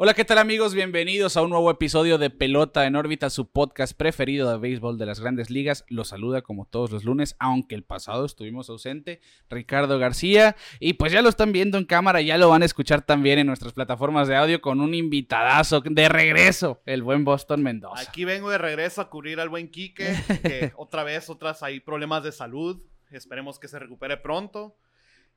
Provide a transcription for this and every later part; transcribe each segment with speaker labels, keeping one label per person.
Speaker 1: Hola, ¿qué tal amigos? Bienvenidos a un nuevo episodio de Pelota en órbita, su podcast preferido de béisbol de las grandes ligas. Los saluda como todos los lunes, aunque el pasado estuvimos ausente, Ricardo García. Y pues ya lo están viendo en cámara, ya lo van a escuchar también en nuestras plataformas de audio con un invitadazo de regreso, el buen Boston Mendoza.
Speaker 2: Aquí vengo de regreso a cubrir al buen Quique, que otra vez, otras hay problemas de salud. Esperemos que se recupere pronto.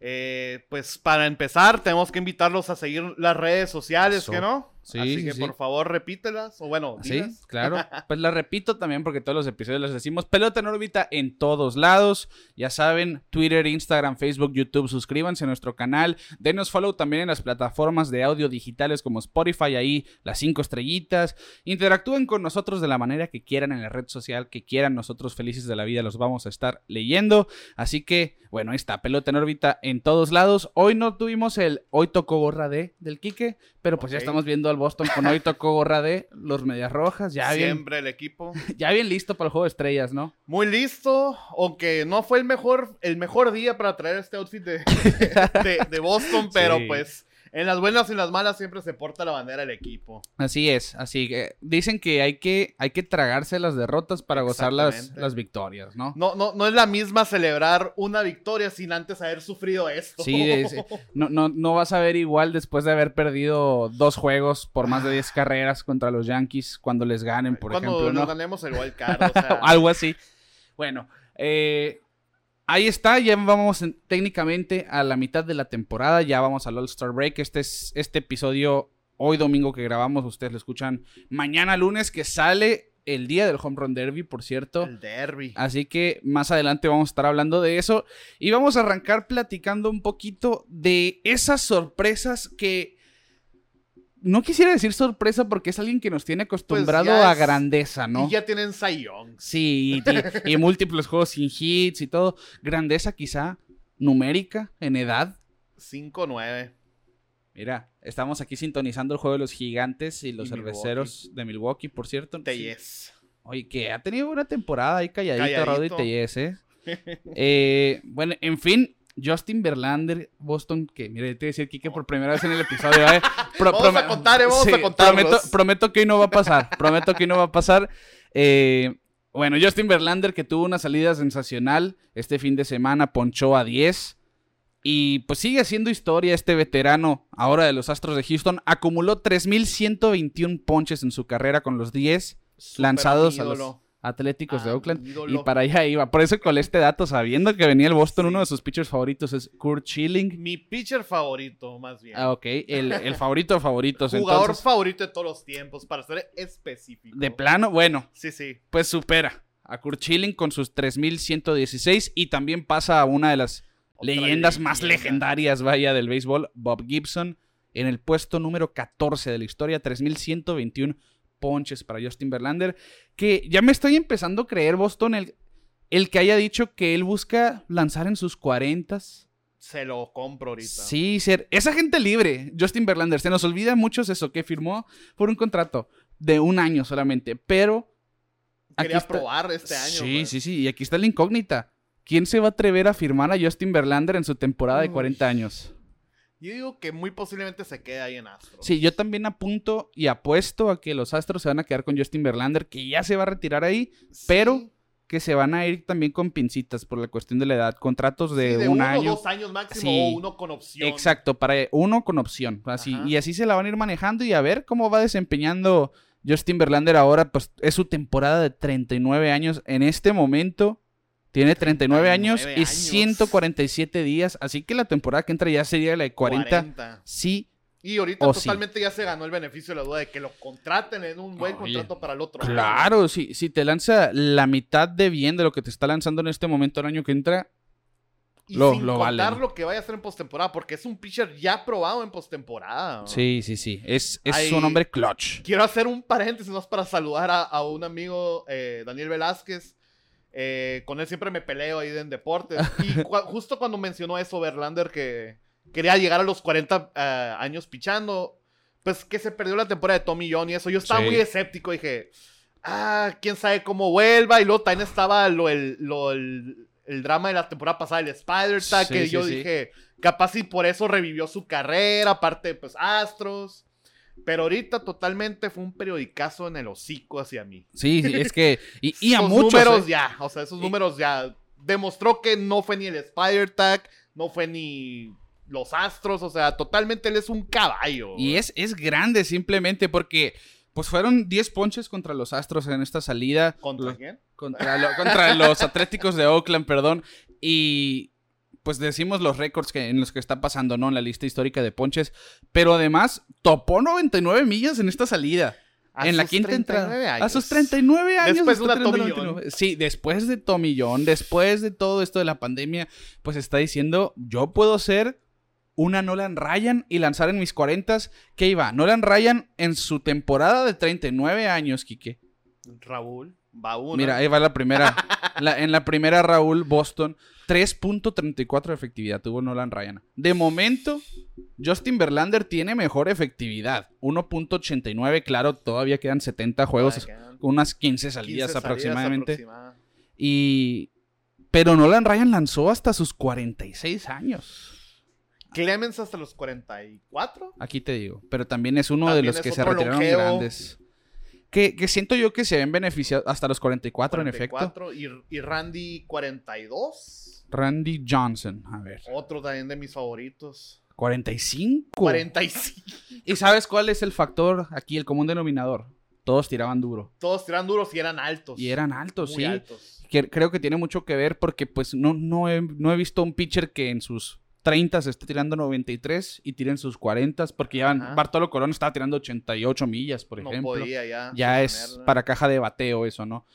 Speaker 2: Eh, pues para empezar, tenemos que invitarlos a seguir las redes sociales,
Speaker 1: Eso.
Speaker 2: ¿que no?
Speaker 1: Sí,
Speaker 2: Así que
Speaker 1: sí, sí.
Speaker 2: por favor repítelas. O bueno,
Speaker 1: Sí,
Speaker 2: dilas.
Speaker 1: claro. Pues la repito también porque todos los episodios les decimos pelota en órbita en todos lados. Ya saben, Twitter, Instagram, Facebook, YouTube, suscríbanse a nuestro canal. Denos follow también en las plataformas de audio digitales como Spotify, ahí las cinco estrellitas. Interactúen con nosotros de la manera que quieran en la red social, que quieran. Nosotros felices de la vida los vamos a estar leyendo. Así que, bueno, ahí está, pelota en órbita en todos lados. Hoy no tuvimos el hoy tocó gorra de del Quique, pero pues ya
Speaker 2: Ok.
Speaker 1: estamos viendo al Boston con hoy tocó gorra de los medias rojas. Ya bien,
Speaker 2: Siempre el equipo.
Speaker 1: ya bien listo para el juego de estrellas, ¿no?
Speaker 2: Muy listo, aunque no fue el mejor, el mejor día para traer este outfit de, de- de Boston, pero
Speaker 1: Sí.
Speaker 2: pues en las buenas y en las malas siempre se porta la bandera del equipo.
Speaker 1: Así es, así que dicen que hay que, hay que tragarse las derrotas para gozar las,
Speaker 2: Exactamente.
Speaker 1: las victorias, ¿no?
Speaker 2: No, no, no es la misma celebrar una victoria sin antes haber sufrido esto.
Speaker 1: Sí, es- no, no, no vas a ver igual después de haber perdido dos juegos por más de 10 carreras contra los Yankees cuando les ganen, por
Speaker 2: Cuando
Speaker 1: ejemplo.
Speaker 2: nos
Speaker 1: ¿no?
Speaker 2: ganemos el wild card, o sea,
Speaker 1: algo así. Bueno, eh, ahí está, ya vamos en- técnicamente a la mitad de la temporada, ya vamos al All-Star Break. Este es este episodio hoy domingo que grabamos, ustedes lo escuchan mañana lunes que sale el día del Home Run Derby, por cierto.
Speaker 2: el derby.
Speaker 1: Así que más adelante vamos a estar hablando de eso y vamos a arrancar platicando un poquito de esas sorpresas que no quisiera decir sorpresa porque es alguien que nos tiene acostumbrado
Speaker 2: Pues ya
Speaker 1: a
Speaker 2: es-
Speaker 1: grandeza, ¿no?
Speaker 2: Y ya tienen Cy Young.
Speaker 1: Sí, y- y, múltiples juegos sin hits y todo. Grandeza quizá numérica en edad.
Speaker 2: 5-9.
Speaker 1: Mira, estamos aquí sintonizando el juego de los gigantes y los
Speaker 2: Y Milwaukee.
Speaker 1: cerveceros de Milwaukee, por cierto. Sí.
Speaker 2: Tellez.
Speaker 1: Oye, que ha tenido una temporada ahí calladito, Rowdy
Speaker 2: Calladito.
Speaker 1: Tellez, ¿eh? Eh, Bueno, en fin. Justin Verlander, Boston, que mire, te voy a decir Kike por primera vez en el episodio. ¿eh? Pro-
Speaker 2: Vamos a
Speaker 1: prome-
Speaker 2: contar, eh, vamos a contarlos.
Speaker 1: prometo, prometo que hoy no va a pasar. Prometo que hoy no va a pasar. Eh, bueno, Justin Verlander que tuvo una salida sensacional este fin de semana, ponchó a 10. Y pues sigue haciendo historia este veterano ahora de los Astros de Houston. Acumuló 3.121 ponches en su carrera con los 10 lanzados a los
Speaker 2: ídolo.
Speaker 1: Atléticos de
Speaker 2: Ah,
Speaker 1: Oakland. Y
Speaker 2: ídolo.
Speaker 1: para allá iba. Por eso con este dato, sabiendo que venía el Boston,
Speaker 2: Sí.
Speaker 1: uno de sus pitchers favoritos es Kurt Schilling.
Speaker 2: Mi pitcher favorito, más bien.
Speaker 1: Ah, ok, el, el favorito de favoritos.
Speaker 2: Jugador
Speaker 1: entonces,
Speaker 2: favorito de todos los tiempos, para ser específico.
Speaker 1: de plano, bueno,
Speaker 2: Sí, sí.
Speaker 1: pues supera a Kurt Schilling con sus 3116 y también pasa a una de las
Speaker 2: Otra
Speaker 1: leyendas más
Speaker 2: leyenda.
Speaker 1: legendarias, vaya, del béisbol, Bob Gibson, en el puesto número 14 de la historia, 3121 ponches para Justin Verlander, que ya me estoy empezando a creer, Boston, el, el que haya dicho que él busca lanzar en sus 40s.
Speaker 2: Se lo compro ahorita.
Speaker 1: Sí, ser. Esa gente libre, Justin Verlander. Se nos olvida muchos eso, que firmó por un contrato de un año solamente. Pero.
Speaker 2: Quería
Speaker 1: está-
Speaker 2: probar este año.
Speaker 1: Sí,
Speaker 2: pues.
Speaker 1: sí, sí. Y aquí está la incógnita. ¿Quién se va a atrever a firmar a Justin Verlander en su temporada de
Speaker 2: Uy.
Speaker 1: 40 años?
Speaker 2: Yo digo que muy posiblemente se quede ahí en Astros.
Speaker 1: Sí, yo también apunto y apuesto a que los Astros se van a quedar con Justin Verlander, que ya se va a retirar ahí,
Speaker 2: Sí,
Speaker 1: pero
Speaker 2: sí,
Speaker 1: que se van a ir también con pincitas por la cuestión de la edad. Contratos de, un
Speaker 2: uno o
Speaker 1: año.
Speaker 2: dos años máximo
Speaker 1: Sí.
Speaker 2: o uno con opción.
Speaker 1: Exacto, para uno con opción, así.
Speaker 2: Ajá.
Speaker 1: Y así se la van a ir manejando y a ver cómo va desempeñando Justin Verlander ahora, pues es su temporada de 39 años en este momento. Tiene 39,
Speaker 2: 39
Speaker 1: años y
Speaker 2: años.
Speaker 1: 147 días, así que la temporada que entra ya sería la de 40. Sí,
Speaker 2: Y ahorita
Speaker 1: O sí.
Speaker 2: totalmente ya se ganó el beneficio de la duda de que lo contraten en un buen
Speaker 1: Oye,
Speaker 2: contrato para el otro. año.
Speaker 1: claro, si, si te lanza la mitad de bien de lo que te está lanzando en este momento el año que entra,
Speaker 2: Y
Speaker 1: Lo-
Speaker 2: sin
Speaker 1: lo
Speaker 2: contar
Speaker 1: vale, ¿no?
Speaker 2: lo que vaya a hacer en postemporada, porque es un pitcher ya probado en postemporada.
Speaker 1: sí, sí, sí, es, es
Speaker 2: Ay.
Speaker 1: un hombre clutch.
Speaker 2: Quiero hacer un paréntesis más para saludar a, a un amigo, eh, Daniel Velázquez. Eh, con él siempre me peleo ahí en deportes. Y cua- justo cuando mencionó eso, Verlander, que quería llegar a los 40 eh, años pichando, pues que se perdió la temporada de Tommy John y eso. Yo estaba
Speaker 1: Sí.
Speaker 2: muy escéptico, dije, ah, quién sabe cómo vuelva. Y luego también estaba lo, el, lo- el, el drama de la temporada pasada, el spider tag
Speaker 1: Sí,
Speaker 2: que
Speaker 1: sí,
Speaker 2: yo
Speaker 1: sí.
Speaker 2: dije, capaz y por eso revivió su carrera, aparte, pues, Astros. Pero ahorita totalmente fue un periodicazo en el hocico hacia mí.
Speaker 1: Sí, sí, es que. Y, y a
Speaker 2: Esos
Speaker 1: muchos.
Speaker 2: números
Speaker 1: eh.
Speaker 2: ya, o sea, esos
Speaker 1: Y-
Speaker 2: números ya demostró que no fue ni el Spider Tag, no fue ni los Astros, o sea, totalmente él es un caballo.
Speaker 1: Y es, es grande simplemente porque. Pues fueron 10 ponches contra los Astros en esta salida.
Speaker 2: ¿Contra
Speaker 1: Lo-
Speaker 2: quién?
Speaker 1: Contra, lo- contra los Atléticos de Oakland, perdón. Y pues decimos los récords que, en los que está pasando, ¿no? En la lista histórica de ponches. Pero además, topó 99 millas en esta salida.
Speaker 2: A
Speaker 1: en la
Speaker 2: sus
Speaker 1: quinta
Speaker 2: 39
Speaker 1: entrada. A
Speaker 2: años.
Speaker 1: sus 39 años.
Speaker 2: Después
Speaker 1: está
Speaker 2: de una Tommy
Speaker 1: teniendo 99. Sí, después de Tomillón, después de todo esto de la pandemia, pues está diciendo, yo puedo ser una Nolan Ryan y lanzar en mis 40 ¿Qué iba? Nolan Ryan en su temporada de 39 años, Quique.
Speaker 2: Raúl, va uno.
Speaker 1: Mira, ahí va la primera. La- en la primera, Raúl Boston, 3.34 de efectividad tuvo Nolan Ryan. De momento, Justin Verlander tiene mejor efectividad, 1.89. Claro, todavía quedan 70 juegos,
Speaker 2: Ah, quedan
Speaker 1: unas 15
Speaker 2: 15
Speaker 1: salidas
Speaker 2: salidas
Speaker 1: aproximadamente.
Speaker 2: aproximada.
Speaker 1: Y. Pero Nolan Ryan lanzó hasta sus 46 años.
Speaker 2: Clemens hasta los 44.
Speaker 1: Aquí te digo. Pero también es uno de
Speaker 2: También
Speaker 1: los
Speaker 2: es
Speaker 1: que se
Speaker 2: otro
Speaker 1: retiraron
Speaker 2: longevo.
Speaker 1: grandes. Que, que siento yo que se ven beneficiados hasta los 44, en efecto.
Speaker 2: 44, Y, y Randy 42.
Speaker 1: Randy Johnson. A ver.
Speaker 2: Otro también de mis favoritos.
Speaker 1: 45.
Speaker 2: 45.
Speaker 1: ¿Y sabes cuál es el factor aquí, el común denominador? Todos tiraban duro.
Speaker 2: Todos eran duros y eran altos.
Speaker 1: Y eran altos,
Speaker 2: muy
Speaker 1: sí.
Speaker 2: altos.
Speaker 1: Que- creo que tiene mucho que ver porque pues no, no, he, no he visto un pitcher que en sus 30 se esté tirando 93 y tiren sus 40 porque ya
Speaker 2: Ajá.
Speaker 1: Bartolo Colón estaba tirando 88 millas, por
Speaker 2: no
Speaker 1: ejemplo.
Speaker 2: podía ya.
Speaker 1: ya es
Speaker 2: sostenerla.
Speaker 1: para caja de bateo eso, ¿no?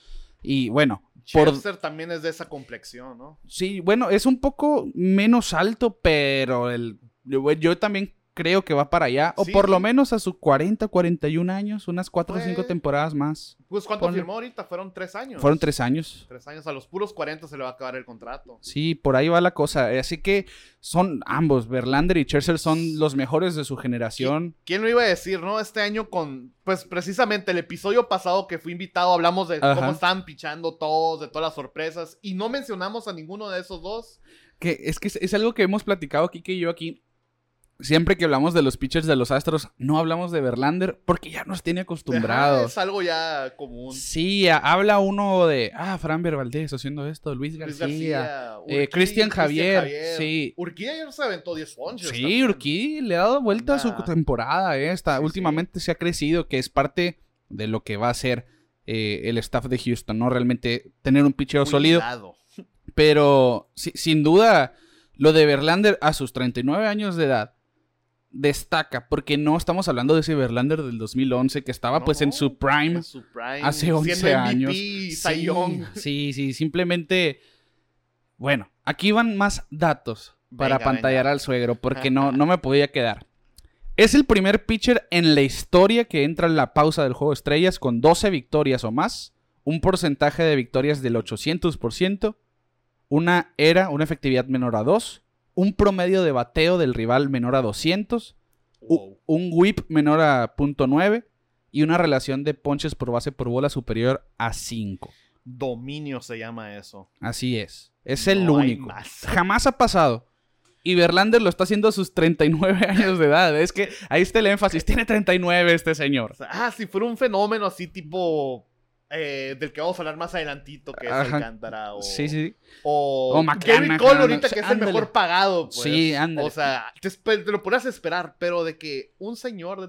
Speaker 1: Y bueno, por,
Speaker 2: Chester también es de esa complexión, ¿no?
Speaker 1: Sí, bueno, es un poco menos alto, pero el, yo, yo también creo que va para allá. O
Speaker 2: Sí,
Speaker 1: por lo
Speaker 2: sí.
Speaker 1: menos a sus 40, 41 años, unas 4 o 5
Speaker 2: Pues-
Speaker 1: temporadas más.
Speaker 2: Pues cuánto
Speaker 1: Ponle-
Speaker 2: firmó ahorita, fueron tres años.
Speaker 1: Fueron 3 años.
Speaker 2: Tres años, a los puros 40 se le va a acabar el contrato.
Speaker 1: Sí, por ahí va la cosa. Eh, Así que son ambos, Verlander y Churchill son los mejores de su generación.
Speaker 2: ¿Quién lo iba a decir, no? Este año con, pues precisamente el episodio pasado que fui invitado hablamos de
Speaker 1: Ajá.
Speaker 2: cómo estaban pichando todos, de todas las sorpresas y no mencionamos a ninguno de esos dos.
Speaker 1: Que es que es, es algo que hemos platicado aquí que yo aquí. Siempre que hablamos de los pitchers de los Astros, no hablamos de Verlander porque ya nos tiene acostumbrados.
Speaker 2: Es algo ya común.
Speaker 1: Sí, a- habla uno de, ah, Fran Valdez haciendo esto, Luis
Speaker 2: Luis
Speaker 1: García.
Speaker 2: García,
Speaker 1: eh,
Speaker 2: Urquidy,
Speaker 1: Cristian Javier, sí.
Speaker 2: Urquía ya se aventó 10 ponches.
Speaker 1: Sí,
Speaker 2: también.
Speaker 1: Urquí le ha dado vuelta a su
Speaker 2: Anda.
Speaker 1: temporada eh, esta.
Speaker 2: Sí, sí.
Speaker 1: Últimamente se ha crecido, que es parte de lo que va a ser eh, el staff de Houston, ¿no? Realmente tener un picheo sólido.
Speaker 2: Cuidado.
Speaker 1: Pero si- sin duda, lo de Verlander a sus 39 años de edad destaca, porque no estamos hablando de ese Verlander del 2011 que estaba pues en
Speaker 2: No,
Speaker 1: su prime.
Speaker 2: en su prime,
Speaker 1: hace 11
Speaker 2: siendo MVP,
Speaker 1: años.
Speaker 2: Cy Young.
Speaker 1: Sí, sí, simplemente. Bueno, aquí van más datos para
Speaker 2: Venga,
Speaker 1: pantallar
Speaker 2: venga.
Speaker 1: al suegro, porque no, no me podía quedar. Es el primer pitcher en la historia que entra en la pausa del juego de estrellas con 12 victorias o más, un porcentaje de victorias del 800%, una era, una efectividad menor a 2, un promedio de bateo del rival menor a 200, u-
Speaker 2: Wow.
Speaker 1: un whip menor a .9 y una relación de ponches por base por bola superior a 5.
Speaker 2: Dominio se llama eso.
Speaker 1: Así es. Es el
Speaker 2: No hay
Speaker 1: único.
Speaker 2: más.
Speaker 1: Jamás ha pasado. Y Verlander lo está haciendo a sus 39 años de edad. Es que ahí está el énfasis. Tiene 39 este
Speaker 2: O
Speaker 1: señor.
Speaker 2: sea, ah, si fuera un fenómeno así tipo eh, del que vamos a hablar más adelantito, que es
Speaker 1: Ajá.
Speaker 2: Alcántara o,
Speaker 1: Sí, sí.
Speaker 2: o,
Speaker 1: O
Speaker 2: Gary
Speaker 1: McClanahan,
Speaker 2: Cole
Speaker 1: o
Speaker 2: ahorita
Speaker 1: sea,
Speaker 2: que es
Speaker 1: ándale.
Speaker 2: el mejor pagado. Pues.
Speaker 1: Sí, ándale.
Speaker 2: O sea, te, espe- te lo podrías esperar, pero de que un señor de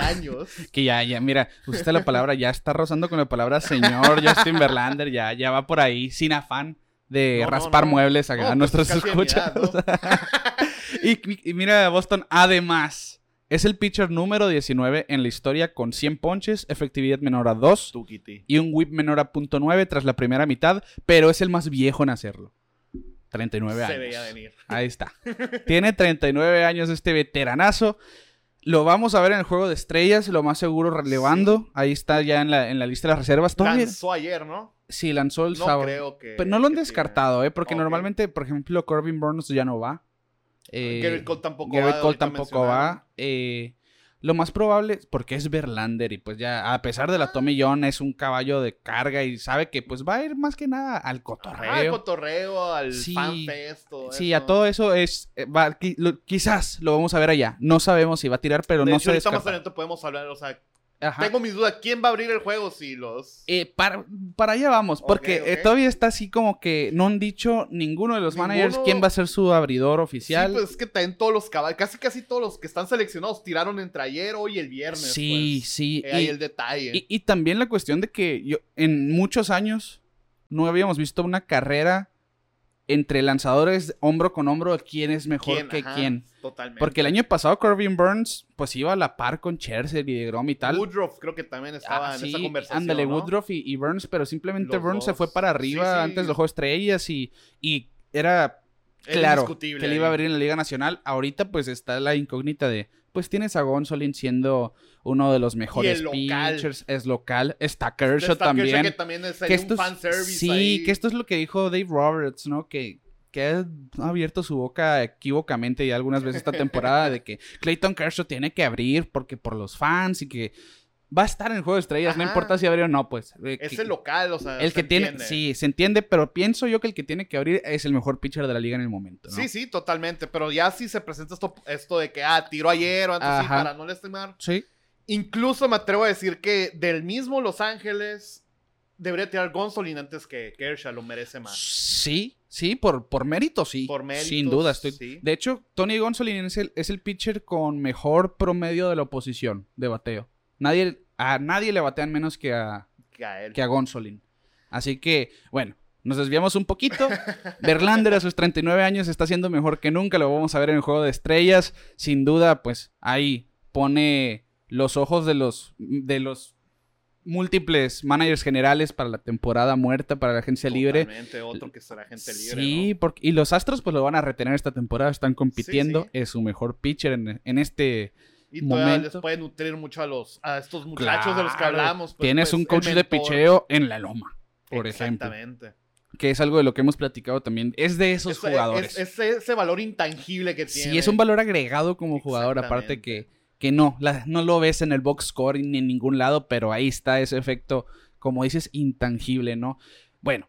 Speaker 2: años
Speaker 1: Que ya, ya, mira, usted la palabra, ya está rozando con la palabra señor Justin Verlander, ya, ya va por ahí, sin afán de
Speaker 2: No, no,
Speaker 1: raspar
Speaker 2: no.
Speaker 1: muebles acá
Speaker 2: No,
Speaker 1: a
Speaker 2: pues,
Speaker 1: nuestros
Speaker 2: casi de mi
Speaker 1: escuchas.
Speaker 2: edad, ¿no?
Speaker 1: y, y mira, Boston, además, es el pitcher número 19 en la historia con 100 ponches, efectividad menor a 2,
Speaker 2: Tú, Kitty.
Speaker 1: y un whip menor a .9 tras la primera mitad, pero es el más viejo en hacerlo. 39 años.
Speaker 2: Se veía venir.
Speaker 1: Ahí está. Tiene 39 años este veteranazo. Lo vamos a ver en el juego de estrellas, lo más seguro relevando. Ahí está ya en la, en la lista de las reservas. Todavía-
Speaker 2: Lanzó ayer, ¿no?
Speaker 1: Sí, lanzó el
Speaker 2: No
Speaker 1: sábado.
Speaker 2: creo que.
Speaker 1: Pero no lo han
Speaker 2: que
Speaker 1: descartado, ¿eh? Porque
Speaker 2: Ok.
Speaker 1: normalmente, por ejemplo, Corbin Burns ya no va.
Speaker 2: tiene.
Speaker 1: Eh,
Speaker 2: Garrett Cole tampoco
Speaker 1: Garrett
Speaker 2: va.
Speaker 1: Cole
Speaker 2: ahorita
Speaker 1: tampoco
Speaker 2: mencionaron.
Speaker 1: va. Eh, Lo más probable, porque es Verlander y pues ya, a pesar
Speaker 2: Ah.
Speaker 1: de la Tommy John, es un caballo de carga y sabe que pues va a ir más que nada al cotorreo.
Speaker 2: Al cotorreo, al
Speaker 1: Sí.
Speaker 2: fanfest, Ah, todo
Speaker 1: Sí,
Speaker 2: eso.
Speaker 1: a todo eso es. eh, va- qui- lo- quizás lo vamos a ver allá. No sabemos si va a tirar, pero
Speaker 2: De
Speaker 1: no
Speaker 2: hecho,
Speaker 1: se
Speaker 2: ahorita más
Speaker 1: descarta.
Speaker 2: adelante podemos hablar, o sea,
Speaker 1: Ajá.
Speaker 2: tengo mis dudas, ¿quién va a abrir el juego si los...
Speaker 1: Eh, para, para allá vamos, porque
Speaker 2: Ok, ok.
Speaker 1: eh, todavía está así como que no han dicho ninguno de los managers
Speaker 2: Ninguno.
Speaker 1: quién va a ser su abridor
Speaker 2: Sí,
Speaker 1: oficial.
Speaker 2: pues es que también todos los caballos, casi casi todos los que están seleccionados tiraron entre ayer, hoy y el viernes.
Speaker 1: sí,
Speaker 2: pues.
Speaker 1: sí.
Speaker 2: Eh, ahí
Speaker 1: y-
Speaker 2: el detalle.
Speaker 1: Y, y también la cuestión de que yo, en muchos años no habíamos visto una carrera entre lanzadores hombro con hombro de quién es mejor que
Speaker 2: Ajá,
Speaker 1: quién.
Speaker 2: Totalmente.
Speaker 1: Porque el año pasado Corbin Burns pues iba a la par con Scherzer y DeGrom y tal.
Speaker 2: Woodruff creo que también estaba
Speaker 1: Ah,
Speaker 2: en
Speaker 1: sí,
Speaker 2: esa conversación.
Speaker 1: Ándale,
Speaker 2: ¿no?
Speaker 1: Woodruff y, y Burns, pero simplemente
Speaker 2: Los
Speaker 1: Burns se
Speaker 2: dos.
Speaker 1: fue para arriba
Speaker 2: Sí, sí.
Speaker 1: antes del juego de estrellas y, y era
Speaker 2: Era
Speaker 1: claro
Speaker 2: indiscutible
Speaker 1: que le
Speaker 2: ahí.
Speaker 1: iba a abrir en la Liga Nacional. Ahorita pues está la incógnita de, pues tienes a Gonzolin siendo uno de los mejores
Speaker 2: local.
Speaker 1: pitchers, es local, está
Speaker 2: De
Speaker 1: Kershaw
Speaker 2: Stan
Speaker 1: también.
Speaker 2: que también es
Speaker 1: que
Speaker 2: ahí un
Speaker 1: esto es-
Speaker 2: fanservice
Speaker 1: sí,
Speaker 2: ahí.
Speaker 1: que esto es lo que dijo Dave Roberts, ¿no? Que, que ha abierto su boca equívocamente y algunas veces esta temporada de que Clayton Kershaw tiene que abrir porque por los fans y que va a estar en el juego de estrellas, no
Speaker 2: Ajá.
Speaker 1: importa si abre o no, pues. eh,
Speaker 2: Es
Speaker 1: que-
Speaker 2: el local, o sea.
Speaker 1: el
Speaker 2: se
Speaker 1: que tiene,
Speaker 2: entiende.
Speaker 1: sí, se entiende, pero pienso yo que el que tiene que abrir es el mejor pitcher de la liga en el momento. ¿no?
Speaker 2: Sí, sí, totalmente. Pero ya si se presenta esto, esto de que, ah, tiro ayer o antes sí,
Speaker 1: Ajá.
Speaker 2: para no lastimar.
Speaker 1: Sí.
Speaker 2: Incluso me atrevo a decir que del mismo Los Ángeles debería tirar Gonzolin antes que Kershaw, lo merece más.
Speaker 1: Sí, sí, por, por mérito, sí.
Speaker 2: Por méritos,
Speaker 1: Sin duda, estoy.
Speaker 2: sí.
Speaker 1: De hecho, Tony Gonsolin es el, es el pitcher con mejor promedio de la oposición de bateo. Nadie, a nadie le batean menos que a,
Speaker 2: Que a él.
Speaker 1: que a Gonsolin. Así que, bueno, nos desviamos un poquito. Verlander a sus 39 años está siendo mejor que nunca. Lo vamos a ver en el juego de estrellas. Sin duda, pues ahí pone los ojos de los, de los múltiples managers generales para la temporada muerta, para la agencia libre.
Speaker 2: Totalmente, otro que será gente libre.
Speaker 1: Sí,
Speaker 2: ¿no?
Speaker 1: porque, y los Astros pues lo van a retener esta temporada, están compitiendo,
Speaker 2: sí. Pues,
Speaker 1: es su mejor pitcher en, en este...
Speaker 2: Y todavía
Speaker 1: momento.
Speaker 2: les puede nutrir mucho a los a estos muchachos de los que
Speaker 1: Claro,
Speaker 2: hablamos. pues,
Speaker 1: Tienes
Speaker 2: pues,
Speaker 1: un
Speaker 2: el
Speaker 1: coach de
Speaker 2: mentor.
Speaker 1: picheo en la loma, por ejemplo,
Speaker 2: Exactamente.
Speaker 1: que es algo de lo que hemos platicado también, es de esos
Speaker 2: Es- e, es-
Speaker 1: jugadores.
Speaker 2: Es, es ese valor intangible que tiene.
Speaker 1: sí, es un valor agregado como jugador, aparte que, que no, la- no lo ves en el box score ni en ningún lado, pero ahí está ese efecto, como dices, intangible, ¿no? Bueno,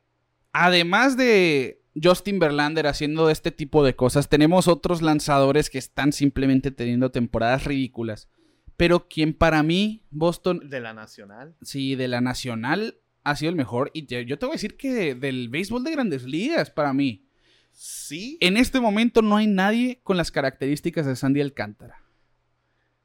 Speaker 1: además de Justin Verlander haciendo este tipo de cosas, tenemos otros lanzadores que están simplemente teniendo temporadas ridículas. Pero quien para mí, Boston,
Speaker 2: De la nacional.
Speaker 1: sí, de la Nacional ha sido el mejor. Y te- yo te voy a decir que de- del béisbol de grandes ligas, para mí.
Speaker 2: Sí.
Speaker 1: En este momento no hay nadie con las características de Sandy Alcántara.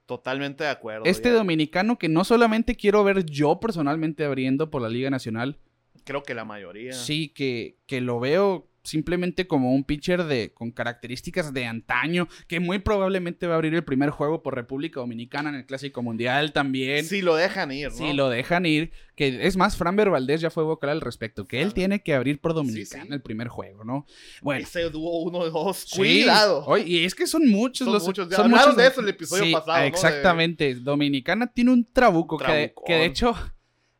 Speaker 2: Totalmente de acuerdo.
Speaker 1: Este
Speaker 2: ya.
Speaker 1: dominicano que no solamente quiero ver yo personalmente abriendo por la Liga Nacional,
Speaker 2: Creo que la mayoría.
Speaker 1: sí que, que lo veo simplemente como un pitcher de, con características de antaño, que muy probablemente va a abrir el primer juego por República Dominicana en el Clásico Mundial también.
Speaker 2: Si lo dejan ir, ¿no?
Speaker 1: Si lo dejan ir, que es más, Framber Valdés ya fue vocal al respecto, que él
Speaker 2: Claro.
Speaker 1: tiene que abrir por Dominicana
Speaker 2: sí.
Speaker 1: el primer juego, ¿no? Bueno,
Speaker 2: Ese dúo uno, dos.
Speaker 1: Sí,
Speaker 2: Cuidado.
Speaker 1: oye, y es que son muchos
Speaker 2: Son
Speaker 1: los
Speaker 2: muchos, ya
Speaker 1: son
Speaker 2: hablaron
Speaker 1: muchos-
Speaker 2: de eso el episodio pasado, ¿no? De-
Speaker 1: Exactamente. Dominicana tiene un trabuco que, de-
Speaker 2: Trabucón.
Speaker 1: que de hecho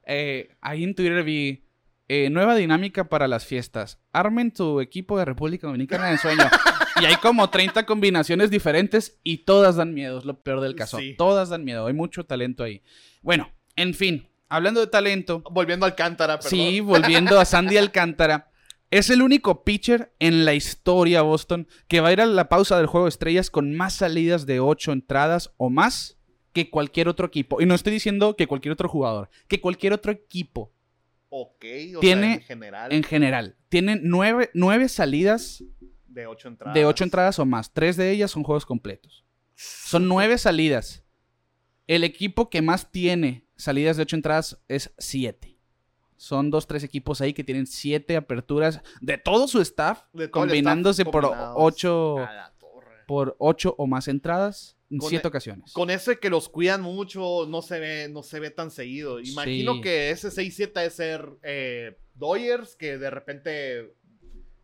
Speaker 1: eh, ahí en Twitter vi eh, nueva dinámica para las fiestas. Armen tu equipo de República Dominicana de sueño. y hay como 30 combinaciones diferentes y todas dan miedo, es lo peor del caso.
Speaker 2: Sí.
Speaker 1: Todas dan miedo, hay mucho talento ahí. Bueno, en fin, hablando de talento,
Speaker 2: Volviendo al Cántara, perdón.
Speaker 1: Sí, volviendo a Sandy Alcántara. Es el único pitcher en la historia, Boston, que va a ir a la pausa del juego de estrellas con más salidas de ocho entradas o más que cualquier otro equipo. Y no estoy diciendo que cualquier otro jugador, que cualquier otro equipo
Speaker 2: Ok, o
Speaker 1: Tiene
Speaker 2: sea, en general,
Speaker 1: en general. Tienen nueve, nueve salidas
Speaker 2: de ocho entradas.
Speaker 1: de ocho entradas o más. Tres de ellas son juegos completos. Son nueve salidas. El equipo que más tiene salidas de ocho entradas es siete. Son dos, tres equipos ahí que tienen siete aperturas de todo su staff,
Speaker 2: De todo el
Speaker 1: combinándose
Speaker 2: staff
Speaker 1: por
Speaker 2: combinados.
Speaker 1: ocho,
Speaker 2: A la torre.
Speaker 1: por ocho o más entradas en
Speaker 2: Con
Speaker 1: siete
Speaker 2: e-
Speaker 1: ocasiones.
Speaker 2: Con eso de que los cuidan mucho, no se ve, no se ve tan seguido. Imagino
Speaker 1: Sí.
Speaker 2: que ese 6-7 de ser eh, Doyers, que de repente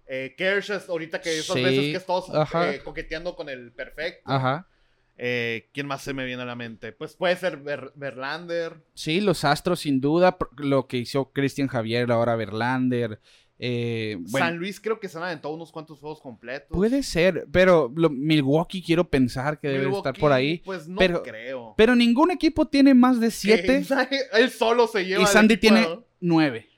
Speaker 2: eh, Kershaw, ahorita que esas
Speaker 1: Sí,
Speaker 2: veces que estamos
Speaker 1: ajá.
Speaker 2: coqueteando con el perfecto.
Speaker 1: Ajá.
Speaker 2: Eh, ¿Quién más se me viene a la mente? Pues puede ser Ver- Verlander.
Speaker 1: Sí, los Astros sin duda, pr- lo que hizo Christian Javier, ahora Verlander, Eh, bueno,
Speaker 2: San Luis creo que se han aventado unos cuantos juegos completos.
Speaker 1: puede ser, pero lo- Milwaukee quiero pensar que debe
Speaker 2: Milwaukee,
Speaker 1: estar por ahí.
Speaker 2: Pues no
Speaker 1: pero-
Speaker 2: creo.
Speaker 1: Pero ningún equipo tiene más de
Speaker 2: Que
Speaker 1: siete
Speaker 2: nadie- Él solo se lleva.
Speaker 1: y
Speaker 2: al
Speaker 1: Sandy
Speaker 2: equipo,
Speaker 1: tiene
Speaker 2: ¿no?
Speaker 1: nueve.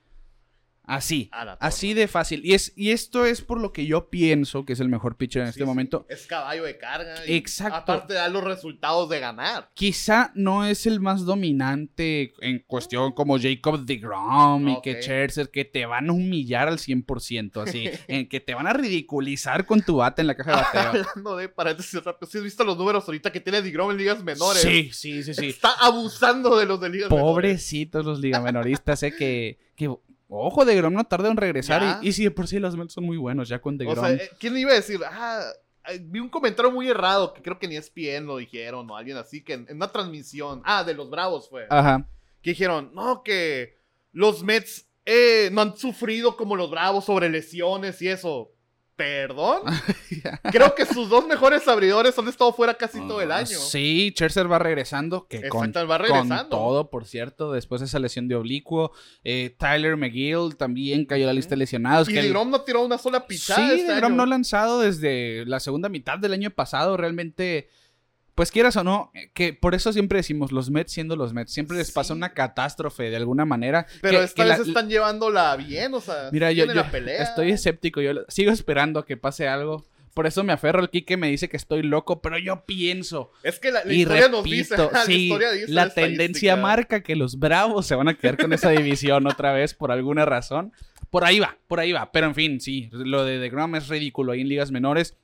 Speaker 1: Así.
Speaker 2: A la torre.
Speaker 1: Así de fácil. Y, es, y esto es por lo que yo pienso que es el mejor pitcher en
Speaker 2: Sí,
Speaker 1: este
Speaker 2: sí.
Speaker 1: momento.
Speaker 2: Es caballo de carga. y
Speaker 1: Exacto.
Speaker 2: Aparte da los resultados de ganar.
Speaker 1: Quizá no es el más dominante en cuestión como Jacob DeGrom y que
Speaker 2: Ok.
Speaker 1: Scherzer, que te van a humillar al 100%, así, en que te van a ridiculizar con tu bate en la caja de bateo.
Speaker 2: Hablando de paréntesis rápido. Si has visto los números ahorita que tiene Digrom en ligas menores.
Speaker 1: Sí, sí, sí, sí.
Speaker 2: Está abusando de los de ligas menores.
Speaker 1: Pobrecitos los ligamenoristas, eh, que, que ojo, DeGrom no tarda en regresar.
Speaker 2: Ya.
Speaker 1: Y, y si de por sí los Mets son muy buenos ya con
Speaker 2: O
Speaker 1: DeGrom.
Speaker 2: sea, eh, ¿quién iba a decir? Ah, eh, vi un comentario muy errado que creo que ni E ESPN lo dijeron o alguien así que en, en una transmisión. Ah, de los Bravos fue.
Speaker 1: Ajá.
Speaker 2: que dijeron, no, que los Mets eh, no han sufrido como los Bravos sobre lesiones y eso. ¿Perdón? Creo que sus dos mejores abridores han estado fuera casi todo el año.
Speaker 1: Ah, Sí, Scherzer va regresando, que con,
Speaker 2: Exacto, va
Speaker 1: con
Speaker 2: regresando.
Speaker 1: todo, por cierto, después de esa lesión de oblicuo. Eh, Tyler McGill también cayó a la lista de lesionados.
Speaker 2: Y
Speaker 1: que el-
Speaker 2: DeGrom no tiró una sola pichada.
Speaker 1: Sí,
Speaker 2: este
Speaker 1: DeGrom
Speaker 2: año.
Speaker 1: no ha lanzado desde la segunda mitad del año pasado, realmente... Pues quieras o no, eh, que por eso siempre decimos los Mets siendo los Mets, siempre les pasa
Speaker 2: Sí.
Speaker 1: una catástrofe de alguna manera.
Speaker 2: Pero
Speaker 1: que-
Speaker 2: esta
Speaker 1: que la-
Speaker 2: vez están llevándola bien, o sea,
Speaker 1: Mira, yo,
Speaker 2: tienen
Speaker 1: yo
Speaker 2: la pelea.
Speaker 1: estoy escéptico, yo lo- sigo esperando a que pase algo. Por eso me aferro al Kike, me dice que estoy loco, pero yo pienso.
Speaker 2: Es que la, la
Speaker 1: y
Speaker 2: historia
Speaker 1: repito,
Speaker 2: nos dice, la
Speaker 1: sí,
Speaker 2: historia dice
Speaker 1: la
Speaker 2: estadística.
Speaker 1: tendencia marca que los bravos se van a quedar con esa división otra vez por alguna razón. Por ahí va, por ahí va. Pero en fin, sí, lo de DeGrom es ridículo ahí en ligas menores.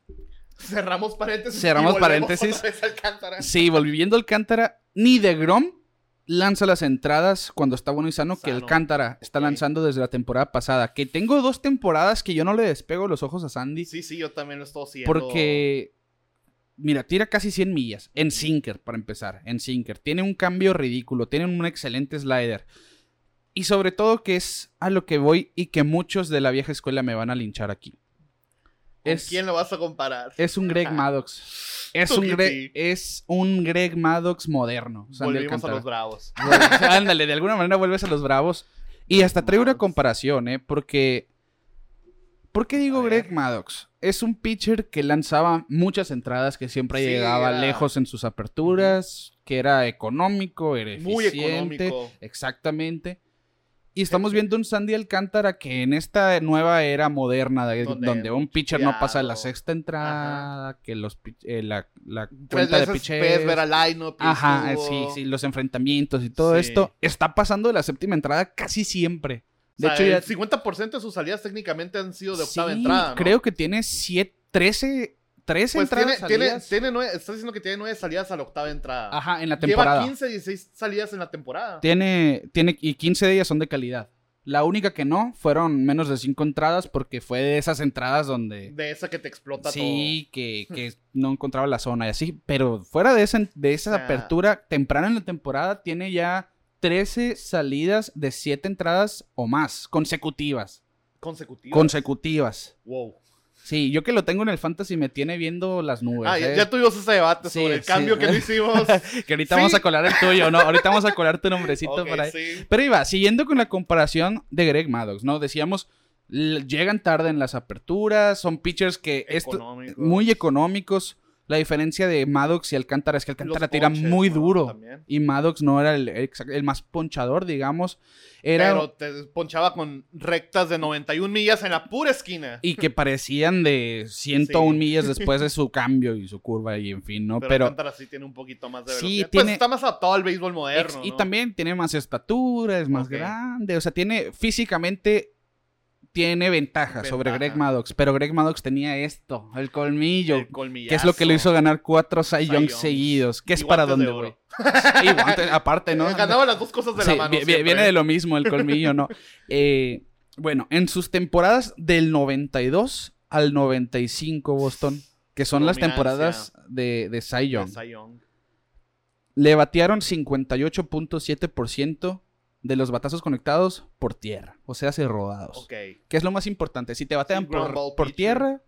Speaker 2: Cerramos paréntesis. y
Speaker 1: Cerramos
Speaker 2: volvemos
Speaker 1: paréntesis.
Speaker 2: otra vez al Alcántara.
Speaker 1: Sí, volviendo al Cántara, ni DeGrom lanza las entradas cuando está bueno y sano, que el
Speaker 2: Sano.
Speaker 1: Cántara está
Speaker 2: Ok.
Speaker 1: lanzando desde la temporada pasada. Que tengo dos temporadas que yo no le despego los ojos a Sandy.
Speaker 2: Sí, sí, yo también lo estoy haciendo.
Speaker 1: Porque, mira, tira casi 100 millas en sinker, para empezar, en sinker. Tiene un cambio ridículo, tiene un excelente slider. Y sobre todo que es a lo que voy y que muchos de la vieja escuela me van a linchar aquí.
Speaker 2: ¿Con
Speaker 1: Es,
Speaker 2: quién lo vas a comparar?
Speaker 1: es un Greg Maddox. Es
Speaker 2: Tú
Speaker 1: un,
Speaker 2: que
Speaker 1: Gre-
Speaker 2: sí.
Speaker 1: es un Greg Maddox moderno. Sandy
Speaker 2: Volvimos a
Speaker 1: Alcántara.
Speaker 2: los bravos.
Speaker 1: Vuelves- Ándale, de alguna manera vuelves a los Bravos. Y hasta traigo una
Speaker 2: Maddox.
Speaker 1: comparación, ¿eh? Porque. ¿Por qué digo
Speaker 2: A
Speaker 1: Greg
Speaker 2: ver.
Speaker 1: Maddox? Es un pitcher que lanzaba muchas entradas, que siempre
Speaker 2: Sí,
Speaker 1: llegaba
Speaker 2: era-
Speaker 1: lejos en sus aperturas, que era económico, era eficiente.
Speaker 2: Muy económico. Eh,
Speaker 1: Exactamente. Y estamos viendo un Sandy Alcántara que en esta nueva era moderna, de- donde,
Speaker 2: Donde
Speaker 1: un pitcher no pasa de la
Speaker 2: cuidado.
Speaker 1: sexta entrada, que los, pit- eh, la, la
Speaker 2: Tres
Speaker 1: cuenta de
Speaker 2: veces
Speaker 1: pitcher.
Speaker 2: puedes ver al lineup. y
Speaker 1: Ajá, eh, sí,
Speaker 2: estuvo.
Speaker 1: sí, los enfrentamientos y todo
Speaker 2: Sí.
Speaker 1: esto. Está pasando de la séptima entrada casi siempre. De
Speaker 2: O sea,
Speaker 1: hecho, ya.
Speaker 2: el 50% de sus salidas técnicamente han sido de octava
Speaker 1: Sí,
Speaker 2: entrada. ¿no?
Speaker 1: Creo que tiene siete, 13, 13
Speaker 2: pues tiene,
Speaker 1: entradas
Speaker 2: tiene,
Speaker 1: salidas.
Speaker 2: tiene nueve, está diciendo que tiene nueve salidas a la octava entrada.
Speaker 1: Ajá, en la
Speaker 2: Lleva
Speaker 1: temporada.
Speaker 2: 15, 16 salidas en la temporada.
Speaker 1: Tiene, tiene, y 15 de ellas son de calidad. La única que no fueron menos de 5 entradas porque fue de esas entradas donde.
Speaker 2: De esa que te explota
Speaker 1: Sí,
Speaker 2: Hmm.
Speaker 1: que, que no encontraba la zona y así. Pero fuera de esa, de esa
Speaker 2: Ah.
Speaker 1: apertura, temprano en la temporada, tiene ya 13 salidas de 7 entradas o más consecutivas.
Speaker 2: todo. Consecutiva.
Speaker 1: Consecutivas.
Speaker 2: wow.
Speaker 1: Sí, yo que lo tengo en el fantasy me tiene viendo las nubes.
Speaker 2: Ah, ya,
Speaker 1: eh.
Speaker 2: ya tuvimos ese debate
Speaker 1: Sí,
Speaker 2: sobre el
Speaker 1: sí.
Speaker 2: cambio que no hicimos.
Speaker 1: Que ahorita vamos
Speaker 2: Sí.
Speaker 1: a colar el tuyo, ¿no? Ahorita vamos a colar tu nombrecito
Speaker 2: Ok,
Speaker 1: por ahí.
Speaker 2: sí.
Speaker 1: Pero iba, siguiendo con la comparación de Greg Maddox, ¿no? Decíamos, l- llegan tarde en las aperturas, son pitchers que esto,
Speaker 2: Económico.
Speaker 1: muy económicos. La diferencia de Maddox y Alcántara es que
Speaker 2: Los
Speaker 1: Alcántara tira
Speaker 2: ponches,
Speaker 1: muy
Speaker 2: ¿no?
Speaker 1: duro.
Speaker 2: También.
Speaker 1: Y Maddox no era el, exact- el más ponchador, digamos. Era,
Speaker 2: Pero te ponchaba con rectas de 91 millas en la pura esquina.
Speaker 1: Y que parecían de 101
Speaker 2: Sí.
Speaker 1: millas después de su cambio y su curva y en fin, ¿no?
Speaker 2: pero
Speaker 1: Pero...
Speaker 2: Alcántara sí tiene un poquito más de
Speaker 1: Sí,
Speaker 2: velocidad.
Speaker 1: tiene-
Speaker 2: Pues está más adaptado al béisbol
Speaker 1: ex-
Speaker 2: moderno.
Speaker 1: y
Speaker 2: ¿no?
Speaker 1: también tiene más estatura, es más
Speaker 2: Ok.
Speaker 1: grande. O sea, tiene físicamente... Tiene ventaja, sobre
Speaker 2: Ventaja.
Speaker 1: Greg Maddox. Pero Greg Maddox tenía esto, el colmillo.
Speaker 2: El colmillazo.
Speaker 1: que es lo que lo hizo ganar cuatro Cy
Speaker 2: Cy
Speaker 1: Young
Speaker 2: Youngs.
Speaker 1: seguidos. Que
Speaker 2: Y
Speaker 1: es para
Speaker 2: guantes de
Speaker 1: dónde,
Speaker 2: oro.
Speaker 1: güey. Y guantes, aparte, ¿no?
Speaker 2: Eh, Ganaba las dos cosas de
Speaker 1: Sí,
Speaker 2: la mano.
Speaker 1: vi- vi-
Speaker 2: siempre.
Speaker 1: viene de lo mismo el colmillo, ¿no? Eh, bueno, en sus temporadas del 92 al 95, Boston, que son las
Speaker 2: Dominancia.
Speaker 1: temporadas de, de Cy Young,
Speaker 2: Cy Young.
Speaker 1: le batearon 58.7% de los batazos conectados por tierra, o sea, se rodados.
Speaker 2: Ok.
Speaker 1: Que es lo más importante. Si te batean
Speaker 2: Sí, ground
Speaker 1: por,
Speaker 2: ball
Speaker 1: por
Speaker 2: pitcher.
Speaker 1: tierra,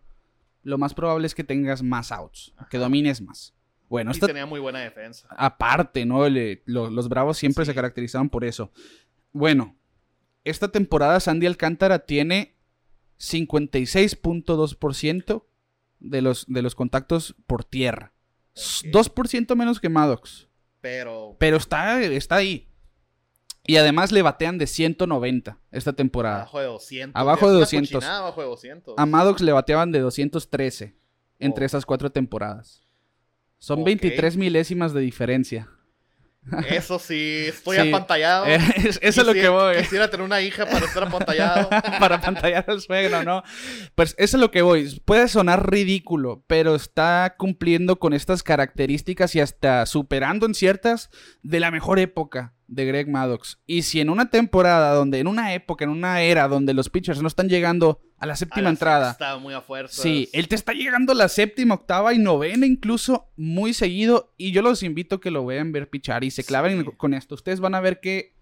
Speaker 1: lo más probable es que tengas más outs, que domines más. Bueno,
Speaker 2: y
Speaker 1: esta,
Speaker 2: tenía muy buena defensa.
Speaker 1: aparte, ¿no? Le- lo- los Bravos siempre
Speaker 2: Sí.
Speaker 1: se caracterizaban por eso. Bueno, esta temporada Sandy Alcántara tiene 56.2% de los, de los contactos por tierra. S-
Speaker 2: Ok.
Speaker 1: 2% menos que Maddox.
Speaker 2: Pero.
Speaker 1: Pero está, está ahí. Y además le batean de 190 esta temporada.
Speaker 2: Abajo de 200.
Speaker 1: ah, Abajo
Speaker 2: ya es
Speaker 1: de Ah,
Speaker 2: una
Speaker 1: 200.
Speaker 2: cochinada Abajo de 200.
Speaker 1: A Maddox le bateaban de 213 entre
Speaker 2: Oh.
Speaker 1: esas cuatro temporadas. Son
Speaker 2: Ok.
Speaker 1: 23 milésimas de diferencia.
Speaker 2: Eso sí, estoy
Speaker 1: Sí.
Speaker 2: apantallado.
Speaker 1: Es- eso es lo que
Speaker 2: Quisiera-
Speaker 1: voy.
Speaker 2: Quisiera tener una hija para estar apantallado.
Speaker 1: para pantallar al suegro, ¿no? Pues eso es lo que voy. Puede sonar ridículo, pero está cumpliendo con estas características y hasta superando en ciertas de la mejor época de Greg Maddox. Y si en una temporada donde, en una época, en una era donde los pitchers no están llegando a la
Speaker 2: A
Speaker 1: séptima
Speaker 2: la
Speaker 1: entrada,
Speaker 2: sexta, muy a fuerza.
Speaker 1: Sí, él te está llegando a la séptima, octava y novena incluso muy seguido. Y yo los invito a que lo vean ver pichar y se claven
Speaker 2: Sí.
Speaker 1: con esto. Ustedes van a ver que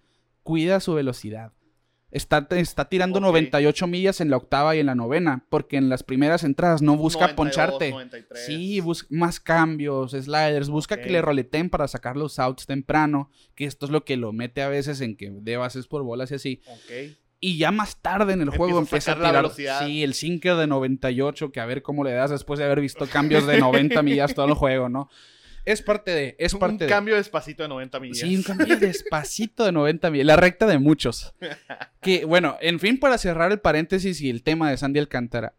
Speaker 1: cuida su velocidad. Está, está tirando
Speaker 2: Ok.
Speaker 1: 98 millas en la octava y en la novena, porque en las primeras entradas no busca
Speaker 2: 92,
Speaker 1: poncharte.
Speaker 2: 93.
Speaker 1: Sí, busca más cambios, sliders, busca que
Speaker 2: Ok.
Speaker 1: le roleten para sacar los outs temprano, que esto es lo que lo mete a veces en que de bases por bolas y así.
Speaker 2: Ok.
Speaker 1: Y ya más tarde en el
Speaker 2: Empieza
Speaker 1: juego
Speaker 2: a
Speaker 1: empieza a
Speaker 2: sacar la
Speaker 1: tirar.
Speaker 2: velocidad.
Speaker 1: Sí, el sinker de 98, que a ver cómo le das después de haber visto cambios de 90 millas todo el juego, ¿no? Es parte de. Es
Speaker 2: Un
Speaker 1: parte de.
Speaker 2: cambio despacito de 90 millas.
Speaker 1: Sí, un cambio despacito de 90 millas. La recta de muchos. Que, bueno, en fin, para cerrar el paréntesis y el tema de Sandy Alcántara,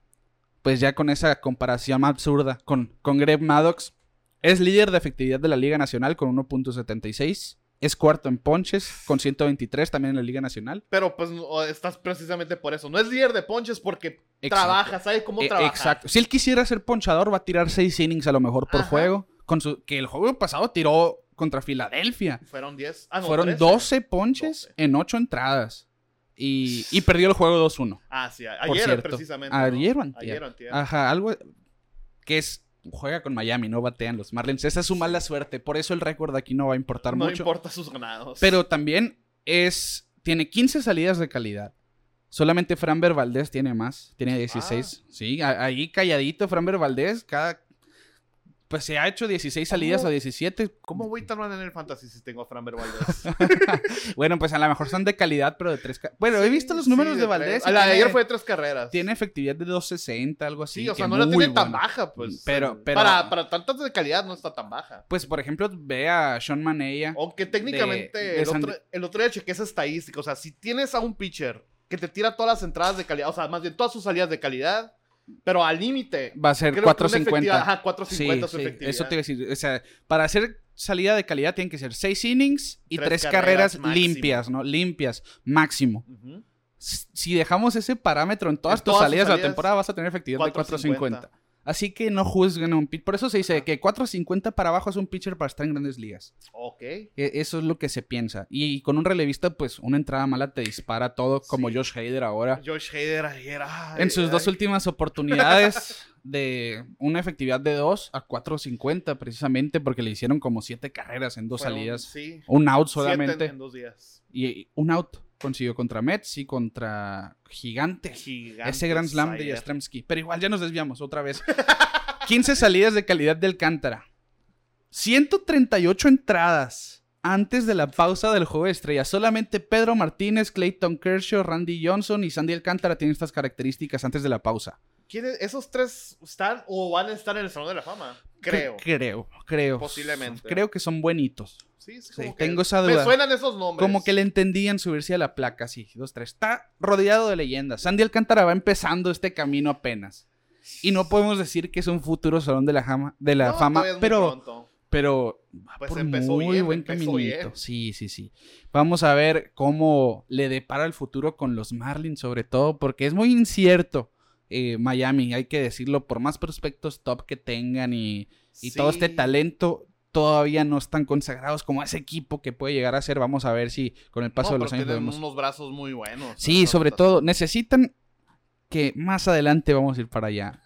Speaker 1: pues ya con esa comparación absurda con, con Greg Maddox, es líder de efectividad de la Liga Nacional con 1.76. Es cuarto en ponches con 123 también en la Liga Nacional.
Speaker 2: Pero pues no, estás precisamente por eso. No es líder de ponches porque
Speaker 1: Exacto.
Speaker 2: trabaja, sabe cómo
Speaker 1: Eh,
Speaker 2: trabajar.
Speaker 1: Exacto. Si él quisiera ser ponchador, va a tirar seis innings a lo mejor por
Speaker 2: Ajá.
Speaker 1: juego. Con su, que el juego pasado tiró contra Filadelfia.
Speaker 2: Fueron 10. Ah, no,
Speaker 1: Fueron
Speaker 2: 13.
Speaker 1: 12 ponches
Speaker 2: 12.
Speaker 1: en ocho entradas. Y, y perdió el juego 2-1.
Speaker 2: Ah, sí, a-
Speaker 1: Por
Speaker 2: ayer
Speaker 1: cierto.
Speaker 2: precisamente.
Speaker 1: Ayer o
Speaker 2: ¿no?
Speaker 1: antier. Ah,
Speaker 2: Ayer o antier.
Speaker 1: Ajá, algo que es. Juega con Miami, no batean los Marlins. Esa es su mala suerte. Por eso el récord aquí no va a importar
Speaker 2: no
Speaker 1: mucho.
Speaker 2: importa sus ganados.
Speaker 1: Pero también es. Tiene 15 salidas de calidad. Solamente Franber Valdés tiene más.
Speaker 2: Ah.
Speaker 1: Tiene 16. Sí, a- ahí calladito Franber Valdés. Cada. Pues se ha hecho 16 salidas
Speaker 2: ¿Cómo?
Speaker 1: a 17.
Speaker 2: ¿Cómo voy tan mal en el fantasy si tengo a Fran Valdez?
Speaker 1: Bueno, pues a lo mejor son de calidad, pero de tres. ca- Bueno, he visto los
Speaker 2: Sí,
Speaker 1: números
Speaker 2: sí,
Speaker 1: de Valdés.
Speaker 2: tres.
Speaker 1: y
Speaker 2: La de
Speaker 1: tiene-
Speaker 2: ayer fue de tres carreras.
Speaker 1: Tiene efectividad de 260, algo así.
Speaker 2: sí, o
Speaker 1: que
Speaker 2: sea, no la
Speaker 1: muy
Speaker 2: tiene tan
Speaker 1: buena.
Speaker 2: baja, pues.
Speaker 1: Pero- pero-
Speaker 2: Para, para tantas de calidad no está tan baja.
Speaker 1: Pues por ejemplo, ve a Sean Manea.
Speaker 2: Aunque técnicamente
Speaker 1: de
Speaker 2: el,
Speaker 1: San-
Speaker 2: otro, el otro día chequé esa estadística. O sea, si tienes a un pitcher que te tira todas las entradas de calidad, o sea, más bien todas sus salidas de calidad, pero al límite.
Speaker 1: va a ser
Speaker 2: creo que una
Speaker 1: 450.
Speaker 2: efectividad- Ajá, 450 su efectividad.
Speaker 1: Eso te iba a decir. O sea, para hacer salida de calidad tienen que ser seis innings y tres,
Speaker 2: Tres
Speaker 1: carreras,
Speaker 2: carreras máximo.
Speaker 1: limpias, ¿no? Limpias, máximo.
Speaker 2: Ujú.
Speaker 1: S- Si dejamos ese parámetro en todas
Speaker 2: En
Speaker 1: tus
Speaker 2: todas sus
Speaker 1: salidas de la
Speaker 2: salidas,
Speaker 1: temporada, vas a tener efectividad de 450.
Speaker 2: 450.
Speaker 1: Así que no juzguen a un pitcher. Por eso se dice
Speaker 2: Ajá.
Speaker 1: que 450 para abajo es un pitcher para estar en grandes ligas.
Speaker 2: Ok.
Speaker 1: E- Eso es lo que se piensa. Y, y con un relevista, pues una entrada mala te dispara todo, como
Speaker 2: Sí.
Speaker 1: Josh Hader ahora.
Speaker 2: Josh Hader ayer. ay,
Speaker 1: En sus
Speaker 2: ay.
Speaker 1: dos últimas oportunidades de una efectividad de 2 a 4.50 precisamente porque le hicieron como 7 carreras en dos
Speaker 2: Fueron-
Speaker 1: salidas.
Speaker 2: Sí.
Speaker 1: Un out
Speaker 2: Siete
Speaker 1: solamente.
Speaker 2: en, en dos días.
Speaker 1: Y y un out consiguió contra Mets y contra Gigantes.
Speaker 2: Gigante.
Speaker 1: Ese Grand Slam de Yastrzemski. Pero igual ya nos desviamos otra vez. 15 salidas de calidad de Alcántara. 138 entradas antes de la pausa del juego de estrella. Solamente Pedro Martínez, Clayton Kershaw, Randy Johnson y Sandy Alcántara tienen estas características antes de la pausa.
Speaker 2: ¿Quiénes- ¿Esos tres están o van a estar en el Salón de la Fama? Creo.
Speaker 1: Cre- Creo, creo.
Speaker 2: Posiblemente.
Speaker 1: Creo que son buenitos.
Speaker 2: Sí, sí,
Speaker 1: Sí,
Speaker 2: como
Speaker 1: tengo esa duda.
Speaker 2: Me suenan esos nombres.
Speaker 1: Como que le entendían subirse a la placa, sí. Dos, tres. Está rodeado de leyendas. Sandy Alcántara va empezando este camino apenas. Y no podemos decir que es un futuro salón de la, jama- de la
Speaker 2: No,
Speaker 1: fama,
Speaker 2: todavía es muy
Speaker 1: pero,
Speaker 2: pronto.
Speaker 1: pero va
Speaker 2: Pues
Speaker 1: por
Speaker 2: empezó
Speaker 1: muy
Speaker 2: bien,
Speaker 1: buen
Speaker 2: empezó
Speaker 1: caminito.
Speaker 2: bien.
Speaker 1: Sí, sí, sí. Vamos a ver cómo le depara el futuro con los Marlins, sobre todo, porque es muy incierto eh, Miami, hay que decirlo, por más prospectos top que tengan y, y todo este
Speaker 2: Sí.
Speaker 1: talento todavía no están consagrados como ese equipo que puede llegar a ser. Vamos a ver si con el paso
Speaker 2: No,
Speaker 1: de los
Speaker 2: pero
Speaker 1: años lo
Speaker 2: tienen
Speaker 1: vemos.
Speaker 2: unos brazos muy buenos.
Speaker 1: Sí,
Speaker 2: Eso
Speaker 1: sobre
Speaker 2: está-
Speaker 1: todo necesitan que más adelante vamos a ir para allá.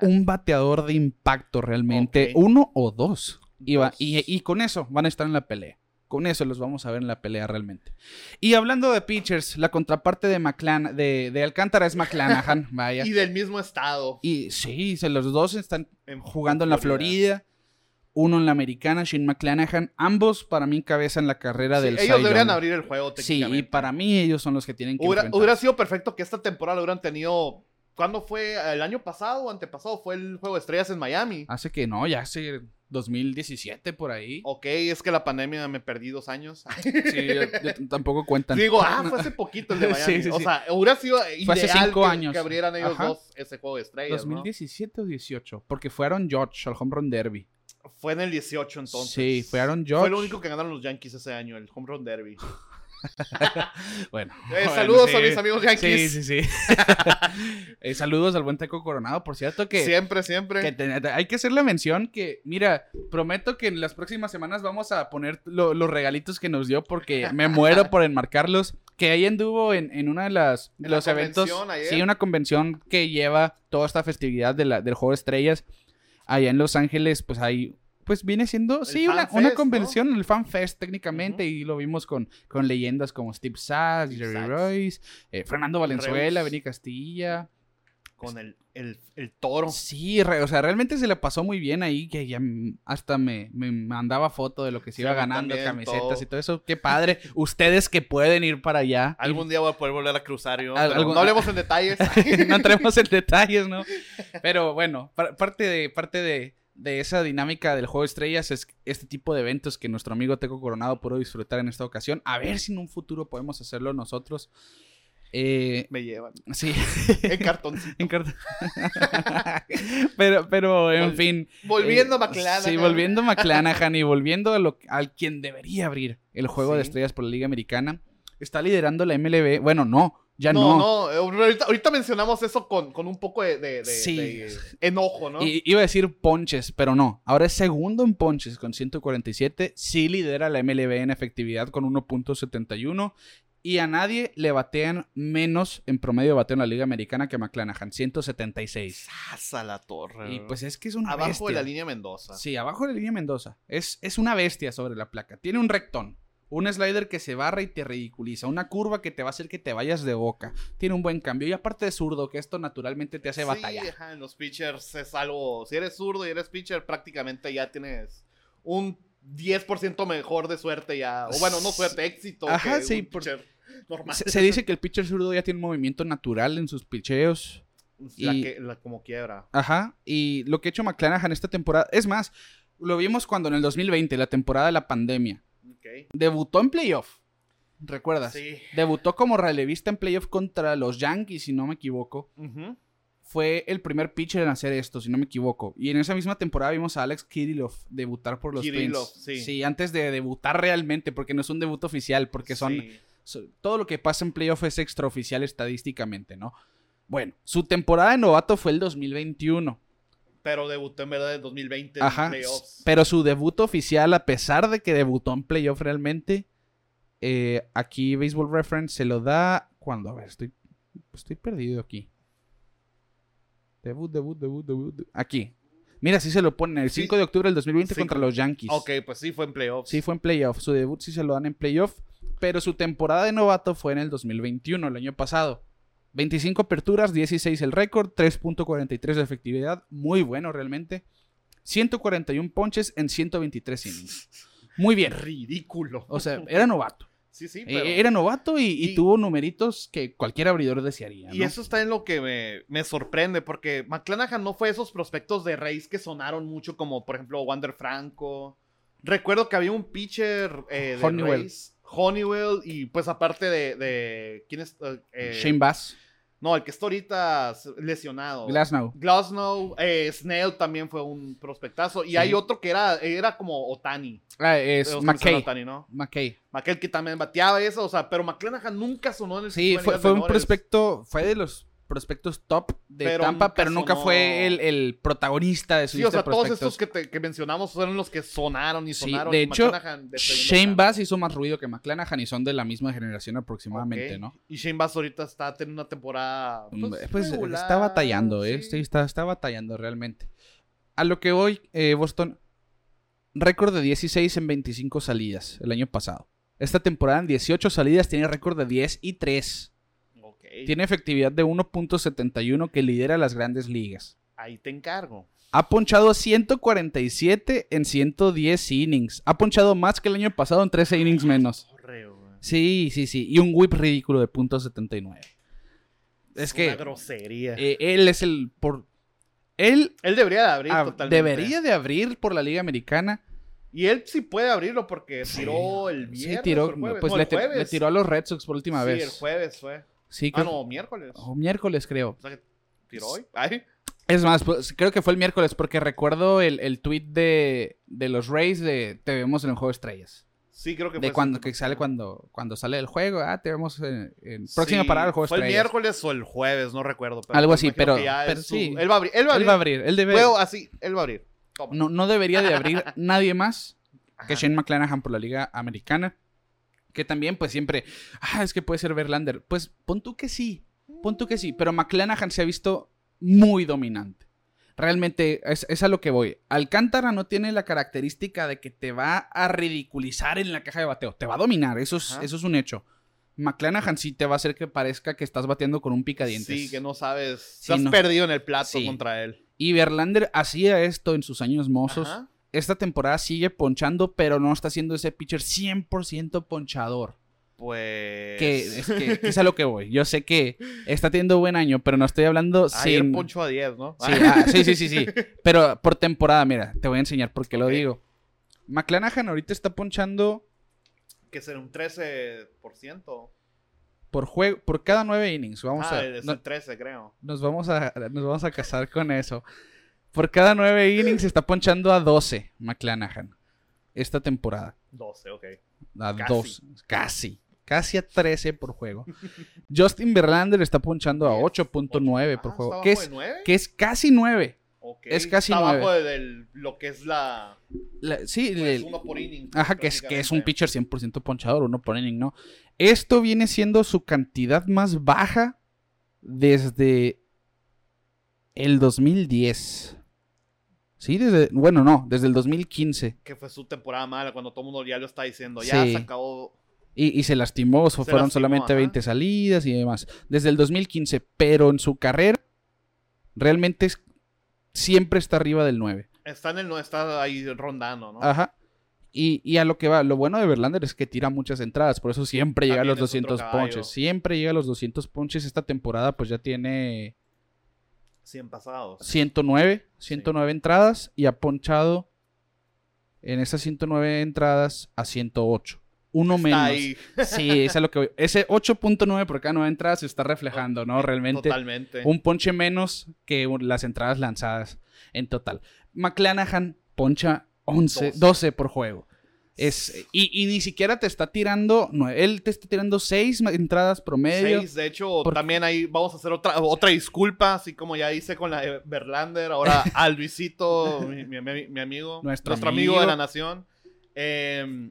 Speaker 1: Un bateador de impacto realmente,
Speaker 2: Ok.
Speaker 1: uno o dos. Y, va-
Speaker 2: Dos.
Speaker 1: y, y con eso van a estar en la pelea. Con eso los vamos a ver en la pelea realmente. Y hablando de pitchers, la contraparte de McClan, de, de Alcántara es McClanahan, vaya.
Speaker 2: Y del mismo estado.
Speaker 1: Y sí, se los dos están
Speaker 2: en-
Speaker 1: jugando en la Florida, uno en la americana, Shane McClanahan, ambos para mí cabeza en la carrera
Speaker 2: Sí,
Speaker 1: del
Speaker 2: ellos
Speaker 1: Cy
Speaker 2: deberían
Speaker 1: Young.
Speaker 2: abrir el juego
Speaker 1: Sí, y
Speaker 2: técnicamente.
Speaker 1: para mí ellos son los que tienen que
Speaker 2: Hubiera,
Speaker 1: enfrentar.
Speaker 2: hubiera sido perfecto que esta temporada lo hubieran tenido ¿Cuándo fue? ¿El año pasado o antepasado? Fue el Juego de Estrellas en Miami.
Speaker 1: Hace que no, ya hace 2017 por ahí.
Speaker 2: Ok, es que la pandemia me perdí dos años.
Speaker 1: Sí, yo- yo t- tampoco cuentan.
Speaker 2: Digo, ah, fue hace poquito el de Miami.
Speaker 1: Sí, sí,
Speaker 2: O
Speaker 1: sí.
Speaker 2: sea, hubiera sido ideal
Speaker 1: hace cinco
Speaker 2: que,
Speaker 1: años.
Speaker 2: que abrieran ellos
Speaker 1: Ajá.
Speaker 2: dos ese Juego de Estrellas, ¿no?
Speaker 1: 2017 o 18, porque fue Aaron George al home run derby.
Speaker 2: Fue en el 18 entonces.
Speaker 1: Sí, fue Aaron
Speaker 2: Fue
Speaker 1: George.
Speaker 2: lo único que ganaron los Yankees ese año, el Home Run Derby.
Speaker 1: Bueno,
Speaker 2: Eh,
Speaker 1: bueno,
Speaker 2: saludos a
Speaker 1: sí.
Speaker 2: mis amigos Yankees.
Speaker 1: Sí, sí, sí. Eh, saludos al buen Teco Coronado, por cierto, que
Speaker 2: Siempre, siempre.
Speaker 1: Que te- te- hay que hacer la mención que, mira, prometo que en las próximas semanas vamos a poner lo- los regalitos que nos dio porque me muero por enmarcarlos. Que ahí anduvo en, en una de las de
Speaker 2: En la
Speaker 1: los eventos.
Speaker 2: convención ayer.
Speaker 1: Sí, una convención que lleva toda esta festividad de la- del juego de estrellas. Allá en Los Ángeles, pues ahí. Pues viene siendo, sí,
Speaker 2: Fan
Speaker 1: una, una
Speaker 2: Fest,
Speaker 1: convención, el Fan Fest técnicamente, y lo vimos con, con leyendas como Steve Sass,
Speaker 2: Steve
Speaker 1: Jerry
Speaker 2: Sachs.
Speaker 1: Royce, eh, Fernando Valenzuela,
Speaker 2: Reus.
Speaker 1: Benny Castilla,
Speaker 2: Con el, el, el toro.
Speaker 1: Sí, re- o sea, realmente se la pasó muy bien ahí, que ya mm, hasta me, me mandaba foto de lo que se
Speaker 2: Sí,
Speaker 1: iba
Speaker 2: a mí
Speaker 1: ganando,
Speaker 2: también,
Speaker 1: camisetas
Speaker 2: todo.
Speaker 1: y todo eso. Qué padre. Ustedes que pueden ir para allá.
Speaker 2: Algún día voy a poder volver a cruzar yo.
Speaker 1: Al-
Speaker 2: pero
Speaker 1: algún-
Speaker 2: No hablemos en detalles.
Speaker 1: no entremos en detalles, ¿no? Pero bueno, par- parte, de, parte de, de esa dinámica del juego de estrellas es este tipo de eventos que nuestro amigo Teco Coronado pudo disfrutar en esta ocasión. A ver si en un futuro podemos hacerlo nosotros. Eh,
Speaker 2: Me llevan.
Speaker 1: sí,
Speaker 2: En cartoncito.
Speaker 1: en carta- pero, pero, en
Speaker 2: Vol-
Speaker 1: fin.
Speaker 2: Volviendo a
Speaker 1: Eh,
Speaker 2: McLaren.
Speaker 1: Sí, volviendo a McClanahan y volviendo a lo, al quien debería abrir el juego de
Speaker 2: Sí.
Speaker 1: estrellas por la Liga Americana. Está liderando la MLB. Bueno, no, ya no.
Speaker 2: No, no. eh, ahorita, ahorita mencionamos eso con, con un poco de, de- de-
Speaker 1: Sí.
Speaker 2: de enojo, ¿no?
Speaker 1: I- iba a decir ponches, pero no. Ahora es segundo en ponches con 147. Sí lidera la MLB en efectividad con 1.71. Y a nadie le batean menos en promedio de bateo en la Liga Americana que a McClanahan, 176.
Speaker 2: Pasa la torre.
Speaker 1: Y
Speaker 2: ¿no?
Speaker 1: pues es que es una
Speaker 2: Abajo de
Speaker 1: bestia.
Speaker 2: la línea Mendoza.
Speaker 1: Sí, abajo de la línea Mendoza. Es, es una bestia sobre la placa. Tiene un rectón. Un slider que se barra y te ridiculiza. Una curva que te va a hacer que te vayas de boca. Tiene un buen cambio. Y aparte de zurdo, que esto naturalmente te hace
Speaker 2: Sí,
Speaker 1: batallar.
Speaker 2: ajá, en los pitchers es algo. Si eres zurdo y eres pitcher, prácticamente ya tienes un 10% mejor de suerte ya. O bueno, no suerte, éxito.
Speaker 1: Ajá,
Speaker 2: que
Speaker 1: sí,
Speaker 2: un
Speaker 1: por-
Speaker 2: pitcher normal.
Speaker 1: Se, se dice que el pitcher zurdo ya tiene un movimiento natural en sus picheos.
Speaker 2: La
Speaker 1: y-
Speaker 2: que- la como quiebra.
Speaker 1: Ajá. Y lo que ha hecho McClanahan esta temporada. Es más, lo vimos cuando en el 2020, la temporada de la pandemia.
Speaker 2: Ok.
Speaker 1: Debutó en playoff. ¿Recuerdas?
Speaker 2: Sí.
Speaker 1: Debutó como relevista en playoff contra los Yankees, si no me equivoco.
Speaker 2: Ujú.
Speaker 1: fue el primer pitcher en hacer esto, si no me equivoco. Y en esa misma temporada vimos a Alex Kirillov debutar por los
Speaker 2: Kirillov,
Speaker 1: Twins.
Speaker 2: sí.
Speaker 1: antes de debutar realmente, porque no es un debut oficial, porque son
Speaker 2: Sí.
Speaker 1: so- todo lo que pasa en playoff es extraoficial estadísticamente, ¿no? Bueno, su temporada de novato fue el 2021.
Speaker 2: Pero debutó en verdad en 2020 en
Speaker 1: Ajá.
Speaker 2: playoffs.
Speaker 1: Pero su debut oficial, a pesar de que debutó en playoff realmente, eh, aquí Baseball Reference se lo da cuando. A ver, estoy, estoy perdido aquí. Debut, debut, debut, debut. de- Aquí. Mira, sí se lo ponen el
Speaker 2: Sí.
Speaker 1: 5 de octubre del 2020
Speaker 2: Sí.
Speaker 1: contra los Yankees.
Speaker 2: Ok, pues sí, fue en playoffs.
Speaker 1: Sí, fue en playoff. Su debut sí se lo dan en playoff. Pero su temporada de novato fue en el 2021, el año pasado. 25 aperturas, 16 el récord, 3.43 de efectividad. Muy bueno realmente. 141 ponches en 123 innings. Muy bien.
Speaker 2: Ridículo.
Speaker 1: O sea, era novato.
Speaker 2: sí, sí,
Speaker 1: Eh,
Speaker 2: pero...
Speaker 1: Era novato y, y
Speaker 2: Y-
Speaker 1: tuvo numeritos que cualquier abridor desearía.
Speaker 2: Y
Speaker 1: ¿no?
Speaker 2: eso está en lo que me, me sorprende, porque McClanahan no fue esos prospectos de Reyes que sonaron mucho, como por ejemplo Wander Franco. Recuerdo que había un pitcher eh, de
Speaker 1: Honeywell.
Speaker 2: Rays, Honeywell, y pues aparte de. de- ¿Quién es? Eh, eh,
Speaker 1: Shane Bass,
Speaker 2: No, el que está ahorita s- lesionado.
Speaker 1: Glasnow.
Speaker 2: Glasnow, eh, Snell también fue un prospectazo. Y
Speaker 1: Sí.
Speaker 2: hay otro que era, era como Otani.
Speaker 1: Ah, es
Speaker 2: Los que mencionaron
Speaker 1: McKay.
Speaker 2: Otani, ¿no?
Speaker 1: McKay.
Speaker 2: Aquel que también bateaba eso, o sea, pero McClanahan nunca sonó en el
Speaker 1: Sí,
Speaker 2: sistema de
Speaker 1: fue,
Speaker 2: ligas
Speaker 1: fue un
Speaker 2: Pues, menores.
Speaker 1: prospecto, fue de los prospectos top de
Speaker 2: Pero
Speaker 1: Tampa,
Speaker 2: nunca
Speaker 1: pero nunca
Speaker 2: sonó.
Speaker 1: fue el, el protagonista de su
Speaker 2: Sí, o
Speaker 1: lista
Speaker 2: sea,
Speaker 1: de
Speaker 2: todos
Speaker 1: prospectos.
Speaker 2: estos que, te- que mencionamos fueron los que sonaron y
Speaker 1: Sí,
Speaker 2: sonaron.
Speaker 1: de
Speaker 2: y
Speaker 1: hecho,
Speaker 2: McClanahan defendiendo
Speaker 1: Shane
Speaker 2: la-
Speaker 1: Bass hizo más ruido que McClanahan y son de la misma generación aproximadamente,
Speaker 2: Ok.
Speaker 1: ¿no?
Speaker 2: Y Shane Bass ahorita está teniendo una temporada.
Speaker 1: Pues,
Speaker 2: Pues,
Speaker 1: está
Speaker 2: regular,
Speaker 1: batallando, ¿eh?
Speaker 2: sí.
Speaker 1: Sí, está, está batallando realmente. A lo que hoy, Boston, récord de 16 en 25 salidas el año pasado. Esta temporada en 18 salidas tiene récord de 10 y 3.
Speaker 2: Ok,
Speaker 1: Tiene efectividad de 1.71 que lidera las grandes ligas.
Speaker 2: Ahí te encargo.
Speaker 1: Ha ponchado 147 en 110 innings. Ha ponchado más que el año pasado en 13 innings menos.
Speaker 2: Correo, güey.
Speaker 1: Sí, sí, sí. Y un whip ridículo de .79. Es
Speaker 2: Una
Speaker 1: que
Speaker 2: grosería.
Speaker 1: eh, él es el por él
Speaker 2: él debería de abrir
Speaker 1: ab-
Speaker 2: totalmente.
Speaker 1: ah, debería de abrir por la Liga Americana.
Speaker 2: Y él sí puede abrirlo porque
Speaker 1: Sí.
Speaker 2: tiró el viernes.
Speaker 1: sí, tiró,
Speaker 2: o el jueves.
Speaker 1: pues
Speaker 2: No,
Speaker 1: le,
Speaker 2: el
Speaker 1: ti-
Speaker 2: jueves.
Speaker 1: le tiró a los Red Sox por última
Speaker 2: Sí,
Speaker 1: vez.
Speaker 2: el jueves fue.
Speaker 1: Sí,
Speaker 2: Ah,
Speaker 1: creo- Oh.
Speaker 2: no, miércoles.
Speaker 1: o miércoles creo.
Speaker 2: O sea, que tiró hoy. Ay,
Speaker 1: Es más, pues, creo que fue el miércoles porque recuerdo el, el tweet de, de los Rays de te vemos en el juego de estrellas.
Speaker 2: sí, creo que fue.
Speaker 1: De cuando
Speaker 2: ese-
Speaker 1: que sale cuando cuando sale el juego, ah, te vemos en, en- próxima
Speaker 2: Sí,
Speaker 1: parada del juego de
Speaker 2: Fue el
Speaker 1: estrellas.
Speaker 2: miércoles o el jueves, no recuerdo. pero
Speaker 1: Algo
Speaker 2: me
Speaker 1: así,
Speaker 2: imagino
Speaker 1: pero-
Speaker 2: que ya
Speaker 1: pero
Speaker 2: es su-
Speaker 1: sí.
Speaker 2: Él va a abrir. Él va a
Speaker 1: Él va a
Speaker 2: abrir.
Speaker 1: abrir, él debe
Speaker 2: Juego así, él va a abrir. Toma.
Speaker 1: no, no debería de abrir nadie más que
Speaker 2: Ajá.
Speaker 1: Shane McClanahan por la liga americana. Que también, pues siempre, ah, es que puede ser Verlander. Pues pon tú que sí, pon tú que sí. Pero McClanahan se ha visto muy dominante. Realmente es, es a lo que voy. Alcántara no tiene la característica de que te va a ridiculizar en la caja de bateo. Te va a dominar, eso es,
Speaker 2: Ajá.
Speaker 1: eso es un hecho. McClanahan sí te va a hacer que parezca que estás bateando con un picadientes.
Speaker 2: Sí, que no sabes.
Speaker 1: Sí,
Speaker 2: Estás
Speaker 1: no.
Speaker 2: perdido en el plato
Speaker 1: Sí.
Speaker 2: contra él.
Speaker 1: Y Verlander hacía esto en sus años mozos.
Speaker 2: Ajá.
Speaker 1: esta temporada sigue ponchando, pero no está siendo ese pitcher 100% ponchador.
Speaker 2: Pues.
Speaker 1: Que es que, que es a lo que voy. Yo sé que está teniendo buen año, pero no estoy hablando
Speaker 2: Ah, Ayer
Speaker 1: sin-
Speaker 2: poncho a 10, ¿no?
Speaker 1: Sí, ah, sí, sí, sí, sí. Pero por temporada, mira, te voy a enseñar por qué lo
Speaker 2: Ok.
Speaker 1: digo. McClanahan ahorita está ponchando
Speaker 2: que será un 13%.
Speaker 1: por juego, por cada nueve innings. Vamos
Speaker 2: ah,
Speaker 1: a,
Speaker 2: es
Speaker 1: no-
Speaker 2: un 13, creo.
Speaker 1: nos vamos a nos vamos a casar con eso. Por cada nueve innings está ponchando a 12 McClanahan esta temporada.
Speaker 2: 12, ok.
Speaker 1: A
Speaker 2: Casi.
Speaker 1: dos. Casi. Casi a 13 por juego. Justin Verlander está punchando a
Speaker 2: Diez,
Speaker 1: 8.9 por
Speaker 2: Ah,
Speaker 1: juego.
Speaker 2: ¿está
Speaker 1: Que
Speaker 2: abajo
Speaker 1: es,
Speaker 2: de nueve?
Speaker 1: que es casi 9.
Speaker 2: Ok,
Speaker 1: es casi
Speaker 2: está abajo
Speaker 1: nueve.
Speaker 2: del lo que es la
Speaker 1: La- sí,
Speaker 2: pues,
Speaker 1: el-
Speaker 2: uno por inning.
Speaker 1: ajá, que es, que es un
Speaker 2: prácticamente.
Speaker 1: pitcher 100% ponchador, uno por inning, ¿no? Esto viene siendo su cantidad más baja desde el 2010. Sí, desde, bueno, no, desde el 2015.
Speaker 2: Que fue su temporada mala cuando todo el mundo ya lo está diciendo. Ya
Speaker 1: Sí.
Speaker 2: se acabó.
Speaker 1: Y, y se lastimó, so-
Speaker 2: Se
Speaker 1: fueron
Speaker 2: lastimó,
Speaker 1: solamente
Speaker 2: ajá.
Speaker 1: 20 salidas y demás. Desde el 2015, pero en su carrera realmente es- siempre está arriba del 9.
Speaker 2: Está en el no está ahí rondando, ¿no?
Speaker 1: Ajá. Y, y a lo que va, lo bueno de Verlander es que tira muchas entradas, por eso siempre llega a los
Speaker 2: También es otro
Speaker 1: 200
Speaker 2: caballo.
Speaker 1: ponches. Siempre llega a los 200 ponches. Esta temporada pues ya tiene
Speaker 2: 100 pasados.
Speaker 1: 109, 109 entradas y ha ponchado en esas 109 entradas a 108. Uno menos.
Speaker 2: Está ahí
Speaker 1: Sí, es a lo que voy. Ese 8.9 por cada nueva entrada se está reflejando, ¿no? Realmente
Speaker 2: totalmente.
Speaker 1: un ponche menos que un- las entradas lanzadas en total. McClanahan poncha 11, 12,
Speaker 2: Doce.
Speaker 1: por juego. Es, y, y ni siquiera te está tirando, no, él te está tirando 6 entradas promedio.
Speaker 2: Seis, de hecho,
Speaker 1: Por-
Speaker 2: también ahí vamos a hacer otra, otra disculpa, así como ya hice con la de Verlander, ahora a Luisito, mi, mi- mi- mi amigo,
Speaker 1: Nuestro
Speaker 2: amigo.
Speaker 1: amigo.
Speaker 2: de la nación. Eh,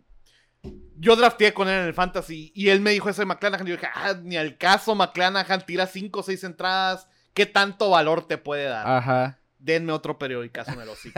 Speaker 2: yo drafté con él en el Fantasy y él me dijo eso de McClanahan. Yo dije, ah, ni al caso, McClanahan tira cinco o seis entradas. ¿Qué tanto valor te puede dar?
Speaker 1: Ajá.
Speaker 2: Denme otro periodicazo en el hocico.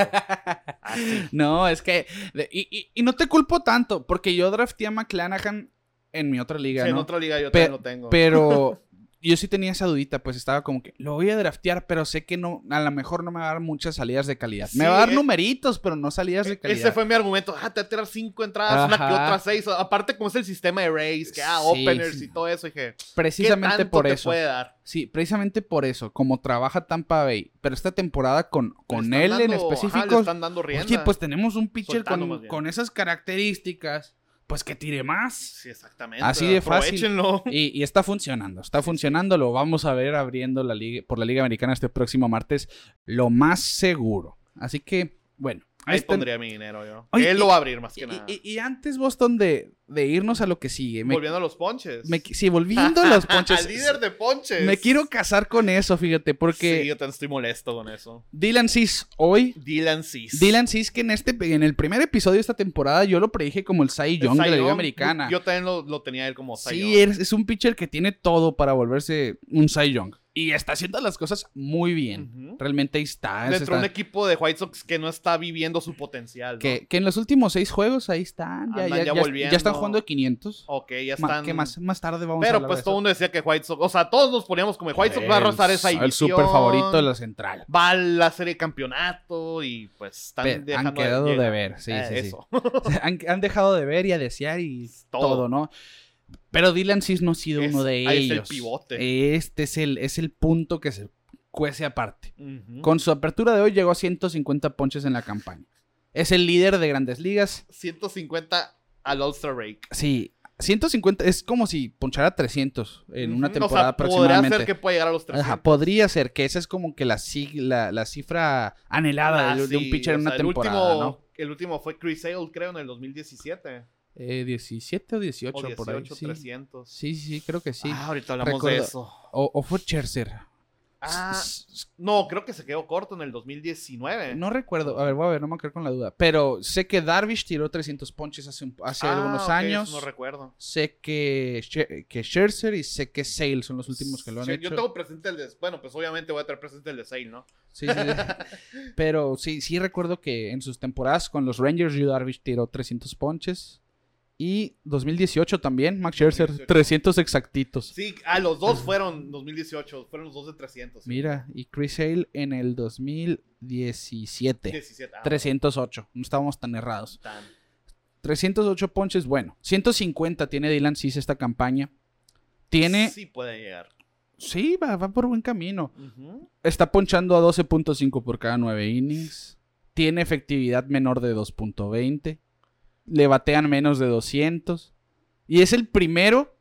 Speaker 2: Así.
Speaker 1: No, es que. de- y, y- y no te culpo tanto, porque yo drafté a McClanahan en mi otra
Speaker 2: Sí,
Speaker 1: liga.
Speaker 2: en
Speaker 1: ¿no?
Speaker 2: otra liga yo
Speaker 1: Pe-
Speaker 2: también lo tengo.
Speaker 1: Pero yo sí tenía esa dudita, pues estaba como que lo voy a draftear, pero sé que no, a lo mejor no me va a dar muchas salidas de calidad. me
Speaker 2: Sí,
Speaker 1: va a dar
Speaker 2: eh.
Speaker 1: numeritos, pero no salidas de
Speaker 2: E-
Speaker 1: calidad.
Speaker 2: Ese fue mi argumento. Ah, te va a tirar cinco entradas, una que
Speaker 1: Ajá.
Speaker 2: otra seis. Aparte, como es el sistema de Rays, que ah,
Speaker 1: Sí,
Speaker 2: openers
Speaker 1: sí.
Speaker 2: y todo eso, dije. ¿qué
Speaker 1: precisamente
Speaker 2: tanto
Speaker 1: por
Speaker 2: te
Speaker 1: eso.
Speaker 2: puede dar?
Speaker 1: Sí, precisamente por eso, como trabaja Tampa Bay, pero esta temporada con, con
Speaker 2: Le
Speaker 1: él
Speaker 2: están
Speaker 1: en
Speaker 2: dando- ajá,
Speaker 1: específico.
Speaker 2: le están dando rienda.
Speaker 1: oye, pues tenemos un pitcher
Speaker 2: Soltando más
Speaker 1: con,
Speaker 2: bien.
Speaker 1: con esas características, pues que tire más.
Speaker 2: Sí, exactamente.
Speaker 1: así de fácil.
Speaker 2: Aprovechenlo.
Speaker 1: Y, y está funcionando, está funcionando, lo vamos a ver abriendo la liga, por la Liga Americana este próximo martes, lo más seguro. Así que, bueno,
Speaker 2: Ahí
Speaker 1: están-
Speaker 2: pondría mi dinero yo.
Speaker 1: Oye,
Speaker 2: Él
Speaker 1: y-
Speaker 2: lo va a abrir más
Speaker 1: Y,
Speaker 2: que nada.
Speaker 1: y- y antes, Boston, de, de irnos a lo que sigue, me,
Speaker 2: Volviendo a los ponches.
Speaker 1: me- sí, volviendo a los ponches,
Speaker 2: Al líder de ponches.
Speaker 1: me quiero casar con eso, fíjate, porque
Speaker 2: Sí, yo también estoy molesto con eso.
Speaker 1: Dylan Cis hoy,
Speaker 2: Dylan Cis.
Speaker 1: Dylan Cis que en, este, en el primer episodio de esta temporada yo lo predije como el Cy
Speaker 2: El
Speaker 1: Young de
Speaker 2: Cy
Speaker 1: la Liga
Speaker 2: Young,
Speaker 1: Americana.
Speaker 2: Yo también lo, lo tenía él como Cy
Speaker 1: Sí,
Speaker 2: Young.
Speaker 1: es, es un pitcher que tiene todo para volverse un Cy Young. Y está haciendo las cosas muy bien.
Speaker 2: Ujú.
Speaker 1: Realmente ahí está. se
Speaker 2: Dentro de un
Speaker 1: está-
Speaker 2: equipo de White Sox que no está viviendo su potencial. ¿no?
Speaker 1: que, que en los últimos seis juegos ahí están. Ya, ya,
Speaker 2: Andan ya
Speaker 1: ya- ya
Speaker 2: volviendo.
Speaker 1: están jugando de 500.
Speaker 2: Ok, ya
Speaker 1: Ma-
Speaker 2: están.
Speaker 1: que más, más tarde vamos a
Speaker 2: Pero
Speaker 1: hablar
Speaker 2: pues
Speaker 1: de
Speaker 2: todo
Speaker 1: eso.
Speaker 2: mundo decía que White Sox, o sea, todos nos poníamos como White Sox va a arrasar esa
Speaker 1: El-
Speaker 2: división.
Speaker 1: El super favorito de la central.
Speaker 2: Va a la serie de campeonato y pues están
Speaker 1: Pe-
Speaker 2: dejando
Speaker 1: han quedado de,
Speaker 2: llegar.
Speaker 1: ver. Sí,
Speaker 2: Eh,
Speaker 1: sí, sí.
Speaker 2: eso.
Speaker 1: han, han dejado de ver y a desear y todo,
Speaker 2: Todo.
Speaker 1: ¿no? Pero Dylan Cis no ha sido
Speaker 2: Es-
Speaker 1: uno de
Speaker 2: ahí está el
Speaker 1: ellos.
Speaker 2: pivote.
Speaker 1: Este es el, es el punto que se cuece aparte.
Speaker 2: Ujú.
Speaker 1: Con su apertura de hoy llegó a 150 ponches en la campaña. Es el líder de grandes ligas.
Speaker 2: 150 al All-Star Break.
Speaker 1: Sí, 150 es como si ponchara 300 en una
Speaker 2: Ujú, o sea,
Speaker 1: temporada
Speaker 2: Podría
Speaker 1: aproximadamente.
Speaker 2: ser que pueda llegar a los
Speaker 1: Ajá,
Speaker 2: 300.
Speaker 1: podría ser que esa es como que la, sig- la, la cifra anhelada
Speaker 2: Ah,
Speaker 1: de, de un
Speaker 2: sí,
Speaker 1: pitcher en
Speaker 2: o
Speaker 1: una
Speaker 2: sea,
Speaker 1: temporada,
Speaker 2: el último,
Speaker 1: ¿no?
Speaker 2: El último fue Chris Sale, creo, en el 2017.
Speaker 1: Eh, 17 o 18
Speaker 2: O
Speaker 1: por ahí.
Speaker 2: 18,
Speaker 1: Sí.
Speaker 2: 300.
Speaker 1: sí, sí, creo que sí.
Speaker 2: Ah, ahorita hablamos
Speaker 1: Recuerdo-
Speaker 2: de eso.
Speaker 1: O, o fue Scherzer.
Speaker 2: Ah,
Speaker 1: S- s-
Speaker 2: no, creo que se quedó corto en el 2019.
Speaker 1: No recuerdo. A ver, voy a ver, no me quedo con la duda. Pero sé que Darvish tiró 300 ponches hace, un- hace
Speaker 2: Ah,
Speaker 1: algunos
Speaker 2: ok,
Speaker 1: años.
Speaker 2: No recuerdo.
Speaker 1: sé que, Sche- que Scherzer y sé que Sale son los últimos que lo han
Speaker 2: Sí,
Speaker 1: hecho.
Speaker 2: Yo tengo presente el de. Bueno, pues obviamente voy a tener presente el de Sale, ¿no?
Speaker 1: Sí, sí, sí. Pero sí, sí recuerdo que en sus temporadas con los Rangers, Yu Darvish tiró 300 ponches. Y 2018 también, Max Scherzer,
Speaker 2: 2018.
Speaker 1: 300 exactitos.
Speaker 2: Sí, a los dos fueron 2018. Fueron los dos de 300. sí.
Speaker 1: Mira, y Chris Hale en el 2017,
Speaker 2: 17. ah,
Speaker 1: 308. No estábamos tan errados.
Speaker 2: tan.
Speaker 1: 308 ponches, bueno. 150 tiene Dylan Cis esta campaña. Tiene. Sí,
Speaker 2: Sí, puede llegar.
Speaker 1: va, va por buen camino.
Speaker 2: Ujú.
Speaker 1: Está ponchando a 12.5 por cada 9 innings. Tiene efectividad menor de 2.20. Le batean menos de 200. Y es el primero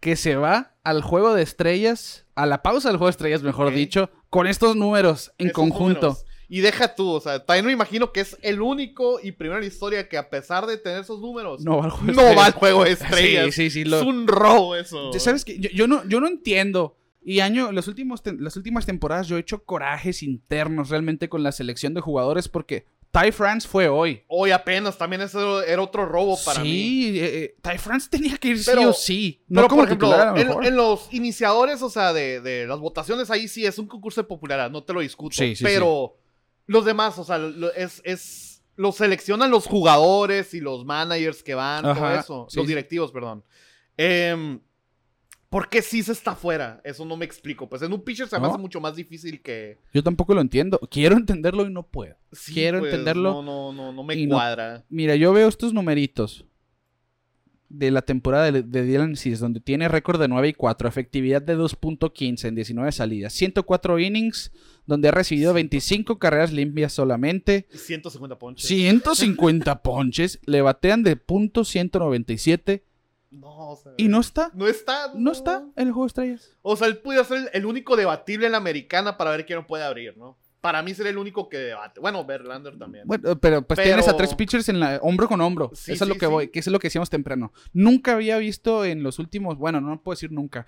Speaker 1: que se va al juego de estrellas, a la pausa del juego de estrellas, mejor
Speaker 2: Ok.
Speaker 1: dicho, con estos números en
Speaker 2: Esos
Speaker 1: conjunto.
Speaker 2: números. Y deja tú, o sea, también me imagino que es el único y primero en la historia que a pesar de tener esos números,
Speaker 1: No va al juego de
Speaker 2: no va al
Speaker 1: estrellas.
Speaker 2: juego de estrellas.
Speaker 1: Sí, sí, sí. lo-
Speaker 2: Es un robo eso.
Speaker 1: Te- ¿Sabes que yo, yo no, yo no entiendo. Y año, los últimos tem- las últimas temporadas yo he hecho corajes internos realmente con la selección de jugadores porque Ty France fue hoy.
Speaker 2: Hoy apenas también eso era otro robo para mí.
Speaker 1: sí, eh, eh, Ty France tenía que ir sí
Speaker 2: Pero-
Speaker 1: o sí. No
Speaker 2: Pero
Speaker 1: como
Speaker 2: por ejemplo,
Speaker 1: titular a lo
Speaker 2: en-
Speaker 1: mejor.
Speaker 2: en, los iniciadores, o sea, de, de las votaciones, ahí sí es un concurso de popularidad, no te lo discuto.
Speaker 1: Sí, sí,
Speaker 2: pero los demás, o sea, lo- es, es- los seleccionan los jugadores y los managers que van, todo
Speaker 1: Ajá,
Speaker 2: eso.
Speaker 1: sí,
Speaker 2: los
Speaker 1: sí.
Speaker 2: directivos, perdón. Em, ¿Por qué sí se está fuera? Eso no me explico. Pues en un pitcher se me
Speaker 1: ¿No?
Speaker 2: hace mucho más difícil que.
Speaker 1: Yo tampoco lo entiendo. Quiero entenderlo y no puedo.
Speaker 2: Sí,
Speaker 1: Quiero
Speaker 2: pues,
Speaker 1: entenderlo.
Speaker 2: No, no, no, no
Speaker 1: y
Speaker 2: me
Speaker 1: no-
Speaker 2: cuadra.
Speaker 1: Mira, yo veo estos numeritos de la temporada de, de Dylan Cis, donde tiene récord de 9 y 4, efectividad de 2.15 en 19 salidas, 104 innings, donde ha recibido 25 carreras limpias solamente.
Speaker 2: 150 ponches.
Speaker 1: 150 ponches, le batean de punto 197
Speaker 2: No, o sea,
Speaker 1: y no está,
Speaker 2: No está.
Speaker 1: no está en el juego de estrellas.
Speaker 2: O sea, él pudiera ser el- el único debatible en la americana para ver quién lo puede abrir, ¿no? Para mí sería el único que debate. Bueno, Verlander también.
Speaker 1: Bueno, pero pues
Speaker 2: Pero-
Speaker 1: tienes a tres pitchers en la hombro con hombro.
Speaker 2: Sí,
Speaker 1: eso es
Speaker 2: sí,
Speaker 1: lo que
Speaker 2: sí.
Speaker 1: voy, que eso es lo que decíamos temprano. Nunca había visto en los últimos, bueno, no puedo decir nunca,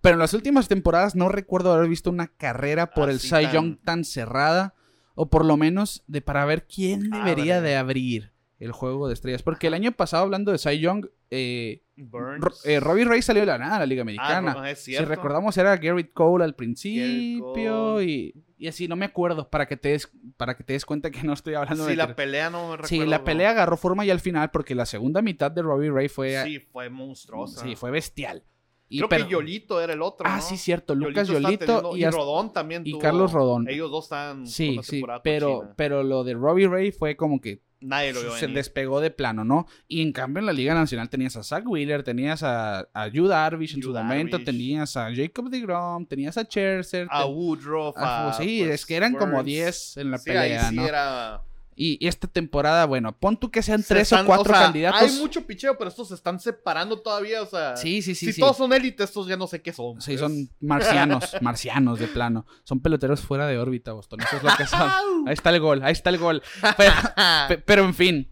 Speaker 1: pero en las últimas temporadas no recuerdo haber visto una carrera por el
Speaker 2: Así
Speaker 1: Cy
Speaker 2: tan-
Speaker 1: Young tan cerrada o por lo menos de para ver quién
Speaker 2: Ah,
Speaker 1: debería
Speaker 2: Abre.
Speaker 1: de abrir el juego de estrellas, porque el año pasado hablando de Cy Young eh,
Speaker 2: Burns.
Speaker 1: Ro- eh, Robbie Ray salió de la nada a la Liga
Speaker 2: Ah,
Speaker 1: Americana.
Speaker 2: no, es
Speaker 1: Si
Speaker 2: cierto.
Speaker 1: recordamos era Garrett Cole al principio
Speaker 2: Cole.
Speaker 1: y, y así, no me acuerdo, para que te des, para que te des cuenta que no estoy hablando
Speaker 2: Si
Speaker 1: de...
Speaker 2: la pelea no me recuerdo.
Speaker 1: sí, la pelea agarró forma y al final, porque la segunda mitad de Robbie Ray fue,
Speaker 2: Sí, fue monstruosa.
Speaker 1: sí, fue bestial. Y
Speaker 2: Creo
Speaker 1: pero-
Speaker 2: que Yolito era el otro.
Speaker 1: Ah,
Speaker 2: ¿no?
Speaker 1: sí, cierto,
Speaker 2: Yolito
Speaker 1: Lucas
Speaker 2: está
Speaker 1: Yolito
Speaker 2: teniendo-
Speaker 1: y,
Speaker 2: y,
Speaker 1: hasta-
Speaker 2: Rodón también.
Speaker 1: y
Speaker 2: tuvo-
Speaker 1: Carlos Rodón.
Speaker 2: Ellos dos están.
Speaker 1: Sí,
Speaker 2: con
Speaker 1: sí,
Speaker 2: temporada
Speaker 1: pero,
Speaker 2: cochina.
Speaker 1: pero lo de Robbie Ray fue como que
Speaker 2: Nadie lo vio.
Speaker 1: se
Speaker 2: venir.
Speaker 1: despegó de plano, ¿no? Y en cambio en la Liga Nacional tenías a Zach Wheeler, tenías a, a Yu Darvish en
Speaker 2: Yu
Speaker 1: su momento,
Speaker 2: Darvish.
Speaker 1: tenías a Jacob DeGrom, tenías a Scherzer.
Speaker 2: A
Speaker 1: ten-
Speaker 2: Woodruff.
Speaker 1: a-
Speaker 2: a,
Speaker 1: Ah, sí,
Speaker 2: pues,
Speaker 1: es que eran como
Speaker 2: Burns.
Speaker 1: 10 en la
Speaker 2: Sí, ahí
Speaker 1: pelea,
Speaker 2: sí
Speaker 1: ¿no?
Speaker 2: era-
Speaker 1: Y, y esta temporada, bueno, pon tú que sean
Speaker 2: se
Speaker 1: tres o
Speaker 2: están-
Speaker 1: cuatro
Speaker 2: sea,
Speaker 1: candidatos.
Speaker 2: Hay mucho picheo, pero estos se están separando todavía, o sea.
Speaker 1: Sí, sí, sí,
Speaker 2: si
Speaker 1: sí.
Speaker 2: todos son élite, estos ya no sé qué son.
Speaker 1: Sí,
Speaker 2: pues.
Speaker 1: son marcianos, marcianos de plano. Son peloteros fuera de órbita, Boston. Eso es lo que son. Ahí está el gol, ahí está el gol. Pero,
Speaker 2: Ah,
Speaker 1: pe- pero, en fin.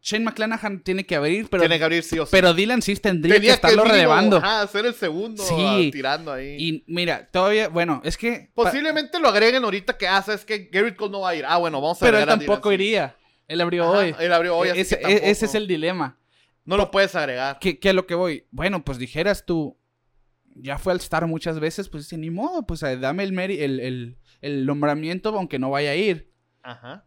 Speaker 1: Shane McClanahan tiene que abrir, pero,
Speaker 2: Tiene que abrir sí o sí.
Speaker 1: pero Dylan sí tendría
Speaker 2: Tenía
Speaker 1: que estarlo
Speaker 2: mínimo,
Speaker 1: relevando.
Speaker 2: ajá, ser el segundo
Speaker 1: Sí.
Speaker 2: ah, tirando ahí.
Speaker 1: Y mira, todavía, bueno, es que. pa-
Speaker 2: Posiblemente lo agreguen ahorita que hace es que Garrett Cole no va a ir. Ah, bueno, vamos a
Speaker 1: Pero él
Speaker 2: agregar a Dylan
Speaker 1: tampoco
Speaker 2: Cease.
Speaker 1: iría. Él abrió
Speaker 2: Ajá,
Speaker 1: hoy.
Speaker 2: Él abrió hoy, así
Speaker 1: ese, e-,
Speaker 2: que tampoco.
Speaker 1: ese es el dilema.
Speaker 2: No lo puedes agregar.
Speaker 1: Que, que a lo que voy. Bueno, pues dijeras tú. Ya fue al Star muchas veces, pues dice, ni modo, pues eh, dame el, meri- el, el, el nombramiento aunque no vaya a ir.
Speaker 2: Ajá.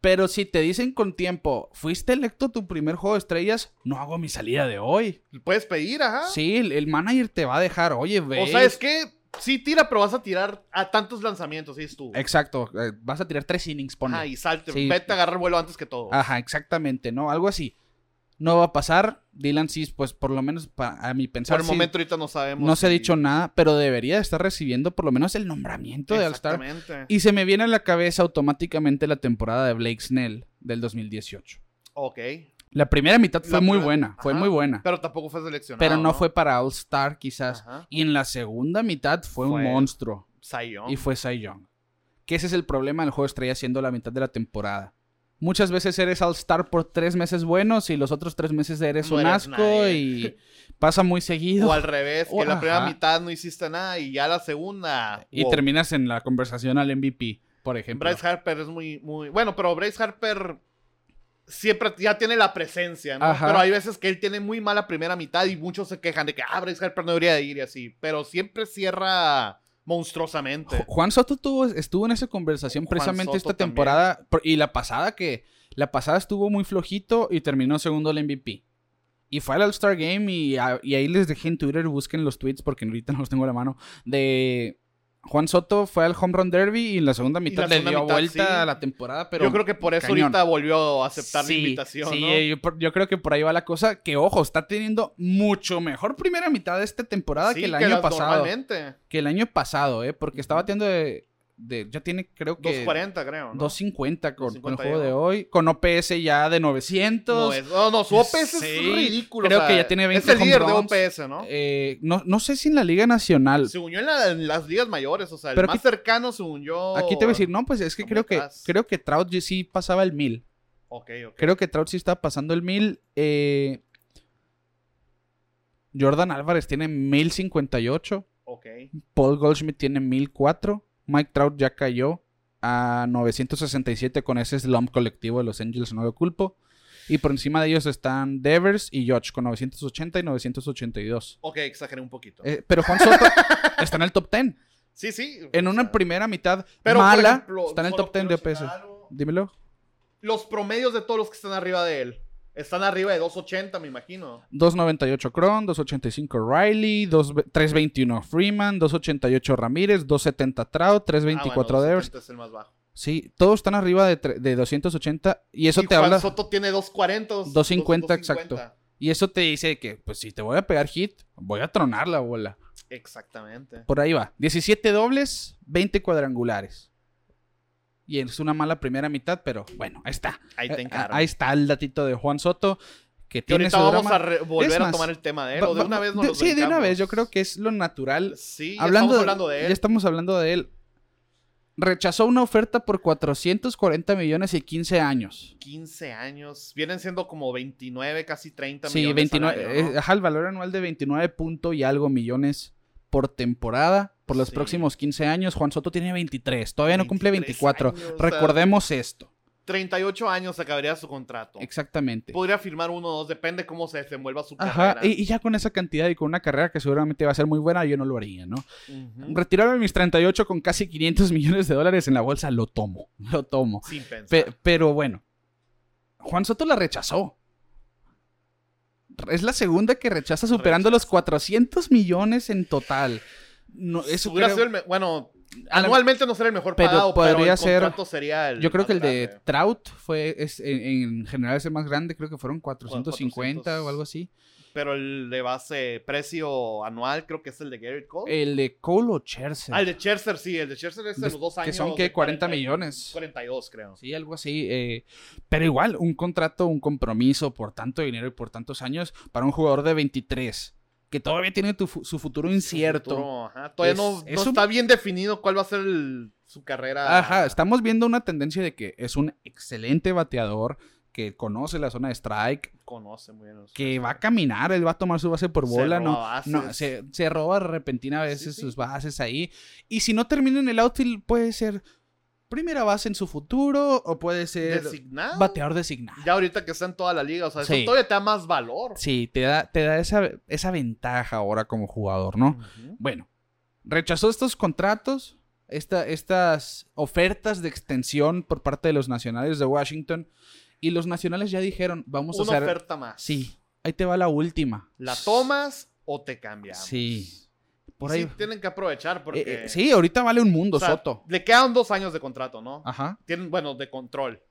Speaker 1: Pero si te dicen con tiempo, fuiste electo tu primer juego de estrellas, no hago mi salida de hoy.
Speaker 2: Puedes pedir, ajá.
Speaker 1: Sí, pues. el, el manager te va a dejar, oye, ve.
Speaker 2: Ah. O sea, es que sí tira, pero vas a tirar a tantos lanzamientos, sí, es tú.
Speaker 1: Exacto, eh, vas a tirar tres innings, ponle.
Speaker 2: Ajá, y salte,
Speaker 1: Sí. Ah,
Speaker 2: Pues. vete a agarrar vuelo antes que todo.
Speaker 1: Ajá, exactamente, ¿no? Algo así. No va a pasar. Dylan sí, pues por lo menos pa- a mi pensar.
Speaker 2: Por el
Speaker 1: sí,
Speaker 2: momento ahorita no sabemos.
Speaker 1: no se ha
Speaker 2: si-
Speaker 1: dicho nada, pero debería estar recibiendo por lo menos el nombramiento de All-Star.
Speaker 2: Exactamente.
Speaker 1: Y se me viene a la cabeza automáticamente la temporada de Blake Snell del 2018.
Speaker 2: Ok.
Speaker 1: La primera mitad fue
Speaker 2: La
Speaker 1: muy
Speaker 2: primera-
Speaker 1: buena, fue
Speaker 2: Ajá.
Speaker 1: muy buena.
Speaker 2: Pero tampoco fue seleccionado.
Speaker 1: Pero no fue para All Star quizás.
Speaker 2: Ajá.
Speaker 1: Y en la segunda mitad fue, un
Speaker 2: Fue-
Speaker 1: monstruo.
Speaker 2: Cy Young.
Speaker 1: Y fue Cy Young. Que ese es el problema del juego estrella siendo la mitad de la temporada. Muchas veces eres All Star por tres meses buenos y los otros tres meses eres
Speaker 2: No
Speaker 1: un
Speaker 2: eres
Speaker 1: asco
Speaker 2: nadie.
Speaker 1: y pasa muy seguido.
Speaker 2: O al revés, que
Speaker 1: O-
Speaker 2: la primera
Speaker 1: ajá.
Speaker 2: mitad no hiciste nada y ya la segunda.
Speaker 1: Y
Speaker 2: wow.
Speaker 1: terminas en la conversación al MVP, por ejemplo.
Speaker 2: Bryce Harper es muy, muy. Bueno, pero Bryce Harper siempre ya tiene la presencia, ¿no?
Speaker 1: Ajá.
Speaker 2: Pero hay veces que él tiene muy mala primera mitad y muchos se quejan de que, ah, Bryce Harper no debería de ir y así. Pero siempre cierra monstruosamente.
Speaker 1: Ju- Juan Soto tuvo- estuvo en esa conversación
Speaker 2: Juan
Speaker 1: precisamente
Speaker 2: Soto
Speaker 1: esta
Speaker 2: también.
Speaker 1: temporada por- y la pasada que la pasada estuvo muy flojito y terminó segundo el MVP. Y fue al All-Star Game y, a- y ahí les dejé en Twitter, busquen los tweets porque ahorita no los tengo a la mano, de Juan Soto fue al Home Run Derby y en la segunda mitad
Speaker 2: segunda
Speaker 1: le dio
Speaker 2: mitad,
Speaker 1: vuelta
Speaker 2: sí.
Speaker 1: a la temporada, pero...
Speaker 2: Yo creo que por eso
Speaker 1: cañón.
Speaker 2: ahorita volvió a aceptar
Speaker 1: Sí,
Speaker 2: la invitación.
Speaker 1: Sí, eh,
Speaker 2: ¿no?
Speaker 1: yo, por- yo creo que por ahí va la cosa, que ojo, está teniendo mucho mejor primera mitad de esta temporada
Speaker 2: Sí,
Speaker 1: que el
Speaker 2: las-
Speaker 1: año pasado
Speaker 2: Normalmente.
Speaker 1: que el año pasado, ¿eh? Porque está bateando de, de- Ya tiene, creo que.
Speaker 2: 240, creo. ¿no?
Speaker 1: 250 con, con el
Speaker 2: 250
Speaker 1: juego de
Speaker 2: ya.
Speaker 1: hoy. Con OPS ya de 900.
Speaker 2: No, es- no, no, su OPS
Speaker 1: Sí,
Speaker 2: es ridículo.
Speaker 1: creo
Speaker 2: o sea,
Speaker 1: que ya tiene 20
Speaker 2: Es el
Speaker 1: home
Speaker 2: líder de
Speaker 1: runs.
Speaker 2: OPS, ¿no?
Speaker 1: Eh, no, no sé si en la Liga Nacional.
Speaker 2: Se unió en, la- en las ligas mayores, o sea, el
Speaker 1: Pero
Speaker 2: más
Speaker 1: aquí-
Speaker 2: cercano se unió.
Speaker 1: Aquí te voy a decir, no, pues es que
Speaker 2: Hombre,
Speaker 1: creo que
Speaker 2: atrás.
Speaker 1: creo que Trout ya sí pasaba el 1000.
Speaker 2: Ok, ok.
Speaker 1: Creo que Trout sí estaba pasando el 1000. Eh, Jordan Álvarez tiene 1058.
Speaker 2: ok.
Speaker 1: Paul Goldschmidt tiene 1004. Mike Trout ya cayó a 967 con ese slump colectivo de los Angels, no lo culpo. Y por encima de ellos están Devers y George con 980 y 982.
Speaker 2: Ok, exageré un poquito.
Speaker 1: Eh, pero Juan Soto está en el top 10.
Speaker 2: sí, sí.
Speaker 1: En
Speaker 2: o
Speaker 1: una
Speaker 2: sea,
Speaker 1: primera mitad
Speaker 2: pero, por
Speaker 1: mala,
Speaker 2: ejemplo,
Speaker 1: está en el
Speaker 2: solo
Speaker 1: top 10 de
Speaker 2: quiero
Speaker 1: OPS.
Speaker 2: citar algo.
Speaker 1: Dímelo.
Speaker 2: Los promedios de todos los que están arriba de él están arriba de 280, me imagino. Ah,
Speaker 1: 2.98 Cron, 2.85 Riley, 2 3.21 Freeman, 2.88 Ramírez, 2.70 Trout, 3.24
Speaker 2: ah, bueno,
Speaker 1: Devers.
Speaker 2: 270 Es el más bajo.
Speaker 1: Sí, todos están arriba de, tre- de 280 y eso
Speaker 2: Y
Speaker 1: te
Speaker 2: Juan
Speaker 1: habla
Speaker 2: Soto tiene 240. dos-
Speaker 1: 250,
Speaker 2: 250.
Speaker 1: y eso te dice que pues si te voy a pegar hit, voy a tronar la bola.
Speaker 2: Exactamente.
Speaker 1: Por ahí va. 17 dobles, 20 cuadrangulares. Y es una mala primera mitad, pero bueno, ahí está.
Speaker 2: Ahí
Speaker 1: Eh,
Speaker 2: te encargo.
Speaker 1: ahí está el datito de Juan Soto que
Speaker 2: Que
Speaker 1: tiene
Speaker 2: ahorita
Speaker 1: su
Speaker 2: vamos
Speaker 1: drama.
Speaker 2: a re- volver
Speaker 1: más,
Speaker 2: a tomar el tema de él.
Speaker 1: Va-
Speaker 2: o de
Speaker 1: va-
Speaker 2: una vez nos
Speaker 1: de-
Speaker 2: los
Speaker 1: Sí, de una
Speaker 2: brincamos.
Speaker 1: vez, yo creo que es lo natural.
Speaker 2: Sí, ya
Speaker 1: hablando,
Speaker 2: estamos hablando de él.
Speaker 1: Ya estamos hablando de él. Rechazó una oferta por 440 millones y 15 años.
Speaker 2: 15 años. Vienen siendo como 29, casi 30
Speaker 1: Sí,
Speaker 2: millones.
Speaker 1: 29,
Speaker 2: al año, ¿no?
Speaker 1: eh, ajá, el valor anual de 29 punto y algo millones por temporada por los
Speaker 2: Sí.
Speaker 1: próximos 15 años. Juan Soto tiene 23, todavía no cumple
Speaker 2: 23
Speaker 1: 24.
Speaker 2: años, o sea,
Speaker 1: Recordemos esto.
Speaker 2: 38 años acabaría su contrato.
Speaker 1: Exactamente.
Speaker 2: Podría firmar uno o dos, depende cómo se desenvuelva su
Speaker 1: Ajá,
Speaker 2: carrera.
Speaker 1: y, y ya con esa cantidad y con una carrera que seguramente va a ser muy buena, yo no lo haría, ¿no?
Speaker 2: Ujú.
Speaker 1: Retirarme mis 38 con casi 500 millones de dólares en la bolsa, lo tomo, lo tomo.
Speaker 2: Sin pensar.
Speaker 1: Pe- pero bueno, Juan Soto la rechazó. Es la segunda que rechaza superando los 400 millones en total. No, eso
Speaker 2: Hubiera
Speaker 1: creo-
Speaker 2: sido el me- bueno,
Speaker 1: a la-
Speaker 2: anualmente no será el mejor
Speaker 1: Pero
Speaker 2: pagado, pero
Speaker 1: podría
Speaker 2: el
Speaker 1: ser-
Speaker 2: contrato sería el
Speaker 1: yo creo
Speaker 2: más
Speaker 1: que el de
Speaker 2: grande.
Speaker 1: Trout fue es- en, en general es el más grande, creo que fueron 450
Speaker 2: 400.
Speaker 1: o algo así.
Speaker 2: Pero el de base precio anual creo que es el de Garrett Cole.
Speaker 1: El de Cole o Scherzer,
Speaker 2: ah, el de Scherzer, sí, el de Scherzer es de
Speaker 1: Este. des-
Speaker 2: los dos años.
Speaker 1: que son
Speaker 2: de
Speaker 1: que 40
Speaker 2: y-
Speaker 1: millones.
Speaker 2: 42 creo.
Speaker 1: Sí, algo así. eh, pero igual, un contrato, un compromiso por tanto dinero y por tantos años para un jugador de 23 que todavía tiene tu fu- su futuro incierto.
Speaker 2: Futuro, ajá. Todavía
Speaker 1: Es-
Speaker 2: no,
Speaker 1: es
Speaker 2: no
Speaker 1: un-
Speaker 2: está bien definido cuál va a ser el- su carrera.
Speaker 1: Ajá, estamos viendo una tendencia de que es un excelente bateador, que conoce la zona de strike,
Speaker 2: Conoce muy bien. los-
Speaker 1: que va a caminar, él va a tomar su base por
Speaker 2: Se
Speaker 1: bola, ¿no?
Speaker 2: roba bases.
Speaker 1: no se, se roba repentina a veces
Speaker 2: sí.
Speaker 1: sus bases ahí. Y si no termina en el outfield, puede ser primera base en su futuro o puede ser
Speaker 2: Designado.
Speaker 1: bateador designado.
Speaker 2: Ya ahorita que está en toda la liga, o sea, eso
Speaker 1: Sí.
Speaker 2: todavía te da más valor.
Speaker 1: Sí, te da, te da esa, esa ventaja ahora como jugador, ¿no?
Speaker 2: Ujú.
Speaker 1: Bueno, rechazó estos contratos, esta- estas ofertas de extensión por parte de los nacionales de Washington. Y los nacionales ya dijeron, vamos
Speaker 2: Una
Speaker 1: a hacer...
Speaker 2: oferta más.
Speaker 1: Sí, ahí te va la última.
Speaker 2: ¿La tomas o te cambiamos?
Speaker 1: Sí. Por
Speaker 2: Y
Speaker 1: ahí...
Speaker 2: sí tienen que aprovechar porque...
Speaker 1: Eh, eh, sí, ahorita vale un mundo,
Speaker 2: o sea,
Speaker 1: Soto.
Speaker 2: Le quedan dos años de contrato, ¿no?
Speaker 1: Ajá.
Speaker 2: Tienen, bueno, de control.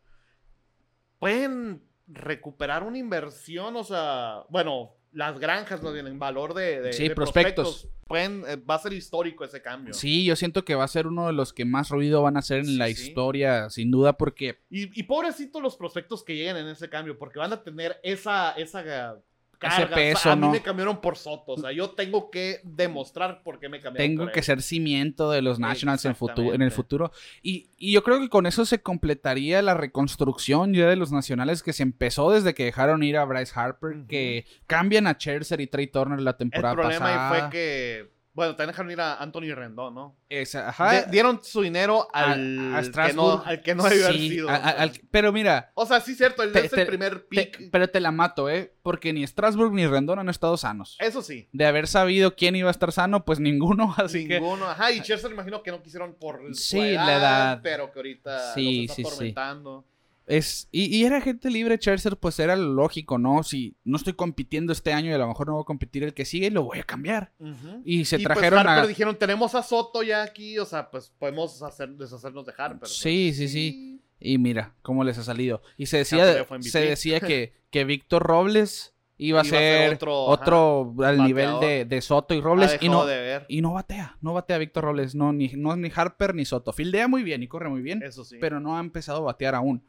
Speaker 2: Pueden recuperar una inversión, o sea, bueno, las granjas no tienen valor de, de-
Speaker 1: Sí,
Speaker 2: de
Speaker 1: prospectos.
Speaker 2: Pueden- eh, va a ser histórico ese cambio.
Speaker 1: Sí, yo siento que va a ser uno de los que más ruido van a hacer en
Speaker 2: Sí,
Speaker 1: la
Speaker 2: sí.
Speaker 1: historia, sin duda, porque
Speaker 2: Y, y pobrecitos los prospectos que lleguen en ese cambio, porque van a tener esa, esa ga- carga. O sea,
Speaker 1: peso,
Speaker 2: a mí
Speaker 1: ¿no?
Speaker 2: me cambiaron por Soto, o sea, yo tengo que demostrar por qué me cambiaron.
Speaker 1: tengo
Speaker 2: por
Speaker 1: que
Speaker 2: él.
Speaker 1: ser cimiento de los Nationals en, futu- en el
Speaker 2: Exactamente.
Speaker 1: futuro. Y, y yo creo que con eso se completaría la reconstrucción ya de los Nacionales que se empezó desde que dejaron ir a Bryce Harper,
Speaker 2: Ujú.
Speaker 1: que cambian a Scherzer y Trey Turner la
Speaker 2: El
Speaker 1: temporada
Speaker 2: problema ahí
Speaker 1: pasada.
Speaker 2: fue que, bueno, te dejaron ir a Anthony Rendón, ¿no?
Speaker 1: Esa- ajá.
Speaker 2: Di- dieron su dinero
Speaker 1: a
Speaker 2: al, que, no,
Speaker 1: Strasburg.
Speaker 2: al que no debió haber
Speaker 1: Sí,
Speaker 2: sido.
Speaker 1: a- a- al- pero mira,
Speaker 2: O sea, sí, cierto, él
Speaker 1: Te-
Speaker 2: es
Speaker 1: te-
Speaker 2: el primer
Speaker 1: te-
Speaker 2: pick.
Speaker 1: pero te la mato, ¿eh? Porque ni Strasburg ni Rendón han estado sanos.
Speaker 2: Eso sí.
Speaker 1: De haber sabido quién iba a estar sano, pues ninguno, así que...
Speaker 2: ninguno. Ajá, y Scherzer me imagino que no quisieron por su
Speaker 1: Sí, la edad.
Speaker 2: Pero que ahorita
Speaker 1: Sí,
Speaker 2: los está
Speaker 1: sí, sí.
Speaker 2: atormentando.
Speaker 1: Es, y, y era gente libre, Scherzer, pues era lo lógico, ¿no? Si no estoy compitiendo este año y a lo mejor no voy a competir el que sigue, lo voy a cambiar.
Speaker 2: Ujú.
Speaker 1: Y se
Speaker 2: Y, pues,
Speaker 1: trajeron
Speaker 2: Harper
Speaker 1: a...
Speaker 2: dijeron, tenemos a Soto ya aquí, o sea, pues podemos hacer, deshacernos de Harper. pues,
Speaker 1: Sí, sí, sí. Y mira cómo les ha salido. Y se decía,
Speaker 2: Harper fue MVP.
Speaker 1: se decía que, que Víctor Robles iba a
Speaker 2: Iba a ser
Speaker 1: ser
Speaker 2: otro,
Speaker 1: otro,
Speaker 2: ajá,
Speaker 1: al
Speaker 2: bateador.
Speaker 1: nivel de, de Soto y
Speaker 2: Ha
Speaker 1: Robles. Y
Speaker 2: dejado
Speaker 1: no,
Speaker 2: de ver,
Speaker 1: y no batea, no batea Víctor Robles. No ni, no, ni Harper ni Soto. Fildea muy bien y corre muy bien.
Speaker 2: eso sí.
Speaker 1: pero no ha empezado a batear aún.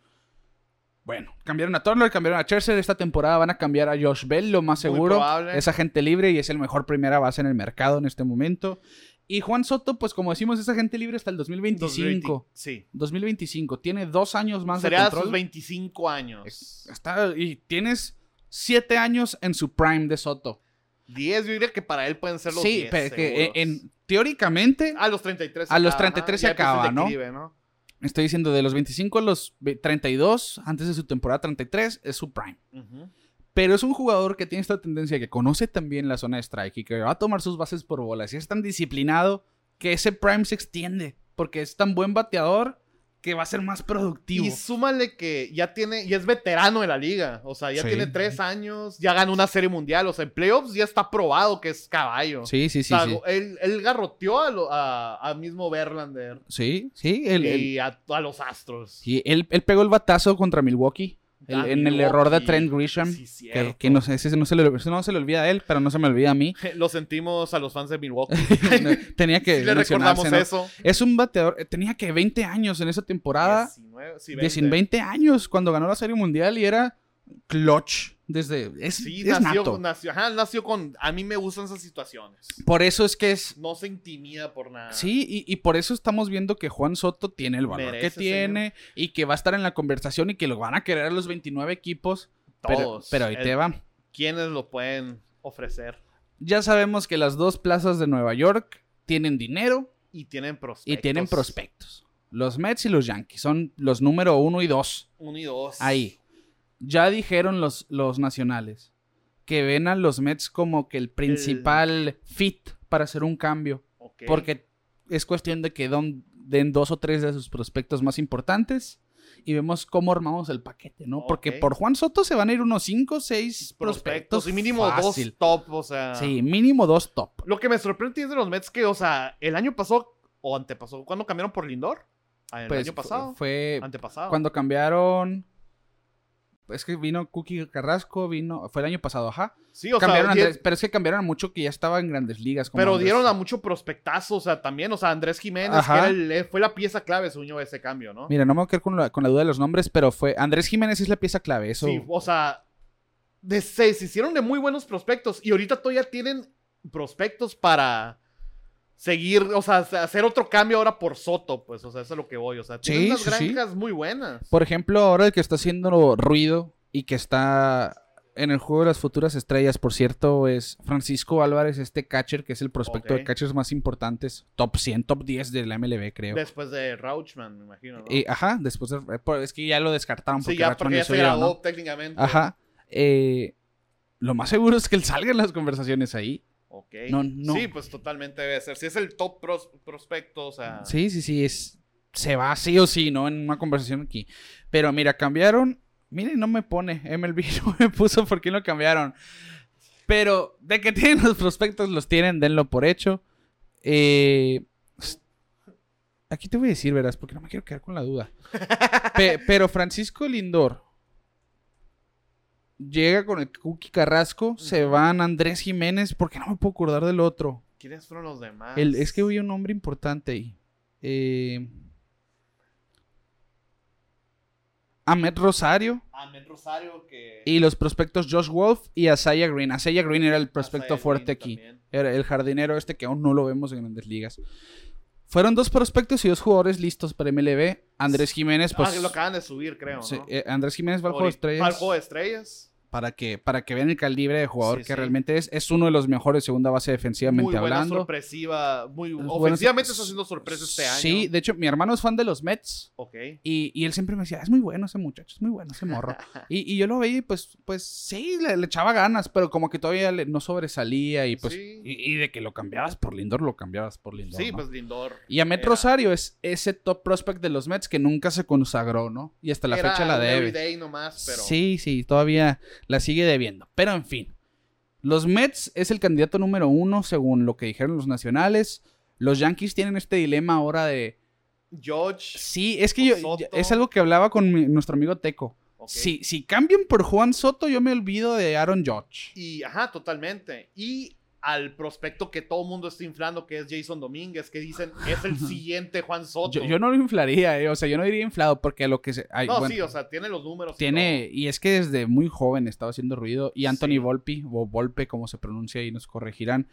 Speaker 1: Bueno, cambiaron a Turner, cambiaron a Scherzer. Esta temporada van a cambiar a Josh Bell, lo más
Speaker 2: Muy
Speaker 1: seguro.
Speaker 2: probable.
Speaker 1: Es agente libre y es el mejor primera base en el mercado en este momento. Y Juan Soto, pues como decimos, es agente libre hasta el 2025.
Speaker 2: 2020, Sí.
Speaker 1: 2025. Tiene dos años más de
Speaker 2: Sería a
Speaker 1: control.
Speaker 2: sus 25 años.
Speaker 1: Está- y tienes siete años en su prime de Soto.
Speaker 2: 10, yo diría que para él pueden ser los
Speaker 1: sí,
Speaker 2: 10
Speaker 1: pero que
Speaker 2: seguros.
Speaker 1: en, en- teóricamente,
Speaker 2: A los 33
Speaker 1: A los
Speaker 2: ajá,
Speaker 1: 33 se
Speaker 2: ya empieza el
Speaker 1: acaba, ¿no?
Speaker 2: declive, ¿no?
Speaker 1: estoy diciendo de los 25 a los ve- 32, antes de su temporada 33, es su prime.
Speaker 2: Ujú.
Speaker 1: Pero es un jugador que tiene esta tendencia que conoce también la zona de strike y que va a tomar sus bases por bolas. Y es tan disciplinado que ese prime se extiende porque es tan buen bateador que va a ser más productivo.
Speaker 2: Y súmale que ya tiene, y es veterano de la liga. O sea, ya
Speaker 1: Sí.
Speaker 2: tiene tres años, ya ganó una serie mundial. O sea, en playoffs ya está probado que es caballo.
Speaker 1: Sí, sí,
Speaker 2: O
Speaker 1: sí,
Speaker 2: sea,
Speaker 1: sí.
Speaker 2: Él, él garroteó a, lo- a- a mismo Verlander
Speaker 1: Sí, sí. Él, él-
Speaker 2: y a, a los Astros.
Speaker 1: sí, él- él pegó el batazo contra Milwaukee el-
Speaker 2: Ah,
Speaker 1: en el
Speaker 2: Milwaukee.
Speaker 1: error de Trent Grisham.
Speaker 2: Sí,
Speaker 1: que
Speaker 2: cierto.
Speaker 1: que no, sé, ese no, se le, ese no se le olvida a él, pero no se me olvida a mí.
Speaker 2: Lo sentimos a los fans de Milwaukee.
Speaker 1: Tenía que
Speaker 2: Sí le recordamos
Speaker 1: mencionarse, ¿no?
Speaker 2: eso.
Speaker 1: Es un bateador, eh, tenía que 20 años en esa temporada.
Speaker 2: 19, sí,
Speaker 1: 20.
Speaker 2: 20.
Speaker 1: 20 años cuando ganó la Serie Mundial y era clutch desde es,
Speaker 2: Sí,
Speaker 1: es
Speaker 2: nació,
Speaker 1: nato.
Speaker 2: nació- ajá, nació con. A mí me gustan esas situaciones.
Speaker 1: Por eso es que es
Speaker 2: No se intimida por nada.
Speaker 1: sí y, y por eso estamos viendo que Juan Soto tiene el valor
Speaker 2: Merece
Speaker 1: que tiene y que va a estar en la conversación y que lo van a querer a los 29 equipos. Pero-
Speaker 2: Todos.
Speaker 1: Pero, ahí
Speaker 2: El-
Speaker 1: te va.
Speaker 2: ¿Quiénes lo pueden ofrecer?
Speaker 1: Ya sabemos que las dos plazas de Nueva York tienen dinero
Speaker 2: Y tienen prospectos.
Speaker 1: y tienen prospectos. Los Mets y los Yankees son los número uno y dos.
Speaker 2: Uno y dos.
Speaker 1: Ahí. Ya dijeron los, los nacionales que ven a los Mets como que el principal fit para hacer un cambio.
Speaker 2: Ok.
Speaker 1: Porque es cuestión de que don- den dos o tres de sus prospectos más importantes y vemos cómo armamos el paquete, ¿no? Porque
Speaker 2: Ok.
Speaker 1: por Juan Soto se van a ir unos cinco o seis prospectos.
Speaker 2: prospectos. Y mínimo
Speaker 1: fácil.
Speaker 2: dos Ah. top, o sea.
Speaker 1: Sí, mínimo dos top.
Speaker 2: Lo que me sorprende es de los Mets que, o sea, el año pasado o antepasado, ¿cuándo cambiaron por Lindor? Ah, El
Speaker 1: Pues,
Speaker 2: año pasado.
Speaker 1: Fue,
Speaker 2: antepasado.
Speaker 1: cuando cambiaron. Es que vino Cookie Carrasco, vino. Fue el año pasado, ajá.
Speaker 2: sí, o sea,
Speaker 1: cambiaron a
Speaker 2: die-
Speaker 1: Andrés- pero es que cambiaron mucho que ya estaba en grandes ligas. como
Speaker 2: pero
Speaker 1: Andrés.
Speaker 2: dieron a mucho prospectazo, o sea, también, o sea, Andrés Jiménez, que
Speaker 1: Ajá.
Speaker 2: era el- fue la pieza clave, suyo, ese cambio, ¿no?
Speaker 1: Mira, no me voy a quedar con la, con la duda de los nombres, pero fue. Andrés Jiménez es la pieza clave, eso.
Speaker 2: Sí, o sea, de- se se hicieron de muy buenos prospectos y ahorita todavía tienen prospectos para seguir, o sea, hace- hacer otro cambio ahora por Soto, pues, o sea, eso es lo que voy, o sea, tienen
Speaker 1: Sí,
Speaker 2: unas
Speaker 1: sí, sí.
Speaker 2: granjas muy buenas.
Speaker 1: Por ejemplo, ahora el que está haciendo ruido y que está en el juego de las futuras estrellas, por cierto, es Francisco Álvarez, este catcher que es el prospecto de
Speaker 2: Ok.
Speaker 1: catchers más importantes, top 100, top 10 de la MLB, creo.
Speaker 2: Después de Rauchman, me imagino, ¿no?
Speaker 1: Y, ajá, después de- eh, por- es que ya lo descartaron porque
Speaker 2: sí, ya,
Speaker 1: Rachman
Speaker 2: porque
Speaker 1: le
Speaker 2: ya se
Speaker 1: subió, ¿no?
Speaker 2: graduó técnicamente.
Speaker 1: Ajá. Eh, lo más seguro es que él salga en las conversaciones ahí.
Speaker 2: Ok.
Speaker 1: No, no.
Speaker 2: Sí, pues totalmente debe ser. Si es el top pros- prospecto, o sea.
Speaker 1: Sí, sí, sí, es, se va sí o sí, ¿no? En una conversación aquí. Pero mira, cambiaron. Miren, no me pone. MLB no me puso por qué lo cambiaron. Pero de que tienen los prospectos, los tienen, denlo por hecho. Eh, s- aquí te voy a decir, verás, porque no me quiero quedar con la duda. Pe- pero Francisco Lindor Llega con el Cookie Carrasco, se van Andrés Jiménez, porque no me puedo acordar del otro.
Speaker 2: ¿Quiénes fueron los demás?
Speaker 1: El, es que hubo un nombre importante ahí. Eh, Ahmed Rosario
Speaker 2: Ahmed Rosario que...
Speaker 1: y los prospectos Josh Wolf y Asaya Green. Asaya Green era el prospecto
Speaker 2: Isaiah
Speaker 1: fuerte
Speaker 2: Green
Speaker 1: aquí.
Speaker 2: también.
Speaker 1: Era el jardinero este que aún no lo vemos en grandes ligas. Fueron dos prospectos y dos jugadores listos para MLB. Andrés Jiménez, pues.
Speaker 2: ah, lo acaban de subir, creo,
Speaker 1: sí,
Speaker 2: ¿no?
Speaker 1: eh, Andrés Jiménez va al juego de
Speaker 2: Ahorita-
Speaker 1: estrellas.
Speaker 2: al juego de estrellas.
Speaker 1: para que, para que vean el calibre de jugador
Speaker 2: Sí,
Speaker 1: que
Speaker 2: sí.
Speaker 1: realmente es. Es uno de los mejores segunda base defensivamente
Speaker 2: Muy buena
Speaker 1: hablando.
Speaker 2: sorpresiva. Muy...
Speaker 1: Buena-
Speaker 2: Ofensivamente está haciendo sorpresas este año.
Speaker 1: Sí, de hecho, mi hermano es fan de los Mets.
Speaker 2: Ok.
Speaker 1: Y, y él siempre me decía, es muy bueno ese muchacho, es muy bueno ese morro. y, y yo lo veía y pues, pues sí, le, le echaba ganas, pero como que todavía le- no sobresalía y pues...
Speaker 2: Sí.
Speaker 1: Y, y de que lo cambiabas por Lindor, lo cambiabas por Lindor.
Speaker 2: Sí,
Speaker 1: ¿no?
Speaker 2: pues Lindor.
Speaker 1: Y Ahmed
Speaker 2: Era-
Speaker 1: Rosario es ese top prospect de los Mets que nunca se consagró, ¿no? Y hasta la
Speaker 2: Era
Speaker 1: fecha la
Speaker 2: un
Speaker 1: debe.
Speaker 2: everyday nomás, pero...
Speaker 1: Sí, sí, todavía la sigue debiendo. Pero en fin, los Mets es el candidato número uno según lo que dijeron los nacionales. Los Yankees tienen este dilema ahora de...
Speaker 2: George.
Speaker 1: Sí, es que yo...
Speaker 2: Soto.
Speaker 1: Es algo que hablaba con mi- nuestro amigo Teco.
Speaker 2: ok.
Speaker 1: Si, si cambian por Juan Soto, yo me olvido de Aaron Judge.
Speaker 2: Y, ajá, totalmente. Y al prospecto que todo el mundo está inflando, que es Jason Domínguez, que dicen es el siguiente Juan Soto.
Speaker 1: Yo, yo no lo inflaría, eh, o sea, yo no diría inflado porque lo que se... ay,
Speaker 2: No,
Speaker 1: bueno,
Speaker 2: sí, o sea, tiene los números. y
Speaker 1: tiene, y es que desde muy joven estaba haciendo ruido. Y Anthony
Speaker 2: Sí.
Speaker 1: Volpi, o Volpe, como se pronuncia y nos corregirán,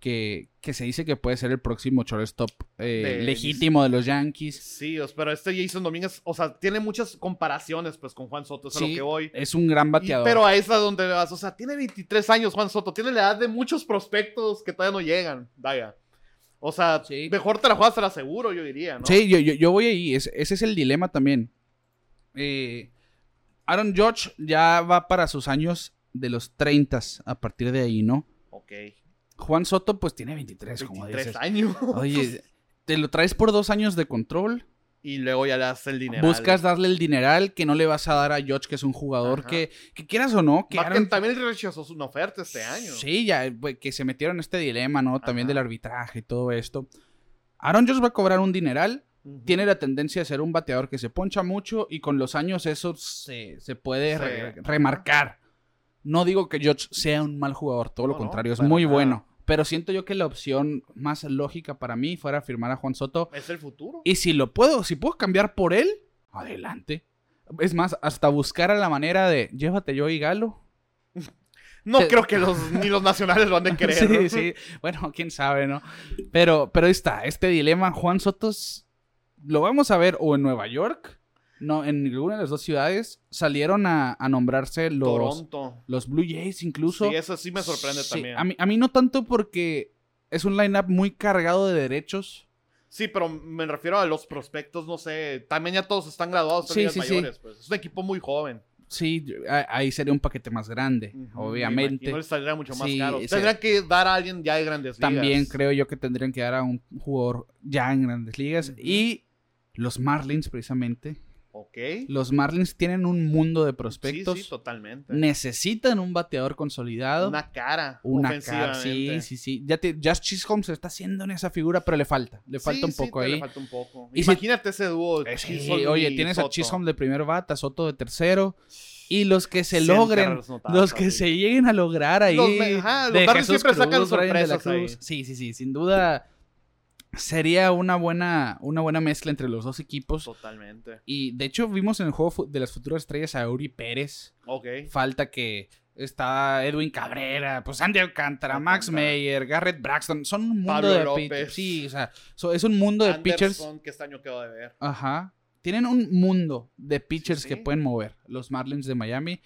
Speaker 1: que, que se dice que puede ser el próximo shortstop eh,
Speaker 2: De-
Speaker 1: legítimo de los
Speaker 2: todo.
Speaker 1: Yankees.
Speaker 2: Sí, os- pero este Jason Domínguez, o sea, tiene muchas comparaciones pues con Juan Soto, es a
Speaker 1: Sí,
Speaker 2: lo que voy.
Speaker 1: Es un gran
Speaker 2: Y-
Speaker 1: bateador.
Speaker 2: pero ahí está donde vas, o sea, tiene 23 años Juan Soto, tiene la edad de muchos prospectos que todavía no llegan, vaya. O sea,
Speaker 1: Sí.
Speaker 2: mejor te la juegas, te la aseguro, yo diría, ¿no?
Speaker 1: Sí, yo, yo- yo voy ahí. es- ese es el dilema también. Eh, Aaron Judge ya va para sus años de los 30 a partir de ahí, ¿no?
Speaker 2: Ok.
Speaker 1: Juan Soto, pues tiene 23, como
Speaker 2: 23
Speaker 1: dices.
Speaker 2: años.
Speaker 1: Oye, te lo traes por dos años de control.
Speaker 2: y luego ya le das el dinero.
Speaker 1: Buscas darle el dineral que no le vas a dar a George, que es un jugador
Speaker 2: Ajá.
Speaker 1: que, que quieras o no, que
Speaker 2: Más que
Speaker 1: Aaron-
Speaker 2: también él rechazó su oferta este año.
Speaker 1: Sí, ya, güey, que se metieron en este dilema, ¿no? También
Speaker 2: Ajá.
Speaker 1: del arbitraje y todo esto. Aaron George va a cobrar un dineral.
Speaker 2: Ujú.
Speaker 1: Tiene la tendencia de ser un bateador que se poncha mucho y con los años eso se, se puede
Speaker 2: Se-
Speaker 1: re-
Speaker 2: ajá.
Speaker 1: remarcar. No digo que George sea un mal jugador, todo lo
Speaker 2: No, no,
Speaker 1: contrario, es
Speaker 2: para
Speaker 1: muy
Speaker 2: nada.
Speaker 1: bueno. Pero siento yo que la opción más lógica para mí fuera firmar a Juan Soto
Speaker 2: Es el futuro.
Speaker 1: y si lo puedo, si puedo cambiar por él, adelante. Es más, hasta buscar a la manera de llévate yo y Galo.
Speaker 2: No
Speaker 1: Te-
Speaker 2: creo que los, ni los nacionales lo han de
Speaker 1: Sí,
Speaker 2: querer.
Speaker 1: sí. Bueno, quién sabe, ¿no? Pero, pero ahí está, este dilema, Juan Sotos, lo vamos a ver o en Nueva York, no, en ninguna de las dos ciudades, salieron a, a nombrarse los,
Speaker 2: Toronto.
Speaker 1: los Blue Jays incluso.
Speaker 2: Sí, eso sí me sorprende
Speaker 1: Sí,
Speaker 2: también.
Speaker 1: A mí, a mí no tanto porque es un lineup muy cargado de derechos.
Speaker 2: Sí, pero me refiero a los prospectos, no sé. También ya todos están graduados,
Speaker 1: Sí,
Speaker 2: son ligas
Speaker 1: sí, sí.
Speaker 2: mayores. Pues. Es un equipo muy joven.
Speaker 1: Sí, a- ahí sería un paquete más grande, obviamente.
Speaker 2: No les saldría mucho más
Speaker 1: Sí,
Speaker 2: caro.
Speaker 1: sí.
Speaker 2: Tendrían que dar a alguien ya de grandes ligas.
Speaker 1: También creo yo que tendrían que dar a un jugador ya en grandes ligas.
Speaker 2: Ujú.
Speaker 1: Y los Marlins, precisamente.
Speaker 2: Ok.
Speaker 1: Los Marlins tienen un mundo de
Speaker 2: Sí,
Speaker 1: prospectos.
Speaker 2: sí, totalmente.
Speaker 1: Necesitan un bateador consolidado. Una,
Speaker 2: Una cara.
Speaker 1: cara. Sí,
Speaker 2: ofensivamente.
Speaker 1: sí, sí. Ya te, Josh Chisholm se está haciendo en esa figura, pero le falta. Le falta
Speaker 2: Sí,
Speaker 1: un
Speaker 2: sí,
Speaker 1: poco
Speaker 2: te- le
Speaker 1: ahí.
Speaker 2: falta un poco.
Speaker 1: Y si-
Speaker 2: Imagínate ese dúo.
Speaker 1: Eh, sí,
Speaker 2: Chisholm
Speaker 1: oye,
Speaker 2: y
Speaker 1: tienes a
Speaker 2: Soto.
Speaker 1: Chisholm de primer bata, Soto de tercero. Y los que se
Speaker 2: Cien
Speaker 1: logren,
Speaker 2: carreras notadas,
Speaker 1: los que
Speaker 2: así.
Speaker 1: se lleguen a lograr ahí.
Speaker 2: Los me- ajá, los
Speaker 1: de
Speaker 2: Marlins
Speaker 1: Jesús
Speaker 2: siempre sacan
Speaker 1: Cruz, Brian de la
Speaker 2: sorpresas ahí.
Speaker 1: Cruz. Sí, sí, sí, sin duda sería una buena, una buena mezcla entre los dos equipos.
Speaker 2: Totalmente.
Speaker 1: Y de hecho vimos en el juego fu- de las futuras estrellas a Uri Pérez.
Speaker 2: Ok.
Speaker 1: Falta que está Edwin Cabrera, pues Andy Alcántara, Max
Speaker 2: Alcántara.
Speaker 1: Meyer, Garrett Braxton. Son un mundo
Speaker 2: Pablo
Speaker 1: de
Speaker 2: López.
Speaker 1: pitchers. Sí, o sea, so- es un mundo de pitchers.
Speaker 2: Anderson, que este año quedó de ver.
Speaker 1: Ajá. Tienen un mundo de pitchers
Speaker 2: sí.
Speaker 1: que pueden mover los Marlins de Miami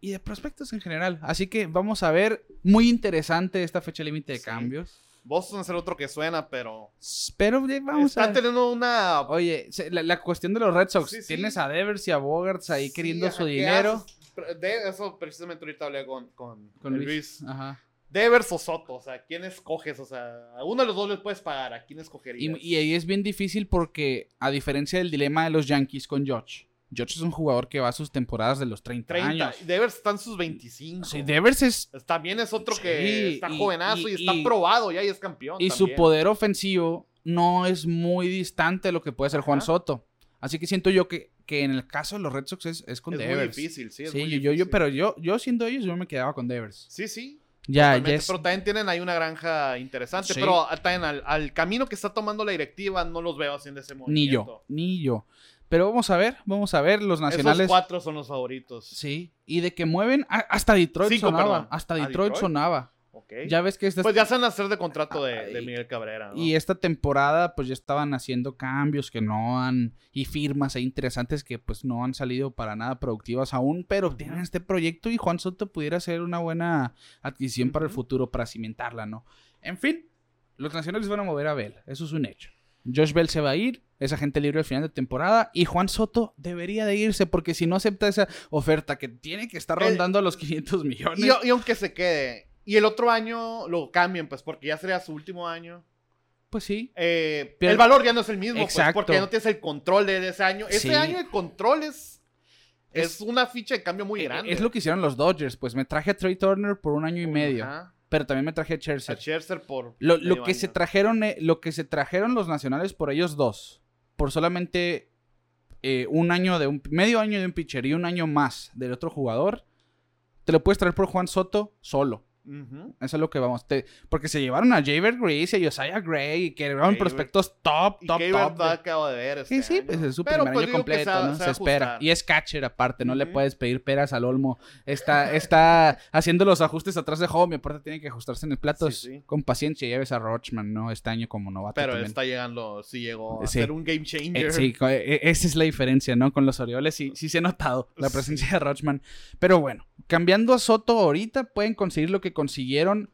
Speaker 1: y de prospectos en general. Así que vamos a ver. Muy interesante esta fecha límite de
Speaker 2: Sí.
Speaker 1: cambios.
Speaker 2: Boston es el otro que suena, pero.
Speaker 1: Pero eh, vamos
Speaker 2: Están
Speaker 1: a ver.
Speaker 2: teniendo una.
Speaker 1: Oye, se- la, la cuestión de los Red Sox.
Speaker 2: Sí, sí.
Speaker 1: Tienes a Devers y a Bogarts ahí
Speaker 2: Sí,
Speaker 1: queriendo
Speaker 2: ajá,
Speaker 1: su
Speaker 2: ¿qué
Speaker 1: dinero.
Speaker 2: haces? Pre- De eso precisamente ahorita hablé con, con,
Speaker 1: Con
Speaker 2: el
Speaker 1: Luis.
Speaker 2: Luis.
Speaker 1: Ajá.
Speaker 2: Devers o Soto, o sea, ¿quién escoges? O sea, a uno de los dos les puedes pagar, ¿a quién
Speaker 1: Y,
Speaker 2: escogerías?
Speaker 1: y ahí es bien difícil porque, a diferencia del dilema de los Yankees con George, George es un jugador que va a sus temporadas de los 30,
Speaker 2: 30.
Speaker 1: años.
Speaker 2: Devers está en sus 25.
Speaker 1: Sí, Devers es
Speaker 2: También es otro
Speaker 1: Sí,
Speaker 2: que está
Speaker 1: y-
Speaker 2: jovenazo y,
Speaker 1: y-
Speaker 2: está
Speaker 1: y-
Speaker 2: probado ya y es campeón.
Speaker 1: Y su
Speaker 2: también.
Speaker 1: poder ofensivo no es muy distante de lo que puede ser Juan
Speaker 2: Ajá.
Speaker 1: Soto. Así que siento yo que que en el caso de los Red Sox es, es con
Speaker 2: es
Speaker 1: Devers.
Speaker 2: muy difícil, sí.
Speaker 1: Sí,
Speaker 2: Es muy
Speaker 1: yo, yo,
Speaker 2: difícil.
Speaker 1: pero yo, yo siendo ellos, yo me quedaba con Devers.
Speaker 2: Sí, sí.
Speaker 1: Ya, Ah, ya
Speaker 2: totalmente,
Speaker 1: es.
Speaker 2: Pero también tienen ahí una granja interesante.
Speaker 1: Sí.
Speaker 2: Pero ah, también al, al camino que está tomando la directiva no los veo haciendo ese movimiento.
Speaker 1: Ni yo, ni yo. Pero vamos a ver, vamos a ver los
Speaker 2: Esos
Speaker 1: nacionales.
Speaker 2: cuatro son los favoritos.
Speaker 1: Sí, y de que mueven a- hasta Detroit
Speaker 2: Cinco,
Speaker 1: sonaba,
Speaker 2: perdón.
Speaker 1: hasta
Speaker 2: ¿A
Speaker 1: Detroit,
Speaker 2: Detroit?
Speaker 1: sonaba.
Speaker 2: Ok.
Speaker 1: Ya ves que esta,
Speaker 2: Pues ya se van a hacer de contrato de, de
Speaker 1: Ay.
Speaker 2: Miguel Cabrera. ¿no?
Speaker 1: y esta temporada pues ya estaban haciendo cambios que no han y firmas ahí interesantes que pues no han salido para nada productivas aún, pero tienen este proyecto y Juan Soto pudiera ser una buena adquisición para el
Speaker 2: Ujú.
Speaker 1: futuro para cimentarla, ¿no? En fin, los nacionales van a mover a Bell, eso es un hecho. Josh Bell se va a ir, es agente libre al final de temporada y Juan Soto debería de irse porque si no acepta esa oferta que tiene que estar
Speaker 2: El-
Speaker 1: rondando los 500 millones.
Speaker 2: Y, y aunque se quede. Y el otro año lo cambien, pues, porque ya sería su último año.
Speaker 1: Pues sí.
Speaker 2: Eh,
Speaker 1: Pero-
Speaker 2: el valor ya no es el mismo, pues,
Speaker 1: Exacto.
Speaker 2: porque ya no tienes el control de ese año. Ese
Speaker 1: Sí.
Speaker 2: año el control es, es,
Speaker 1: Es-
Speaker 2: una ficha de cambio muy
Speaker 1: Eh,
Speaker 2: grande.
Speaker 1: Es lo que hicieron los Dodgers, pues me traje a Trey Turner por un año y medio,
Speaker 2: Ajá.
Speaker 1: pero también me traje a
Speaker 2: A
Speaker 1: Scherzer.
Speaker 2: Scherzer por.
Speaker 1: Lo,
Speaker 2: medio
Speaker 1: lo que se
Speaker 2: año.
Speaker 1: trajeron, eh, lo que se trajeron los nacionales por ellos dos, por solamente eh, un año de un medio año de un pitcher y un año más del otro jugador, te lo puedes traer por Juan Soto solo.
Speaker 2: Ujú.
Speaker 1: Eso es lo que vamos. te- porque se llevaron a Javer Grace y a Josiah Gray y que eran
Speaker 2: Javier-
Speaker 1: prospectos top,
Speaker 2: Y
Speaker 1: top,
Speaker 2: que
Speaker 1: top. de-
Speaker 2: acabo de ver.
Speaker 1: Sí,
Speaker 2: este
Speaker 1: sí,
Speaker 2: año.
Speaker 1: pues es su
Speaker 2: Pero,
Speaker 1: primer
Speaker 2: pues,
Speaker 1: año
Speaker 2: digo que
Speaker 1: completo,
Speaker 2: va-
Speaker 1: ¿no? Se,
Speaker 2: va a
Speaker 1: espera.
Speaker 2: ajustar.
Speaker 1: Y es catcher aparte, no le
Speaker 2: Ujú.
Speaker 1: puedes pedir peras al olmo. Está, está haciendo los ajustes atrás de home, aparte tiene que ajustarse en el plato.
Speaker 2: Sí, sí.
Speaker 1: Con paciencia lleves a Rochman, ¿no? Este año como novato
Speaker 2: Pero
Speaker 1: también.
Speaker 2: está llegando, sí llegó a
Speaker 1: Sí.
Speaker 2: ser un game changer.
Speaker 1: Eh, sí, co- eh, esa es la diferencia, ¿no? Con los Orioles sí, sí se ha notado la presencia de Rochman. Pero bueno, cambiando a Soto ahorita, pueden conseguir lo que consiguieron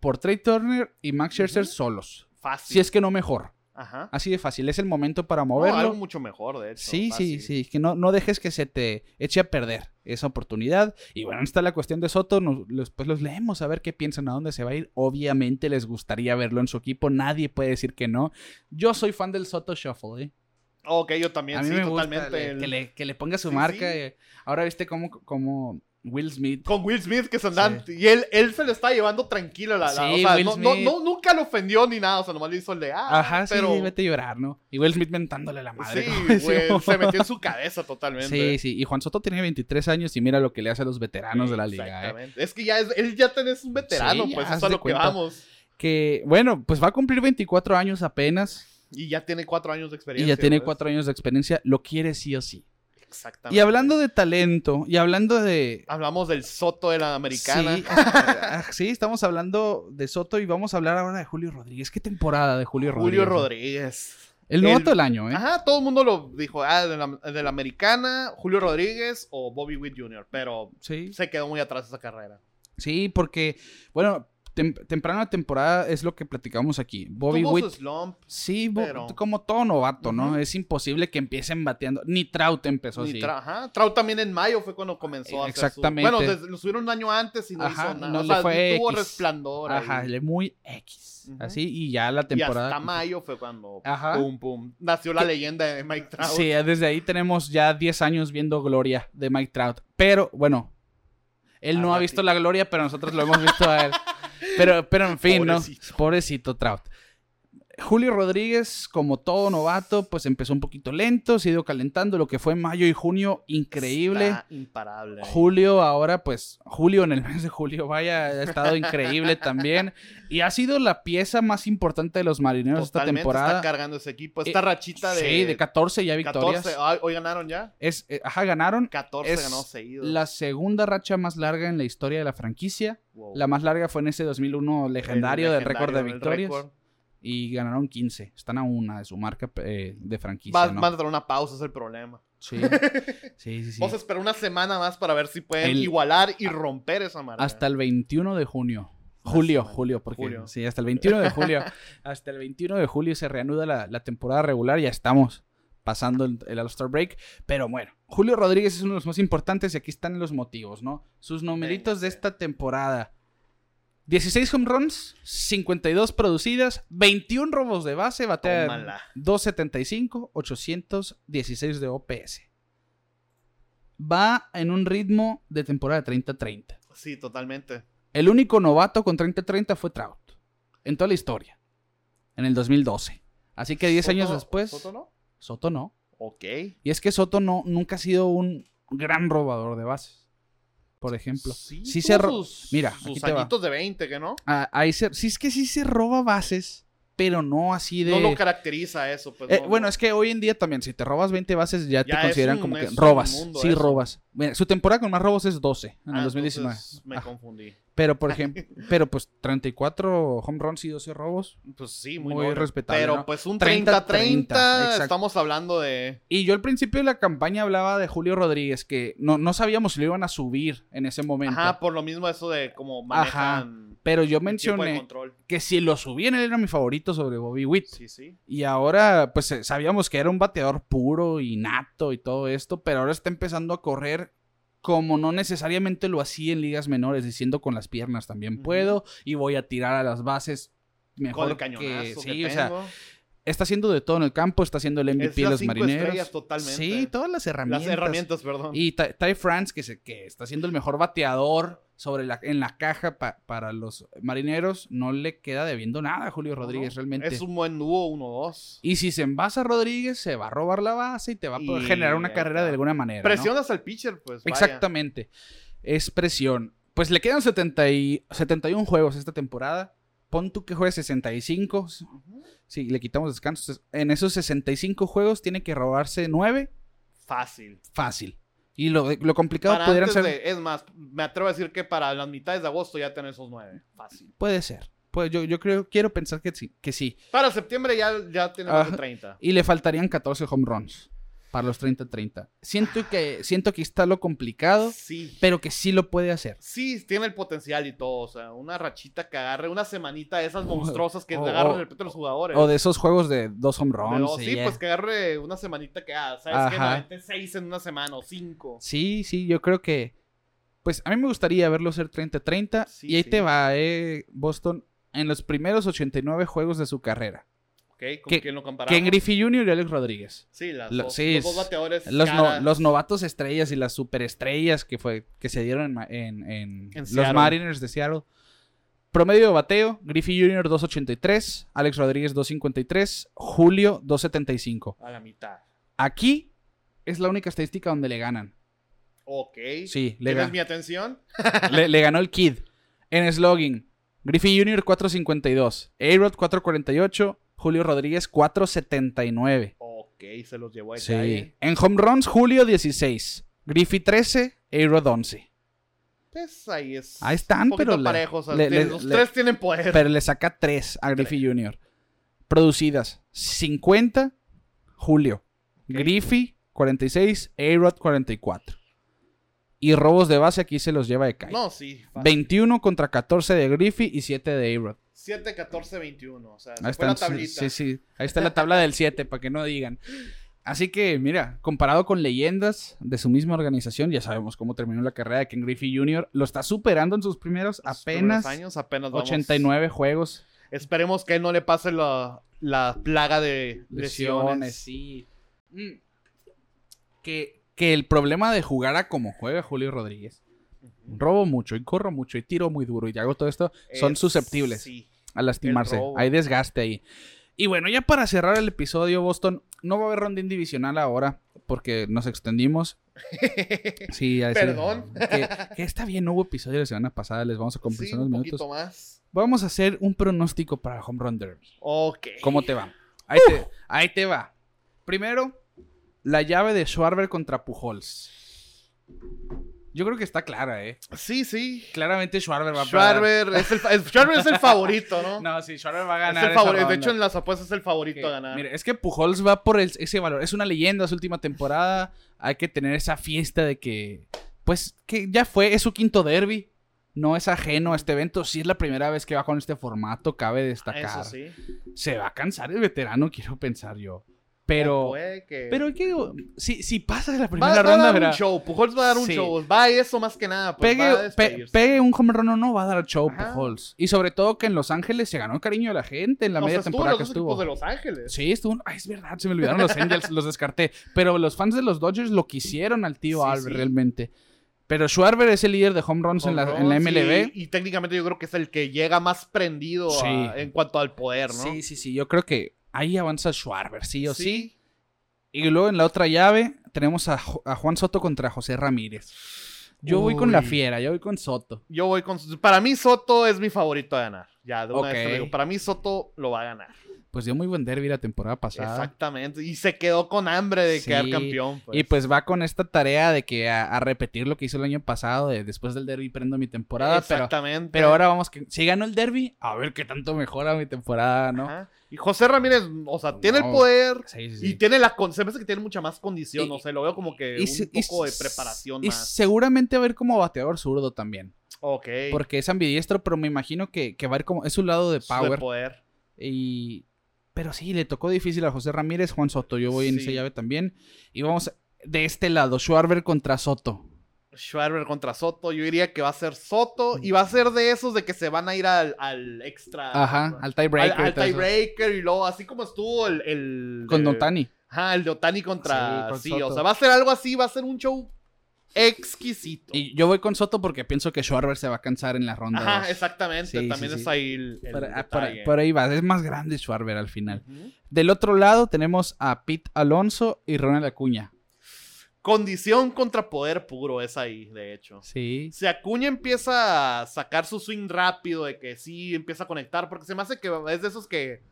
Speaker 1: por Trey Turner y Max Scherzer
Speaker 2: Ujú.
Speaker 1: solos.
Speaker 2: Fácil.
Speaker 1: Si es que no mejor.
Speaker 2: Ajá.
Speaker 1: Así de fácil. Es el momento para
Speaker 2: No,
Speaker 1: moverlo.
Speaker 2: algo mucho mejor, de hecho.
Speaker 1: Sí, sí,
Speaker 2: fácil.
Speaker 1: sí, que no, no dejes que se te eche a perder esa oportunidad. Y bueno, está la cuestión de Soto, nos- los- pues los leemos a ver qué piensan, a dónde se va a ir. Obviamente les gustaría verlo en su equipo, nadie puede decir que no. Yo soy fan del Soto Shuffle, ¿eh?
Speaker 2: Ok, yo también,
Speaker 1: a mí
Speaker 2: sí,
Speaker 1: me gusta
Speaker 2: totalmente.
Speaker 1: le-
Speaker 2: el-
Speaker 1: que, le, que le ponga su
Speaker 2: Sí,
Speaker 1: marca.
Speaker 2: sí.
Speaker 1: eh. Ahora viste cómo, cómo Will Smith...
Speaker 2: Con Will Smith que se andan. Y él, él se le está llevando tranquilo la. la- o
Speaker 1: Sí,
Speaker 2: sea,
Speaker 1: Will
Speaker 2: no, no-
Speaker 1: Smith.
Speaker 2: no- nunca lo ofendió ni nada. O sea, nomás le hizo el de. Ah,
Speaker 1: Ajá, sí,
Speaker 2: pero.
Speaker 1: sí, vete a llorar, ¿no? Y Will Smith mentándole la madre.
Speaker 2: sí,
Speaker 1: como
Speaker 2: güey,
Speaker 1: decimos.
Speaker 2: se metió en su cabeza totalmente.
Speaker 1: Sí, sí, y Juan Soto tiene 23 años y mira lo que le hace a los veteranos de la liga. ¿eh?
Speaker 2: Exactamente. Es que ya es, él ya tenés un veterano,
Speaker 1: Sí,
Speaker 2: pues
Speaker 1: haz
Speaker 2: eso es a
Speaker 1: de
Speaker 2: lo
Speaker 1: cuenta.
Speaker 2: que vamos.
Speaker 1: que, bueno, pues va a cumplir 24 años apenas
Speaker 2: Y ya tiene cuatro años
Speaker 1: y
Speaker 2: de experiencia.
Speaker 1: ya tiene
Speaker 2: ¿ves?
Speaker 1: cuatro años de experiencia, lo quiere sí o sí.
Speaker 2: Exactamente.
Speaker 1: Y hablando de talento y hablando de...
Speaker 2: Hablamos del soto de la americana.
Speaker 1: Sí, ah, sí, estamos hablando de Soto y vamos a hablar ahora de Julio Rodríguez. ¿Qué temporada de Julio Rodríguez?
Speaker 2: Julio Rodríguez.
Speaker 1: El novato
Speaker 2: El-
Speaker 1: del año, ¿eh?
Speaker 2: Ajá, todo el mundo lo dijo. Ah, de la, de la americana, Julio Rodríguez o Bobby Witt Jr. Pero
Speaker 1: Sí.
Speaker 2: se quedó muy atrás esa carrera.
Speaker 1: Sí, porque, bueno, tem- temprano de temporada es lo que platicamos aquí. Bobby
Speaker 2: Tuvo
Speaker 1: Witt.
Speaker 2: su slump.
Speaker 1: Sí, bo-
Speaker 2: pero-
Speaker 1: como todo novato, ¿no?
Speaker 2: Ujú.
Speaker 1: Es imposible que empiecen bateando. Ni Trout empezó
Speaker 2: ni
Speaker 1: así.
Speaker 2: Tra- ajá. Trout también en mayo fue cuando comenzó a hacer su-
Speaker 1: Exactamente.
Speaker 2: Bueno, desde- lo subieron un año antes y no
Speaker 1: Ajá,
Speaker 2: hizo nada.
Speaker 1: no
Speaker 2: o
Speaker 1: le
Speaker 2: sea,
Speaker 1: fue
Speaker 2: tuvo
Speaker 1: X.
Speaker 2: resplandor. ahí.
Speaker 1: Ajá, le- muy X.
Speaker 2: Ujú.
Speaker 1: Así, y ya la
Speaker 2: Y
Speaker 1: temporada.
Speaker 2: hasta mayo fue cuando
Speaker 1: Ajá.
Speaker 2: pum pum nació la leyenda de Mike Trout.
Speaker 1: Sí, eh, desde ahí tenemos ya 10 años viendo gloria de Mike Trout. Pero bueno, él no
Speaker 2: Ah,
Speaker 1: ha visto
Speaker 2: sí.
Speaker 1: la gloria, pero nosotros lo hemos visto a él. Pero, pero en fin, ¿no?
Speaker 2: Pobrecito.
Speaker 1: Pobrecito Trout. Julio Rodríguez, como todo novato, pues empezó un poquito lento, se ha ido calentando, lo que fue mayo y junio, increíble.
Speaker 2: Está imparable.
Speaker 1: Julio ahora, pues, Julio en el mes de julio, vaya, ha estado increíble también. Y ha sido la pieza más importante de los marineros
Speaker 2: Totalmente
Speaker 1: esta
Speaker 2: está
Speaker 1: temporada.
Speaker 2: cargando ese equipo. Esta
Speaker 1: Eh,
Speaker 2: rachita de,
Speaker 1: sí, de 14 ya victorias.
Speaker 2: 14. Ah, hoy ganaron ya.
Speaker 1: Es, eh, ajá, ganaron
Speaker 2: 14
Speaker 1: Es
Speaker 2: ganó seguidos.
Speaker 1: la segunda racha más larga en la historia de la franquicia.
Speaker 2: Wow.
Speaker 1: La más larga fue en ese 2001
Speaker 2: El
Speaker 1: legendario del récord de
Speaker 2: legendario, el
Speaker 1: victorias.
Speaker 2: récord.
Speaker 1: Y ganaron 15. Están a una de su marca eh, de franquicia.
Speaker 2: Vas,
Speaker 1: ¿no?
Speaker 2: van a tener una pausa, es el problema.
Speaker 1: Sí, sí, sí. sí.
Speaker 2: Vamos a esperar una semana más para ver si pueden
Speaker 1: El-
Speaker 2: igualar y romper esa marca.
Speaker 1: Hasta el 21 de junio.
Speaker 2: Una
Speaker 1: Julio,
Speaker 2: semana.
Speaker 1: julio, porque
Speaker 2: Julio.
Speaker 1: sí, hasta el 21 de julio. hasta el 21 de julio se reanuda la, la temporada regular, ya estamos pasando el, el All-Star Break, pero bueno, Julio Rodríguez es uno de los más importantes y aquí están los motivos, ¿no? Sus numeritos de
Speaker 2: Venga.
Speaker 1: esta temporada. 16 home runs, 52 producidas, 21 robos de base, batea de
Speaker 2: Tómala.
Speaker 1: 275, 816 de OPS. Va en un ritmo de temporada de 30-30.
Speaker 2: Sí, totalmente.
Speaker 1: El único novato con 30-30 fue Trout. En toda la historia. En el 2012. Así que 10 años
Speaker 2: Soto-
Speaker 1: después.
Speaker 2: ¿Soto no?
Speaker 1: Soto no.
Speaker 2: Ok.
Speaker 1: Y es que Soto no, nunca ha sido un gran robador de bases. Por ejemplo.
Speaker 2: Sí,
Speaker 1: Sí
Speaker 2: tuvo
Speaker 1: se ro-
Speaker 2: sus-
Speaker 1: Mira,
Speaker 2: sus
Speaker 1: aquí te va.
Speaker 2: añitos de 20, que no.
Speaker 1: Ah, ahí se- sí, es que sí se roba bases, pero no así de.
Speaker 2: No lo caracteriza eso. Pues,
Speaker 1: Eh, bueno, es que hoy en día también, si te robas 20 bases, ya,
Speaker 2: Ya
Speaker 1: te
Speaker 2: es
Speaker 1: consideran
Speaker 2: un-
Speaker 1: como que
Speaker 2: es un
Speaker 1: robas.
Speaker 2: mundo
Speaker 1: sí,
Speaker 2: eso.
Speaker 1: robas. Mira, su temporada con más robos es 12 en el 2019.
Speaker 2: 2019. Ah, Me
Speaker 1: Ajá.
Speaker 2: confundí.
Speaker 1: Ah, Pero, por ejemplo, pero pues 34 home runs y 12 robos.
Speaker 2: Pues sí, muy,
Speaker 1: Muy
Speaker 2: noble.
Speaker 1: respetable,
Speaker 2: Pero
Speaker 1: ¿no?
Speaker 2: pues un
Speaker 1: 30,
Speaker 2: 30-30,
Speaker 1: 30, exacto.
Speaker 2: estamos hablando de.
Speaker 1: Y yo al principio de la campaña hablaba de Julio Rodríguez, que no, no sabíamos si lo iban a subir en ese momento.
Speaker 2: Ajá, por lo mismo eso de cómo manejan.
Speaker 1: pero yo
Speaker 2: el tiempo de
Speaker 1: mencioné
Speaker 2: control.
Speaker 1: que si lo subían, él era mi favorito sobre Bobby Witt.
Speaker 2: Sí, sí.
Speaker 1: Y ahora, pues eh, sabíamos que era un bateador puro y nato y todo esto, pero ahora está empezando a correr como no necesariamente lo hacía en ligas menores, diciendo con las piernas también
Speaker 2: Ujú.
Speaker 1: puedo y voy a tirar a las bases
Speaker 2: Con
Speaker 1: mejor
Speaker 2: el cañonazo.
Speaker 1: que
Speaker 2: que
Speaker 1: sí, o sea,
Speaker 2: tengo.
Speaker 1: está haciendo de todo en el campo, está haciendo el
Speaker 2: es
Speaker 1: MVP de
Speaker 2: las
Speaker 1: los
Speaker 2: cinco estrellas
Speaker 1: marineros.
Speaker 2: totalmente.
Speaker 1: Sí, todas las herramientas.
Speaker 2: Las herramientas, perdón.
Speaker 1: Y Ty, Ty France, que, se, que está siendo el mejor bateador sobre la, en la caja pa- para los marineros, no le queda debiendo nada a Julio
Speaker 2: No,
Speaker 1: Rodríguez
Speaker 2: no.
Speaker 1: realmente.
Speaker 2: Es un buen dúo, 1-2.
Speaker 1: Y si se envasa Rodríguez, se va a robar la base y te va a poder
Speaker 2: Y
Speaker 1: generar una
Speaker 2: ahí
Speaker 1: carrera
Speaker 2: está.
Speaker 1: de alguna manera. ¿no?
Speaker 2: Presionas al pitcher, pues. vaya.
Speaker 1: Exactamente. Es presión. Pues le quedan 70 y- 71 juegos esta temporada. Pon tú que juegue 65.
Speaker 2: Ujú.
Speaker 1: Si le quitamos descansos. En esos 65 juegos tiene que robarse 9.
Speaker 2: Fácil.
Speaker 1: Fácil. Y lo, lo complicado
Speaker 2: Para
Speaker 1: pudieran
Speaker 2: antes
Speaker 1: ser.
Speaker 2: de- es más, me atrevo a decir que para las mitades de agosto ya tenés esos nueve. Fácil.
Speaker 1: Puede ser. Pues yo, yo creo, quiero pensar que sí, que sí.
Speaker 2: Para septiembre ya, ya tenés más de
Speaker 1: Ajá.
Speaker 2: 30.
Speaker 1: Y le faltarían 14 home runs para los 30-30. Siento que, siento que está lo complicado,
Speaker 2: Sí.
Speaker 1: pero que sí lo puede hacer.
Speaker 2: Sí, tiene el potencial y todo. O sea, una rachita que agarre, una semanita de esas monstruosas que
Speaker 1: o-
Speaker 2: le agarran
Speaker 1: o-
Speaker 2: de repente a los jugadores.
Speaker 1: O de esos juegos de dos home
Speaker 2: Pero
Speaker 1: runs. y
Speaker 2: sí,
Speaker 1: ya.
Speaker 2: pues que agarre una semanita que, ah, ¿sabes qué?
Speaker 1: Ajá.
Speaker 2: Me aventé seis en una semana o cinco.
Speaker 1: sí, sí, yo creo que. Pues a mí me gustaría verlo ser 30-30.
Speaker 2: Sí,
Speaker 1: y ahí
Speaker 2: sí.
Speaker 1: te va, eh, Boston, en los primeros 89 juegos de su carrera.
Speaker 2: ¿Ok? ¿Con
Speaker 1: Que-
Speaker 2: quién lo comparamos?
Speaker 1: Ken Griffey Jr. y Alex Rodríguez.
Speaker 2: Sí, las
Speaker 1: Lo-
Speaker 2: dos,
Speaker 1: sí,
Speaker 2: los dos
Speaker 1: es-
Speaker 2: bateadores.
Speaker 1: Los, no-
Speaker 2: cara.
Speaker 1: los novatos estrellas y las superestrellas que, fue, que se dieron en, ma- en- en
Speaker 2: En
Speaker 1: los
Speaker 2: Seattle.
Speaker 1: Mariners de Seattle. Promedio de bateo, Griffey Jr. 2.83, Alex Rodríguez 2.53, Julio 2.75.
Speaker 2: A la mitad.
Speaker 1: Aquí es la única estadística donde le ganan.
Speaker 2: Ok.
Speaker 1: Sí, le,
Speaker 2: ¿Tienes
Speaker 1: ga-
Speaker 2: mi atención?
Speaker 1: le- le ganó el Kid. En slogging, Griffey Jr. 4.52, A-Rod 4.48, Julio Rodríguez 4.79.
Speaker 2: Ok, se los llevó a
Speaker 1: Sí.
Speaker 2: detalle.
Speaker 1: En home runs, Julio 16, Griffey 13, A-Rod 11.
Speaker 2: Pues ahí es.
Speaker 1: Ahí están,
Speaker 2: un poquito
Speaker 1: pero le-
Speaker 2: parejo, o sea,
Speaker 1: le-
Speaker 2: tienen-
Speaker 1: le-
Speaker 2: los
Speaker 1: le-
Speaker 2: tres tienen poder.
Speaker 1: Pero le saca 3 a Griffey Jr. Producidas 50, Julio. Griffey 46, A-Rod 44. Y robos de base aquí se los lleva de calle.
Speaker 2: no, sí. fácil.
Speaker 1: 21 contra 14 de Griffey y 7 de A-Rod.
Speaker 2: 7, 14, 21. O sea, se
Speaker 1: Ahí,
Speaker 2: fue la
Speaker 1: están, sí,
Speaker 2: tablita.
Speaker 1: sí, sí. Ahí está la tabla del 7, para que no digan. Así que, mira, comparado con leyendas de su misma organización, ya sabemos cómo terminó la carrera de Ken Griffey Jr. Lo está superando en sus primeros
Speaker 2: Los
Speaker 1: apenas
Speaker 2: primeros años, apenas vamos-
Speaker 1: 89 juegos
Speaker 2: Esperemos que no le pase la, la plaga de
Speaker 1: lesiones,
Speaker 2: lesiones.
Speaker 1: sí. Mm. Que, que el problema de jugar a como juega Julio Rodríguez, robo mucho y corro mucho y tiro muy duro y hago todo esto, son
Speaker 2: Es-
Speaker 1: susceptibles
Speaker 2: Sí.
Speaker 1: a lastimarse.
Speaker 2: el robo.
Speaker 1: Hay desgaste ahí. Y bueno, ya para cerrar el episodio, Boston, no va a haber rondín divisional ahora porque nos extendimos. Sí, a decir-
Speaker 2: Perdón.
Speaker 1: Que, que está bien, no hubo episodio la semana pasada, les vamos a compensar
Speaker 2: Sí,
Speaker 1: unos
Speaker 2: un
Speaker 1: minutos.
Speaker 2: poquito más.
Speaker 1: Vamos a hacer un pronóstico para el Home Run Derby.
Speaker 2: Ok.
Speaker 1: ¿Cómo te va? Ahí, te, ahí te va. Primero, la llave de Schwarber contra Pujols. Yo creo que está clara, ¿eh?
Speaker 2: Sí, sí.
Speaker 1: Claramente Schwarber va a
Speaker 2: Schwarber es, el, fa- es- Schwarber es el favorito, ¿no?
Speaker 1: No, sí, Schwarber va a
Speaker 2: es
Speaker 1: ganar.
Speaker 2: el
Speaker 1: esa
Speaker 2: favorito. De
Speaker 1: ronda.
Speaker 2: hecho, en las apuestas es el favorito
Speaker 1: Que,
Speaker 2: a ganar.
Speaker 1: mire, es que Pujols va por el- ese valor. Es una leyenda su última temporada. Hay que tener esa fiesta de que, pues, que ya fue, es su quinto derby. No es ajeno a este evento. Sí es la primera vez que va con este formato, cabe destacar.
Speaker 2: Ah, Eso sí.
Speaker 1: Se va a cansar el veterano, quiero pensar yo. Pero...
Speaker 2: O puede que-
Speaker 1: Pero ¿qué digo? Si, si pasa de la
Speaker 2: va,
Speaker 1: primera
Speaker 2: va a
Speaker 1: ronda,
Speaker 2: dar
Speaker 1: verá,
Speaker 2: un show. Pujols va a dar un
Speaker 1: Sí.
Speaker 2: show. Va a eso más que nada. Pues,
Speaker 1: pegue,
Speaker 2: va a
Speaker 1: pe-
Speaker 2: despedirse.
Speaker 1: pegue un home run o no, va a dar show
Speaker 2: Ajá.
Speaker 1: Pujols. Y sobre todo que en Los Ángeles se ganó el cariño de la gente en la
Speaker 2: O sea,
Speaker 1: media
Speaker 2: estuvo
Speaker 1: temporada
Speaker 2: en
Speaker 1: que
Speaker 2: los dos equipos
Speaker 1: estuvo.
Speaker 2: de Los Ángeles.
Speaker 1: Sí, estuvo. Ay, es verdad, se me olvidaron los Angels, los descarté. Pero los fans de los Dodgers lo quisieron al tío
Speaker 2: Sí,
Speaker 1: Albert
Speaker 2: sí.
Speaker 1: realmente. Pero Schwarber es el líder de home runs pues, en la, en la
Speaker 2: Con Ross,
Speaker 1: MLB.
Speaker 2: Y, y técnicamente yo creo que es el que llega más prendido a-
Speaker 1: Sí.
Speaker 2: en cuanto al poder, ¿no?
Speaker 1: Sí, sí, sí. Yo creo que ahí avanza Schwarber, sí o sí. Y luego en la otra llave tenemos a, Jo- a Juan Soto contra José Ramírez. Yo voy con la
Speaker 2: Uy.
Speaker 1: fiera, yo voy con Soto.
Speaker 2: Yo voy con. Para mí, Soto es mi favorito a ganar. Ya, de una vez te lo
Speaker 1: Ok.
Speaker 2: digo. Para mí, Soto lo va a ganar.
Speaker 1: Pues dio muy buen derby la temporada pasada.
Speaker 2: Exactamente. Y se quedó con hambre de
Speaker 1: Sí.
Speaker 2: quedar campeón. pues.
Speaker 1: Y pues va con esta tarea de que a, a repetir lo que hizo el año pasado, de después del derby prendo mi temporada, pero,
Speaker 2: Exactamente.
Speaker 1: pero ahora vamos que si gano el derby, a ver qué tanto mejora mi temporada, ¿no?
Speaker 2: Ajá. Y José Ramírez, o sea, tiene el
Speaker 1: No.
Speaker 2: poder.
Speaker 1: Sí, sí,
Speaker 2: Y
Speaker 1: sí.
Speaker 2: tiene la. con- Se me hace que tiene mucha más condición.
Speaker 1: Y-
Speaker 2: o sea, lo veo como que
Speaker 1: Y se-
Speaker 2: un
Speaker 1: y
Speaker 2: poco de
Speaker 1: s-
Speaker 2: preparación
Speaker 1: y
Speaker 2: más.
Speaker 1: seguramente va a ir como bateador zurdo también,
Speaker 2: Ok.
Speaker 1: porque es ambidiestro, pero me imagino que, que va a ir como es su lado de
Speaker 2: Eso Pues, de
Speaker 1: power
Speaker 2: poder.
Speaker 1: y pero sí le tocó difícil a José Ramírez, Juan Soto, yo voy en
Speaker 2: Sí.
Speaker 1: esa llave también y vamos a- de este lado Schwarber contra Soto.
Speaker 2: Schwarber contra Soto. Yo diría que va a ser Soto.
Speaker 1: Mm.
Speaker 2: Y va a ser de esos de que se van a ir al, al extra.
Speaker 1: Ajá, al
Speaker 2: al,
Speaker 1: tiebreaker. y
Speaker 2: al
Speaker 1: todo eso.
Speaker 2: tiebreaker y luego así como estuvo el, el
Speaker 1: Con
Speaker 2: de-
Speaker 1: Don Tani.
Speaker 2: Ajá, el de Otani contra
Speaker 1: Sí, con
Speaker 2: sí, o
Speaker 1: Soto.
Speaker 2: sea, va a ser algo así, va a ser un show exquisito.
Speaker 1: Y yo voy con Soto porque pienso que Schwarber se va a cansar en la ronda.
Speaker 2: Ajá,
Speaker 1: dos.
Speaker 2: exactamente,
Speaker 1: Sí, sí,
Speaker 2: también
Speaker 1: sí.
Speaker 2: es ahí el, el
Speaker 1: Por, ah, por-
Speaker 2: detalle.
Speaker 1: por ahí va, es más grande Schwarber al final.
Speaker 2: Ujú.
Speaker 1: Del otro lado tenemos a Pete Alonso y Ronald Acuña.
Speaker 2: Condición contra poder puro es ahí, de hecho.
Speaker 1: Sí.
Speaker 2: Si Acuña empieza a sacar su swing rápido, de que sí empieza a conectar, porque se me hace que es de esos que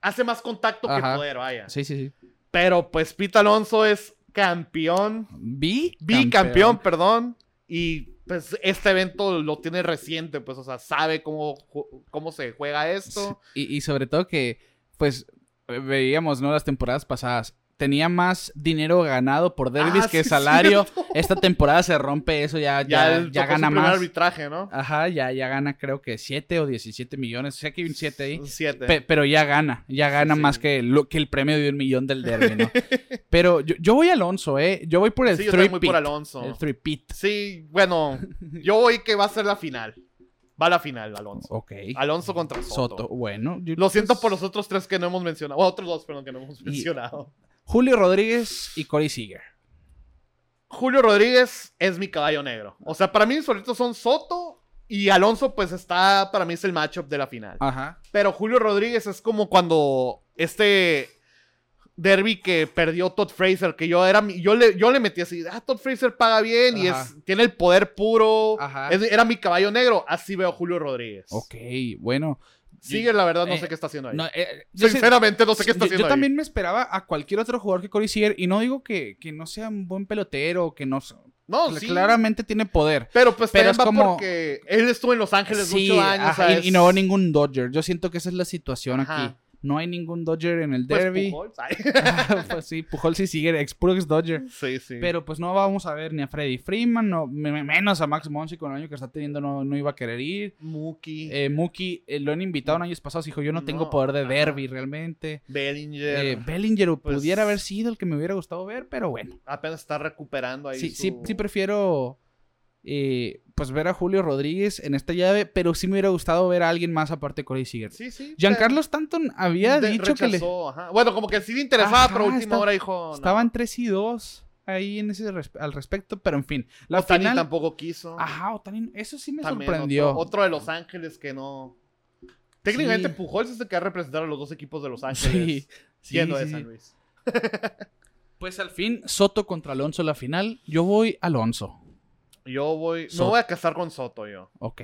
Speaker 2: hace más contacto que
Speaker 1: Ajá.
Speaker 2: poder, vaya.
Speaker 1: Sí, sí, sí.
Speaker 2: Pero pues Pete Alonso es campeón
Speaker 1: Vi.
Speaker 2: bicampeón, perdón. Y pues este evento lo tiene reciente, pues, o sea, sabe cómo, ju- cómo se juega esto.
Speaker 1: Y, y sobre todo que, pues, veíamos, ¿no? Las temporadas pasadas. Tenía más dinero ganado por derbis
Speaker 2: Ah,
Speaker 1: que
Speaker 2: sí,
Speaker 1: salario.
Speaker 2: cierto.
Speaker 1: Esta temporada se rompe eso, ya,
Speaker 2: Ya,
Speaker 1: ya,
Speaker 2: él
Speaker 1: ya
Speaker 2: tocó
Speaker 1: gana
Speaker 2: su primer
Speaker 1: más. Ah,
Speaker 2: arbitraje, ¿no?
Speaker 1: Ajá, ya, ya gana creo que 7 o 17 millones. O sea que hay un 7 ahí.
Speaker 2: Un siete.
Speaker 1: Pe- pero ya gana, ya gana
Speaker 2: Sí.
Speaker 1: más que, lo, que el premio de un millón del derby, ¿no? pero yo, yo voy a Alonso, ¿eh? Yo voy por el
Speaker 2: sí, yo también
Speaker 1: three
Speaker 2: voy
Speaker 1: pit,
Speaker 2: por Alonso.
Speaker 1: El three pit.
Speaker 2: Sí, bueno, yo voy que va a ser la final. Va a la final, Alonso.
Speaker 1: Ok.
Speaker 2: Alonso contra Soto.
Speaker 1: Soto. bueno. yo-
Speaker 2: Lo siento por los otros tres que no hemos mencionado. Bueno, otros dos, perdón, que no hemos mencionado.
Speaker 1: Julio Rodríguez y Corey Seager.
Speaker 2: Julio Rodríguez es mi caballo negro. O sea, para mí mis favoritos son Soto y Alonso, pues está, para mí es el matchup de la final.
Speaker 1: Ajá.
Speaker 2: Pero Julio Rodríguez es como cuando este derby que perdió Todd Fraser, que yo era mi- yo le, yo le metí así, ah, Todd Fraser paga bien y
Speaker 1: Ajá.
Speaker 2: es, tiene el poder puro.
Speaker 1: Ajá.
Speaker 2: Es- era mi caballo negro. Así veo a Julio Rodríguez.
Speaker 1: Ok, bueno.
Speaker 2: Sigue, la verdad, no
Speaker 1: Eh,
Speaker 2: sé qué está haciendo ahí.
Speaker 1: No, eh, yo sé-
Speaker 2: Sinceramente, no sé qué está
Speaker 1: yo- yo
Speaker 2: haciendo ahí.
Speaker 1: también me esperaba a cualquier otro jugador que Corey Seager. Y no digo que, que no sea un buen pelotero, que no.
Speaker 2: No, sí.
Speaker 1: Claramente tiene poder.
Speaker 2: Pero pues
Speaker 1: Pero
Speaker 2: también
Speaker 1: es
Speaker 2: va
Speaker 1: como-
Speaker 2: porque él estuvo en Los Ángeles
Speaker 1: Sí,
Speaker 2: muchos años.
Speaker 1: ajá,
Speaker 2: o sea,
Speaker 1: y, y
Speaker 2: es-
Speaker 1: no hubo ningún Dodger. Yo siento que esa es la situación
Speaker 2: Ajá.
Speaker 1: aquí. No hay ningún Dodger en el
Speaker 2: Pues,
Speaker 1: derby.
Speaker 2: Pujols, ay.
Speaker 1: pues sí, Pujol sí sigue, ex puro ex Dodger.
Speaker 2: sí, sí.
Speaker 1: Pero pues no vamos a ver ni a Freddy Freeman, no, me- me- menos a Max Monsi con el año que está teniendo, no, no iba a querer ir.
Speaker 2: Mookie,
Speaker 1: Eh, Mookie eh, lo han invitado en años pasados, dijo yo no tengo
Speaker 2: No,
Speaker 1: poder de
Speaker 2: ajá.
Speaker 1: derby realmente.
Speaker 2: Bellinger,
Speaker 1: Eh, Bellinger
Speaker 2: pues-
Speaker 1: pudiera haber sido el que me hubiera gustado ver, pero bueno.
Speaker 2: apenas está recuperando ahí.
Speaker 1: Sí,
Speaker 2: su-
Speaker 1: sí, sí prefiero eh, pues ver a Julio Rodríguez en esta llave, pero sí me hubiera gustado ver a alguien más aparte de Corey Seager.
Speaker 2: Sí, sí.
Speaker 1: Giancarlo Stanton había
Speaker 2: de-
Speaker 1: dicho que le
Speaker 2: rechazó, ajá. Bueno, como que sí le interesaba,
Speaker 1: Ajá,
Speaker 2: pero a última
Speaker 1: está-
Speaker 2: hora dijo. no.
Speaker 1: estaban 3 y 2 ahí en ese res- al respecto, pero en fin, la
Speaker 2: Otani
Speaker 1: final
Speaker 2: tampoco quiso.
Speaker 1: Ajá, Otani, eso sí me
Speaker 2: También
Speaker 1: sorprendió.
Speaker 2: Otro, otro de Los Ángeles que no. Técnicamente Pujols es el que ha representado a los dos equipos de Los Ángeles.
Speaker 1: Sí, sí,
Speaker 2: siendo de
Speaker 1: sí,
Speaker 2: San
Speaker 1: sí.
Speaker 2: Luis.
Speaker 1: Pues al fin, Soto contra Alonso la final. Yo voy Alonso.
Speaker 2: Yo voy.
Speaker 1: Soto.
Speaker 2: Me voy a casar con Soto yo.
Speaker 1: Ok.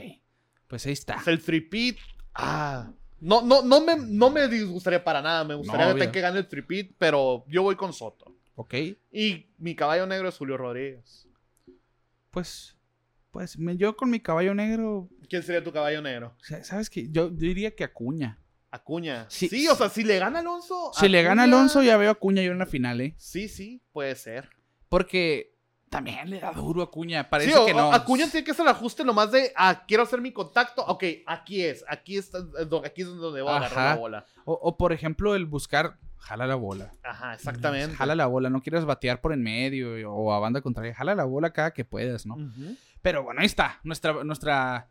Speaker 1: Pues ahí está.
Speaker 2: Es el tripit. Ah. No, no, no, me, no me disgustaría para nada. Me gustaría
Speaker 1: No,
Speaker 2: que,
Speaker 1: obvio.
Speaker 2: que gane el tripit, pero yo voy con Soto.
Speaker 1: Ok.
Speaker 2: Y mi caballo negro es Julio Rodríguez.
Speaker 1: Pues. Pues me- yo con mi caballo negro.
Speaker 2: ¿Quién sería tu caballo negro?
Speaker 1: o sea, ¿Sabes qué? Yo, yo diría que Acuña.
Speaker 2: Acuña.
Speaker 1: Sí.
Speaker 2: Sí, o sea, si le gana Alonso.
Speaker 1: Si le gana
Speaker 2: Acuña-
Speaker 1: Alonso, ya veo a Acuña yo en la final, ¿eh?
Speaker 2: Sí, sí, puede ser.
Speaker 1: Porque también le da duro a Acuña. Parece
Speaker 2: Sí, o-
Speaker 1: que
Speaker 2: o-
Speaker 1: no.
Speaker 2: Acuña tiene que hacer el ajuste nomás de, ah, quiero hacer mi contacto. Ok, aquí es, aquí es, eh, do- aquí es donde va a agarrar
Speaker 1: Ajá.
Speaker 2: la bola.
Speaker 1: O, o, por ejemplo, el buscar. Jala la bola.
Speaker 2: Ajá, exactamente.
Speaker 1: Jala la bola. No quieras batear por en medio y- o a banda contraria. Jala la bola cada que puedas, ¿no?
Speaker 2: Ujú.
Speaker 1: Pero bueno, ahí está. Nuestra. nuestra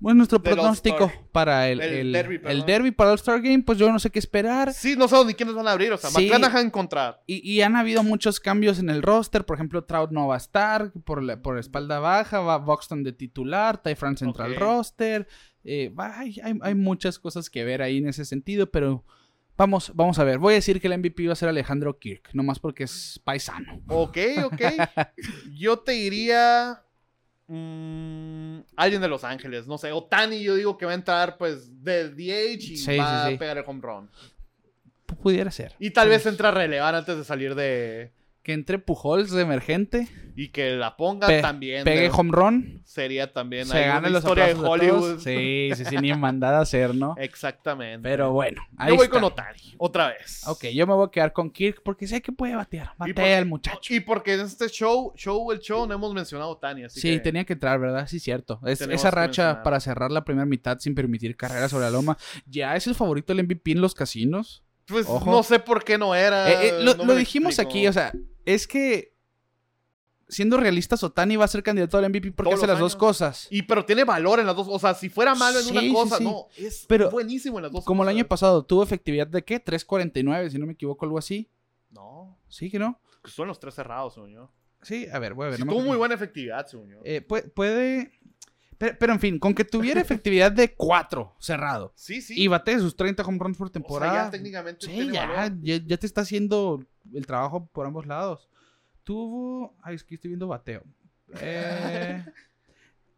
Speaker 1: bueno, nuestro
Speaker 2: Del
Speaker 1: pronóstico
Speaker 2: All-Star.
Speaker 1: para el,
Speaker 2: Del
Speaker 1: el- el derby,
Speaker 2: derby, perdón.
Speaker 1: para el All-Star Game. Pues yo no sé qué esperar.
Speaker 2: Sí, no sabemos ni quiénes van a abrir. O sea,
Speaker 1: Sí.
Speaker 2: McClanahan contra
Speaker 1: Y, y han habido muchos cambios en el roster. Por ejemplo, Trout no va a estar por, la, por espalda baja. Va Buxton de titular. Ty France entra al
Speaker 2: Ok.
Speaker 1: roster. eh, va- hay, hay- hay muchas cosas que ver ahí en ese sentido. Pero Vamos, vamos a ver. Voy a decir que el MVP va a ser Alejandro Kirk, nomás porque es paisano.
Speaker 2: Ok, ok. Yo te diría. mm, alguien de Los Ángeles, no sé. Otani, yo digo que va a entrar pues de DH y
Speaker 1: Sí,
Speaker 2: va
Speaker 1: sí, sí.
Speaker 2: a pegar el home run.
Speaker 1: P- Pudiera ser.
Speaker 2: Y tal vez entra a relevar antes de salir de.
Speaker 1: Que entre Pujols de emergente,
Speaker 2: Y que la ponga
Speaker 1: Pe-
Speaker 2: también.
Speaker 1: pegue
Speaker 2: de-
Speaker 1: home run,
Speaker 2: Sería también.
Speaker 1: se
Speaker 2: ahí una
Speaker 1: gane los
Speaker 2: historia de
Speaker 1: aplausos de todos.
Speaker 2: Hollywood.
Speaker 1: Sí, sí, sí, ni mandada a ser, ¿no?
Speaker 2: Exactamente.
Speaker 1: Pero bueno, ahí
Speaker 2: yo voy
Speaker 1: está.
Speaker 2: con Otani, otra vez.
Speaker 1: Ok, yo me voy a quedar con Kirk porque sé que puede batear. Batea
Speaker 2: por-
Speaker 1: el muchacho.
Speaker 2: Y porque en este show, show el show, no hemos mencionado a Otani, así
Speaker 1: Sí,
Speaker 2: que-
Speaker 1: tenía que entrar, ¿verdad? Sí, cierto. Es-
Speaker 2: Tenemos
Speaker 1: esa
Speaker 2: que
Speaker 1: racha
Speaker 2: mencionar.
Speaker 1: para cerrar la primera mitad sin permitir carreras sobre la loma. ¿Ya es el favorito del MVP en los casinos?
Speaker 2: Pues
Speaker 1: Ojo.
Speaker 2: no sé por qué no era.
Speaker 1: Eh, eh, lo
Speaker 2: Ah, no me
Speaker 1: lo dijimos
Speaker 2: explico.
Speaker 1: aquí, o sea, es que siendo realistas, Otani va a ser candidato al MVP porque
Speaker 2: Todos
Speaker 1: hace
Speaker 2: los
Speaker 1: las dos
Speaker 2: años.
Speaker 1: cosas.
Speaker 2: Y pero tiene valor en las dos. O sea, si fuera malo en
Speaker 1: Sí,
Speaker 2: una
Speaker 1: sí,
Speaker 2: cosa,
Speaker 1: sí.
Speaker 2: no. Es
Speaker 1: Pero-
Speaker 2: buenísimo en las dos
Speaker 1: Como el
Speaker 2: cosas.
Speaker 1: año pasado, tuvo efectividad de qué? 3.49, si no me equivoco, algo así.
Speaker 2: No.
Speaker 1: Sí, que no.
Speaker 2: que Son los tres cerrados, según yo.
Speaker 1: Sí, a ver, voy a ver.
Speaker 2: Sí,
Speaker 1: no me
Speaker 2: tuvo
Speaker 1: acuerdo.
Speaker 2: muy buena efectividad, según yo.
Speaker 1: Eh, puede. puede- Pero, pero, en fin, con que tuviera efectividad de 4 cerrado
Speaker 2: sí, sí.
Speaker 1: y batee sus 30 home runs por
Speaker 2: o sea,
Speaker 1: temporada.
Speaker 2: ya técnicamente.
Speaker 1: Sí,
Speaker 2: tiene
Speaker 1: ya,
Speaker 2: valor.
Speaker 1: ya, ya te está haciendo el trabajo por ambos lados. Tuvo. Ay, es que estoy viendo bateo. Eh,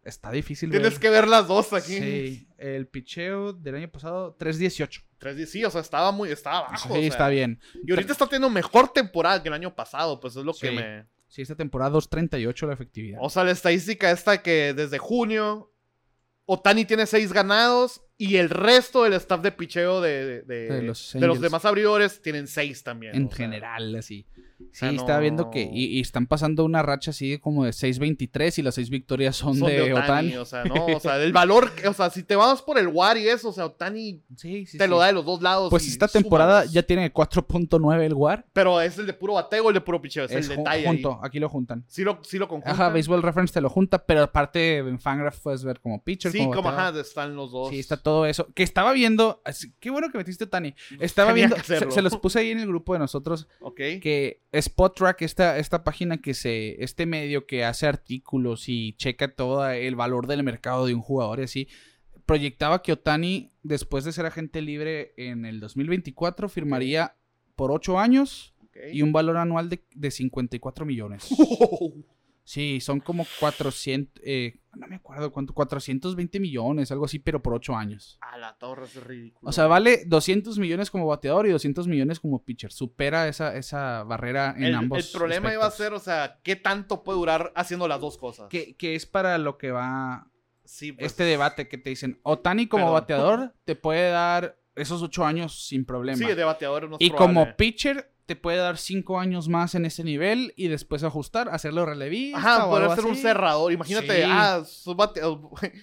Speaker 1: está difícil. ver.
Speaker 2: Tienes que ver las dos aquí.
Speaker 1: Sí, el picheo del año pasado, 318.
Speaker 2: Tres di- Sí, o sea, estaba muy. Estaba bajo.
Speaker 1: sí,
Speaker 2: Ah, o sea.
Speaker 1: está bien.
Speaker 2: Y ahorita está teniendo mejor temporada que el año pasado, pues es lo que
Speaker 1: Sí.
Speaker 2: me.
Speaker 1: Sí, esta temporada 238 la efectividad.
Speaker 2: O sea, la estadística esta que desde junio Otani tiene seis ganados y el resto del staff de picheo de, de- de-
Speaker 1: De los
Speaker 2: de los
Speaker 1: Angels.
Speaker 2: demás abridores tienen seis también.
Speaker 1: en
Speaker 2: o sea.
Speaker 1: general, así. Sí,
Speaker 2: sea,
Speaker 1: estaba viendo
Speaker 2: no-
Speaker 1: que. Y, y están pasando una racha así como de 623 y las seis victorias son,
Speaker 2: Son
Speaker 1: de, Otani.
Speaker 2: O sea, no, o sea, el valor, que- o sea, si te vas por el WAR y eso, o sea, Otani
Speaker 1: Sí, sí.
Speaker 2: te lo
Speaker 1: sí.
Speaker 2: da de los dos lados.
Speaker 1: Pues
Speaker 2: y
Speaker 1: esta temporada
Speaker 2: súmalos.
Speaker 1: ya tiene 4.9 el WAR.
Speaker 2: Pero es el de puro bateo, el de puro picheo, es,
Speaker 1: Es
Speaker 2: el
Speaker 1: ju-
Speaker 2: detalle. ahí.
Speaker 1: junto, aquí lo juntan.
Speaker 2: Sí lo, sí lo conjuntan.
Speaker 1: Ajá, Baseball Reference te lo junta, pero aparte en Fangraph puedes ver como pitcher,
Speaker 2: Sí, como
Speaker 1: bateador.
Speaker 2: ajá, están los dos.
Speaker 1: Sí, está todo eso. Que estaba viendo, así- qué bueno que metiste Tani. Estaba
Speaker 2: Tenía
Speaker 1: viendo,
Speaker 2: que
Speaker 1: se,
Speaker 2: hacerlo.
Speaker 1: se los puse ahí en el grupo de nosotros,
Speaker 2: Ok.
Speaker 1: que SpotTrack, esta, esta página que se, este medio que hace artículos y checa todo el valor del mercado de un jugador y así, proyectaba que Otani, después de ser agente libre en el 2024, firmaría por 8 años
Speaker 2: ok.
Speaker 1: y un valor anual de, de 54 millones. Sí, son como 400, eh, no me acuerdo cuánto, 420 millones, algo así, pero por 8 años.
Speaker 2: A la torre, es ridículo.
Speaker 1: O sea, vale 200 millones como bateador y 200 millones como pitcher. Supera esa, esa barrera en
Speaker 2: el,
Speaker 1: ambos.
Speaker 2: el problema iba a ser,
Speaker 1: aspectos.
Speaker 2: o sea, ¿qué tanto puede durar haciendo las dos cosas?
Speaker 1: Que, que es para lo que va
Speaker 2: Sí, pues,
Speaker 1: este debate que te dicen, Otani como
Speaker 2: Perdón.
Speaker 1: bateador te puede dar esos 8 años sin problema.
Speaker 2: Sí, de bateador no es
Speaker 1: y
Speaker 2: probable.
Speaker 1: como pitcher te puede dar 5 años más en ese nivel y después ajustar, hacerlo relevista.
Speaker 2: Ajá,
Speaker 1: o
Speaker 2: poder
Speaker 1: algo
Speaker 2: ser un
Speaker 1: así.
Speaker 2: cerrador. Imagínate,
Speaker 1: Sí.
Speaker 2: ah, su bate-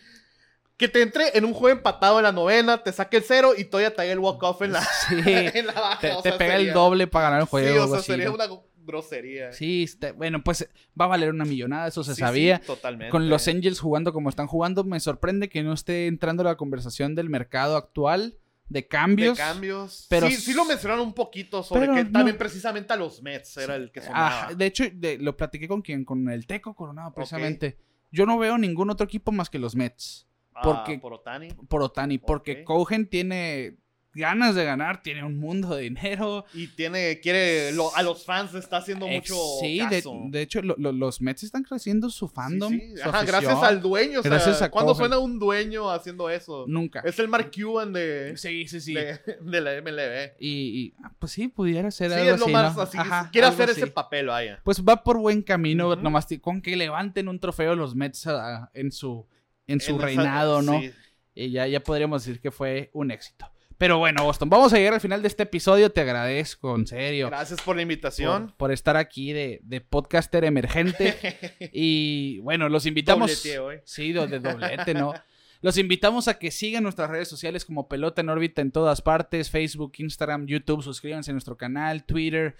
Speaker 2: Que te entre en un juego empatado en la novena, te saque el cero y todavía te haga el walk-off en la,
Speaker 1: Sí.
Speaker 2: en la baja.
Speaker 1: te,
Speaker 2: o
Speaker 1: te
Speaker 2: sea,
Speaker 1: pega el
Speaker 2: sería-
Speaker 1: doble para ganar el
Speaker 2: Sí,
Speaker 1: juego.
Speaker 2: o
Speaker 1: algo
Speaker 2: sea,
Speaker 1: así,
Speaker 2: sería
Speaker 1: ¿no?
Speaker 2: una grosería.
Speaker 1: Sí, está- bueno, pues va a valer una millonada, eso se
Speaker 2: Sí, sí,
Speaker 1: sabía.
Speaker 2: totalmente.
Speaker 1: Con los Angels jugando como están jugando, me sorprende que no esté entrando la conversación del mercado actual de
Speaker 2: De
Speaker 1: cambios.
Speaker 2: cambios.
Speaker 1: pero-
Speaker 2: sí, sí lo mencionaron un poquito sobre
Speaker 1: pero
Speaker 2: que
Speaker 1: no.
Speaker 2: también precisamente a los Mets era el que sonaba.
Speaker 1: Ajá, Ah, de hecho, de- lo platiqué con quien, con el Teco Coronado, precisamente. Yo no veo ningún otro equipo más que los Mets
Speaker 2: Ah,
Speaker 1: porque-
Speaker 2: por Otani.
Speaker 1: por Otani, porque
Speaker 2: Ok.
Speaker 1: Cohen tiene ganas de ganar, tiene un mundo de dinero.
Speaker 2: Y tiene, quiere, lo- a los fans le está haciendo mucho
Speaker 1: Ex- sí, de-
Speaker 2: caso.
Speaker 1: De, hecho, lo- lo- los Mets están creciendo su fandom.
Speaker 2: Sí, sí.
Speaker 1: su
Speaker 2: Ajá, gracias
Speaker 1: afición.
Speaker 2: al dueño. O sea,
Speaker 1: Gracias a
Speaker 2: ¿Cuándo
Speaker 1: Cohen.
Speaker 2: suena un dueño haciendo eso?
Speaker 1: Nunca.
Speaker 2: Es el Mark Cuban de,
Speaker 1: Sí, sí, sí.
Speaker 2: de, de la MLB.
Speaker 1: Y, y, ah, pues sí, pudiera ser
Speaker 2: Sí,
Speaker 1: algo
Speaker 2: es lo
Speaker 1: así,
Speaker 2: más
Speaker 1: ¿no?
Speaker 2: así.
Speaker 1: Ajá,
Speaker 2: quiere
Speaker 1: algo
Speaker 2: hacer
Speaker 1: así.
Speaker 2: ese papel, vaya.
Speaker 1: Pues va por buen camino,
Speaker 2: Ujú.
Speaker 1: nomás ti- con que levanten un trofeo los Mets ah, en su en su
Speaker 2: En esa-
Speaker 1: reinado, ¿no?
Speaker 2: sí.
Speaker 1: Y ya, ya podríamos decir que fue un éxito. Pero bueno, Boston, vamos a llegar al final de este episodio. Te agradezco, en serio,
Speaker 2: Gracias por la invitación.
Speaker 1: por, por estar aquí de, de podcaster emergente. y bueno, los invitamos.
Speaker 2: Doblete hoy.
Speaker 1: Sí, do- de doblete, ¿no? Los invitamos a que sigan nuestras redes sociales como Pelota en órbita en todas partes, Facebook, Instagram, YouTube, suscríbanse a nuestro canal, Twitter,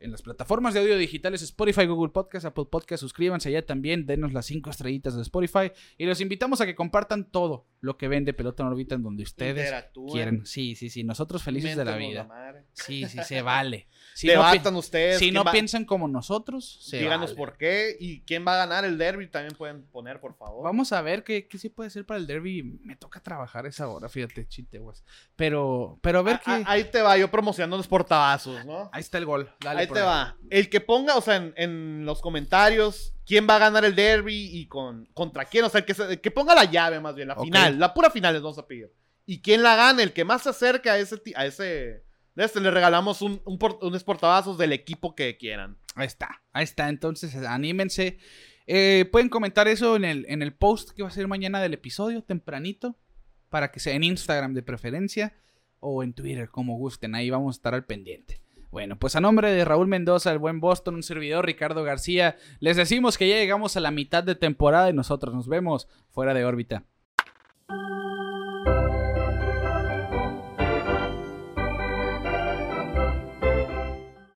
Speaker 1: en las plataformas de audio digitales Spotify, Google Podcast, Apple Podcast, suscríbanse allá también, denos las cinco estrellitas de Spotify y los invitamos a que compartan todo, lo que vende pelota en órbita en donde ustedes
Speaker 2: Interactúen.
Speaker 1: quieren. Sí, sí, sí. Nosotros felices de la
Speaker 2: Méntenos
Speaker 1: vida.
Speaker 2: madre.
Speaker 1: Sí, sí, se vale. Si no, pi-
Speaker 2: Debatan ustedes.
Speaker 1: si
Speaker 2: ¿quién
Speaker 1: no
Speaker 2: va-
Speaker 1: piensan como nosotros, se
Speaker 2: Díganos
Speaker 1: vale.
Speaker 2: por qué y quién va a ganar el derby. También pueden poner, por favor.
Speaker 1: Vamos a ver qué, qué sí puede ser para el derby. Me toca trabajar esa hora, fíjate, chiteguas. Pero, pero a ver
Speaker 2: Ah,
Speaker 1: qué.
Speaker 2: ah, ahí te va, yo promocionando los portavasos, ¿no?
Speaker 1: Ahí está el gol. Dale,
Speaker 2: ahí
Speaker 1: por
Speaker 2: te va. El que ponga, o sea, en, en los comentarios, quién va a ganar el derby y con, contra quién. O sea, el que, se- el que ponga la llave más bien, la
Speaker 1: Ok.
Speaker 2: final, la pura final les vamos a pedir. Y quién la gane, el que más se acerque a ese, ti- a ese, de este, le regalamos un, un, por- unos portavasos del equipo que quieran.
Speaker 1: Ahí está, ahí está. Entonces, anímense. Eh, pueden comentar eso en el, en el post que va a ser mañana del episodio, tempranito, para que sea en Instagram de preferencia o en Twitter, como gusten. Ahí vamos a estar al pendiente. Bueno, pues a nombre de Raúl Mendoza, el buen Boston, un servidor, Ricardo García, les decimos que ya llegamos a la mitad de temporada y nosotros nos vemos fuera de órbita.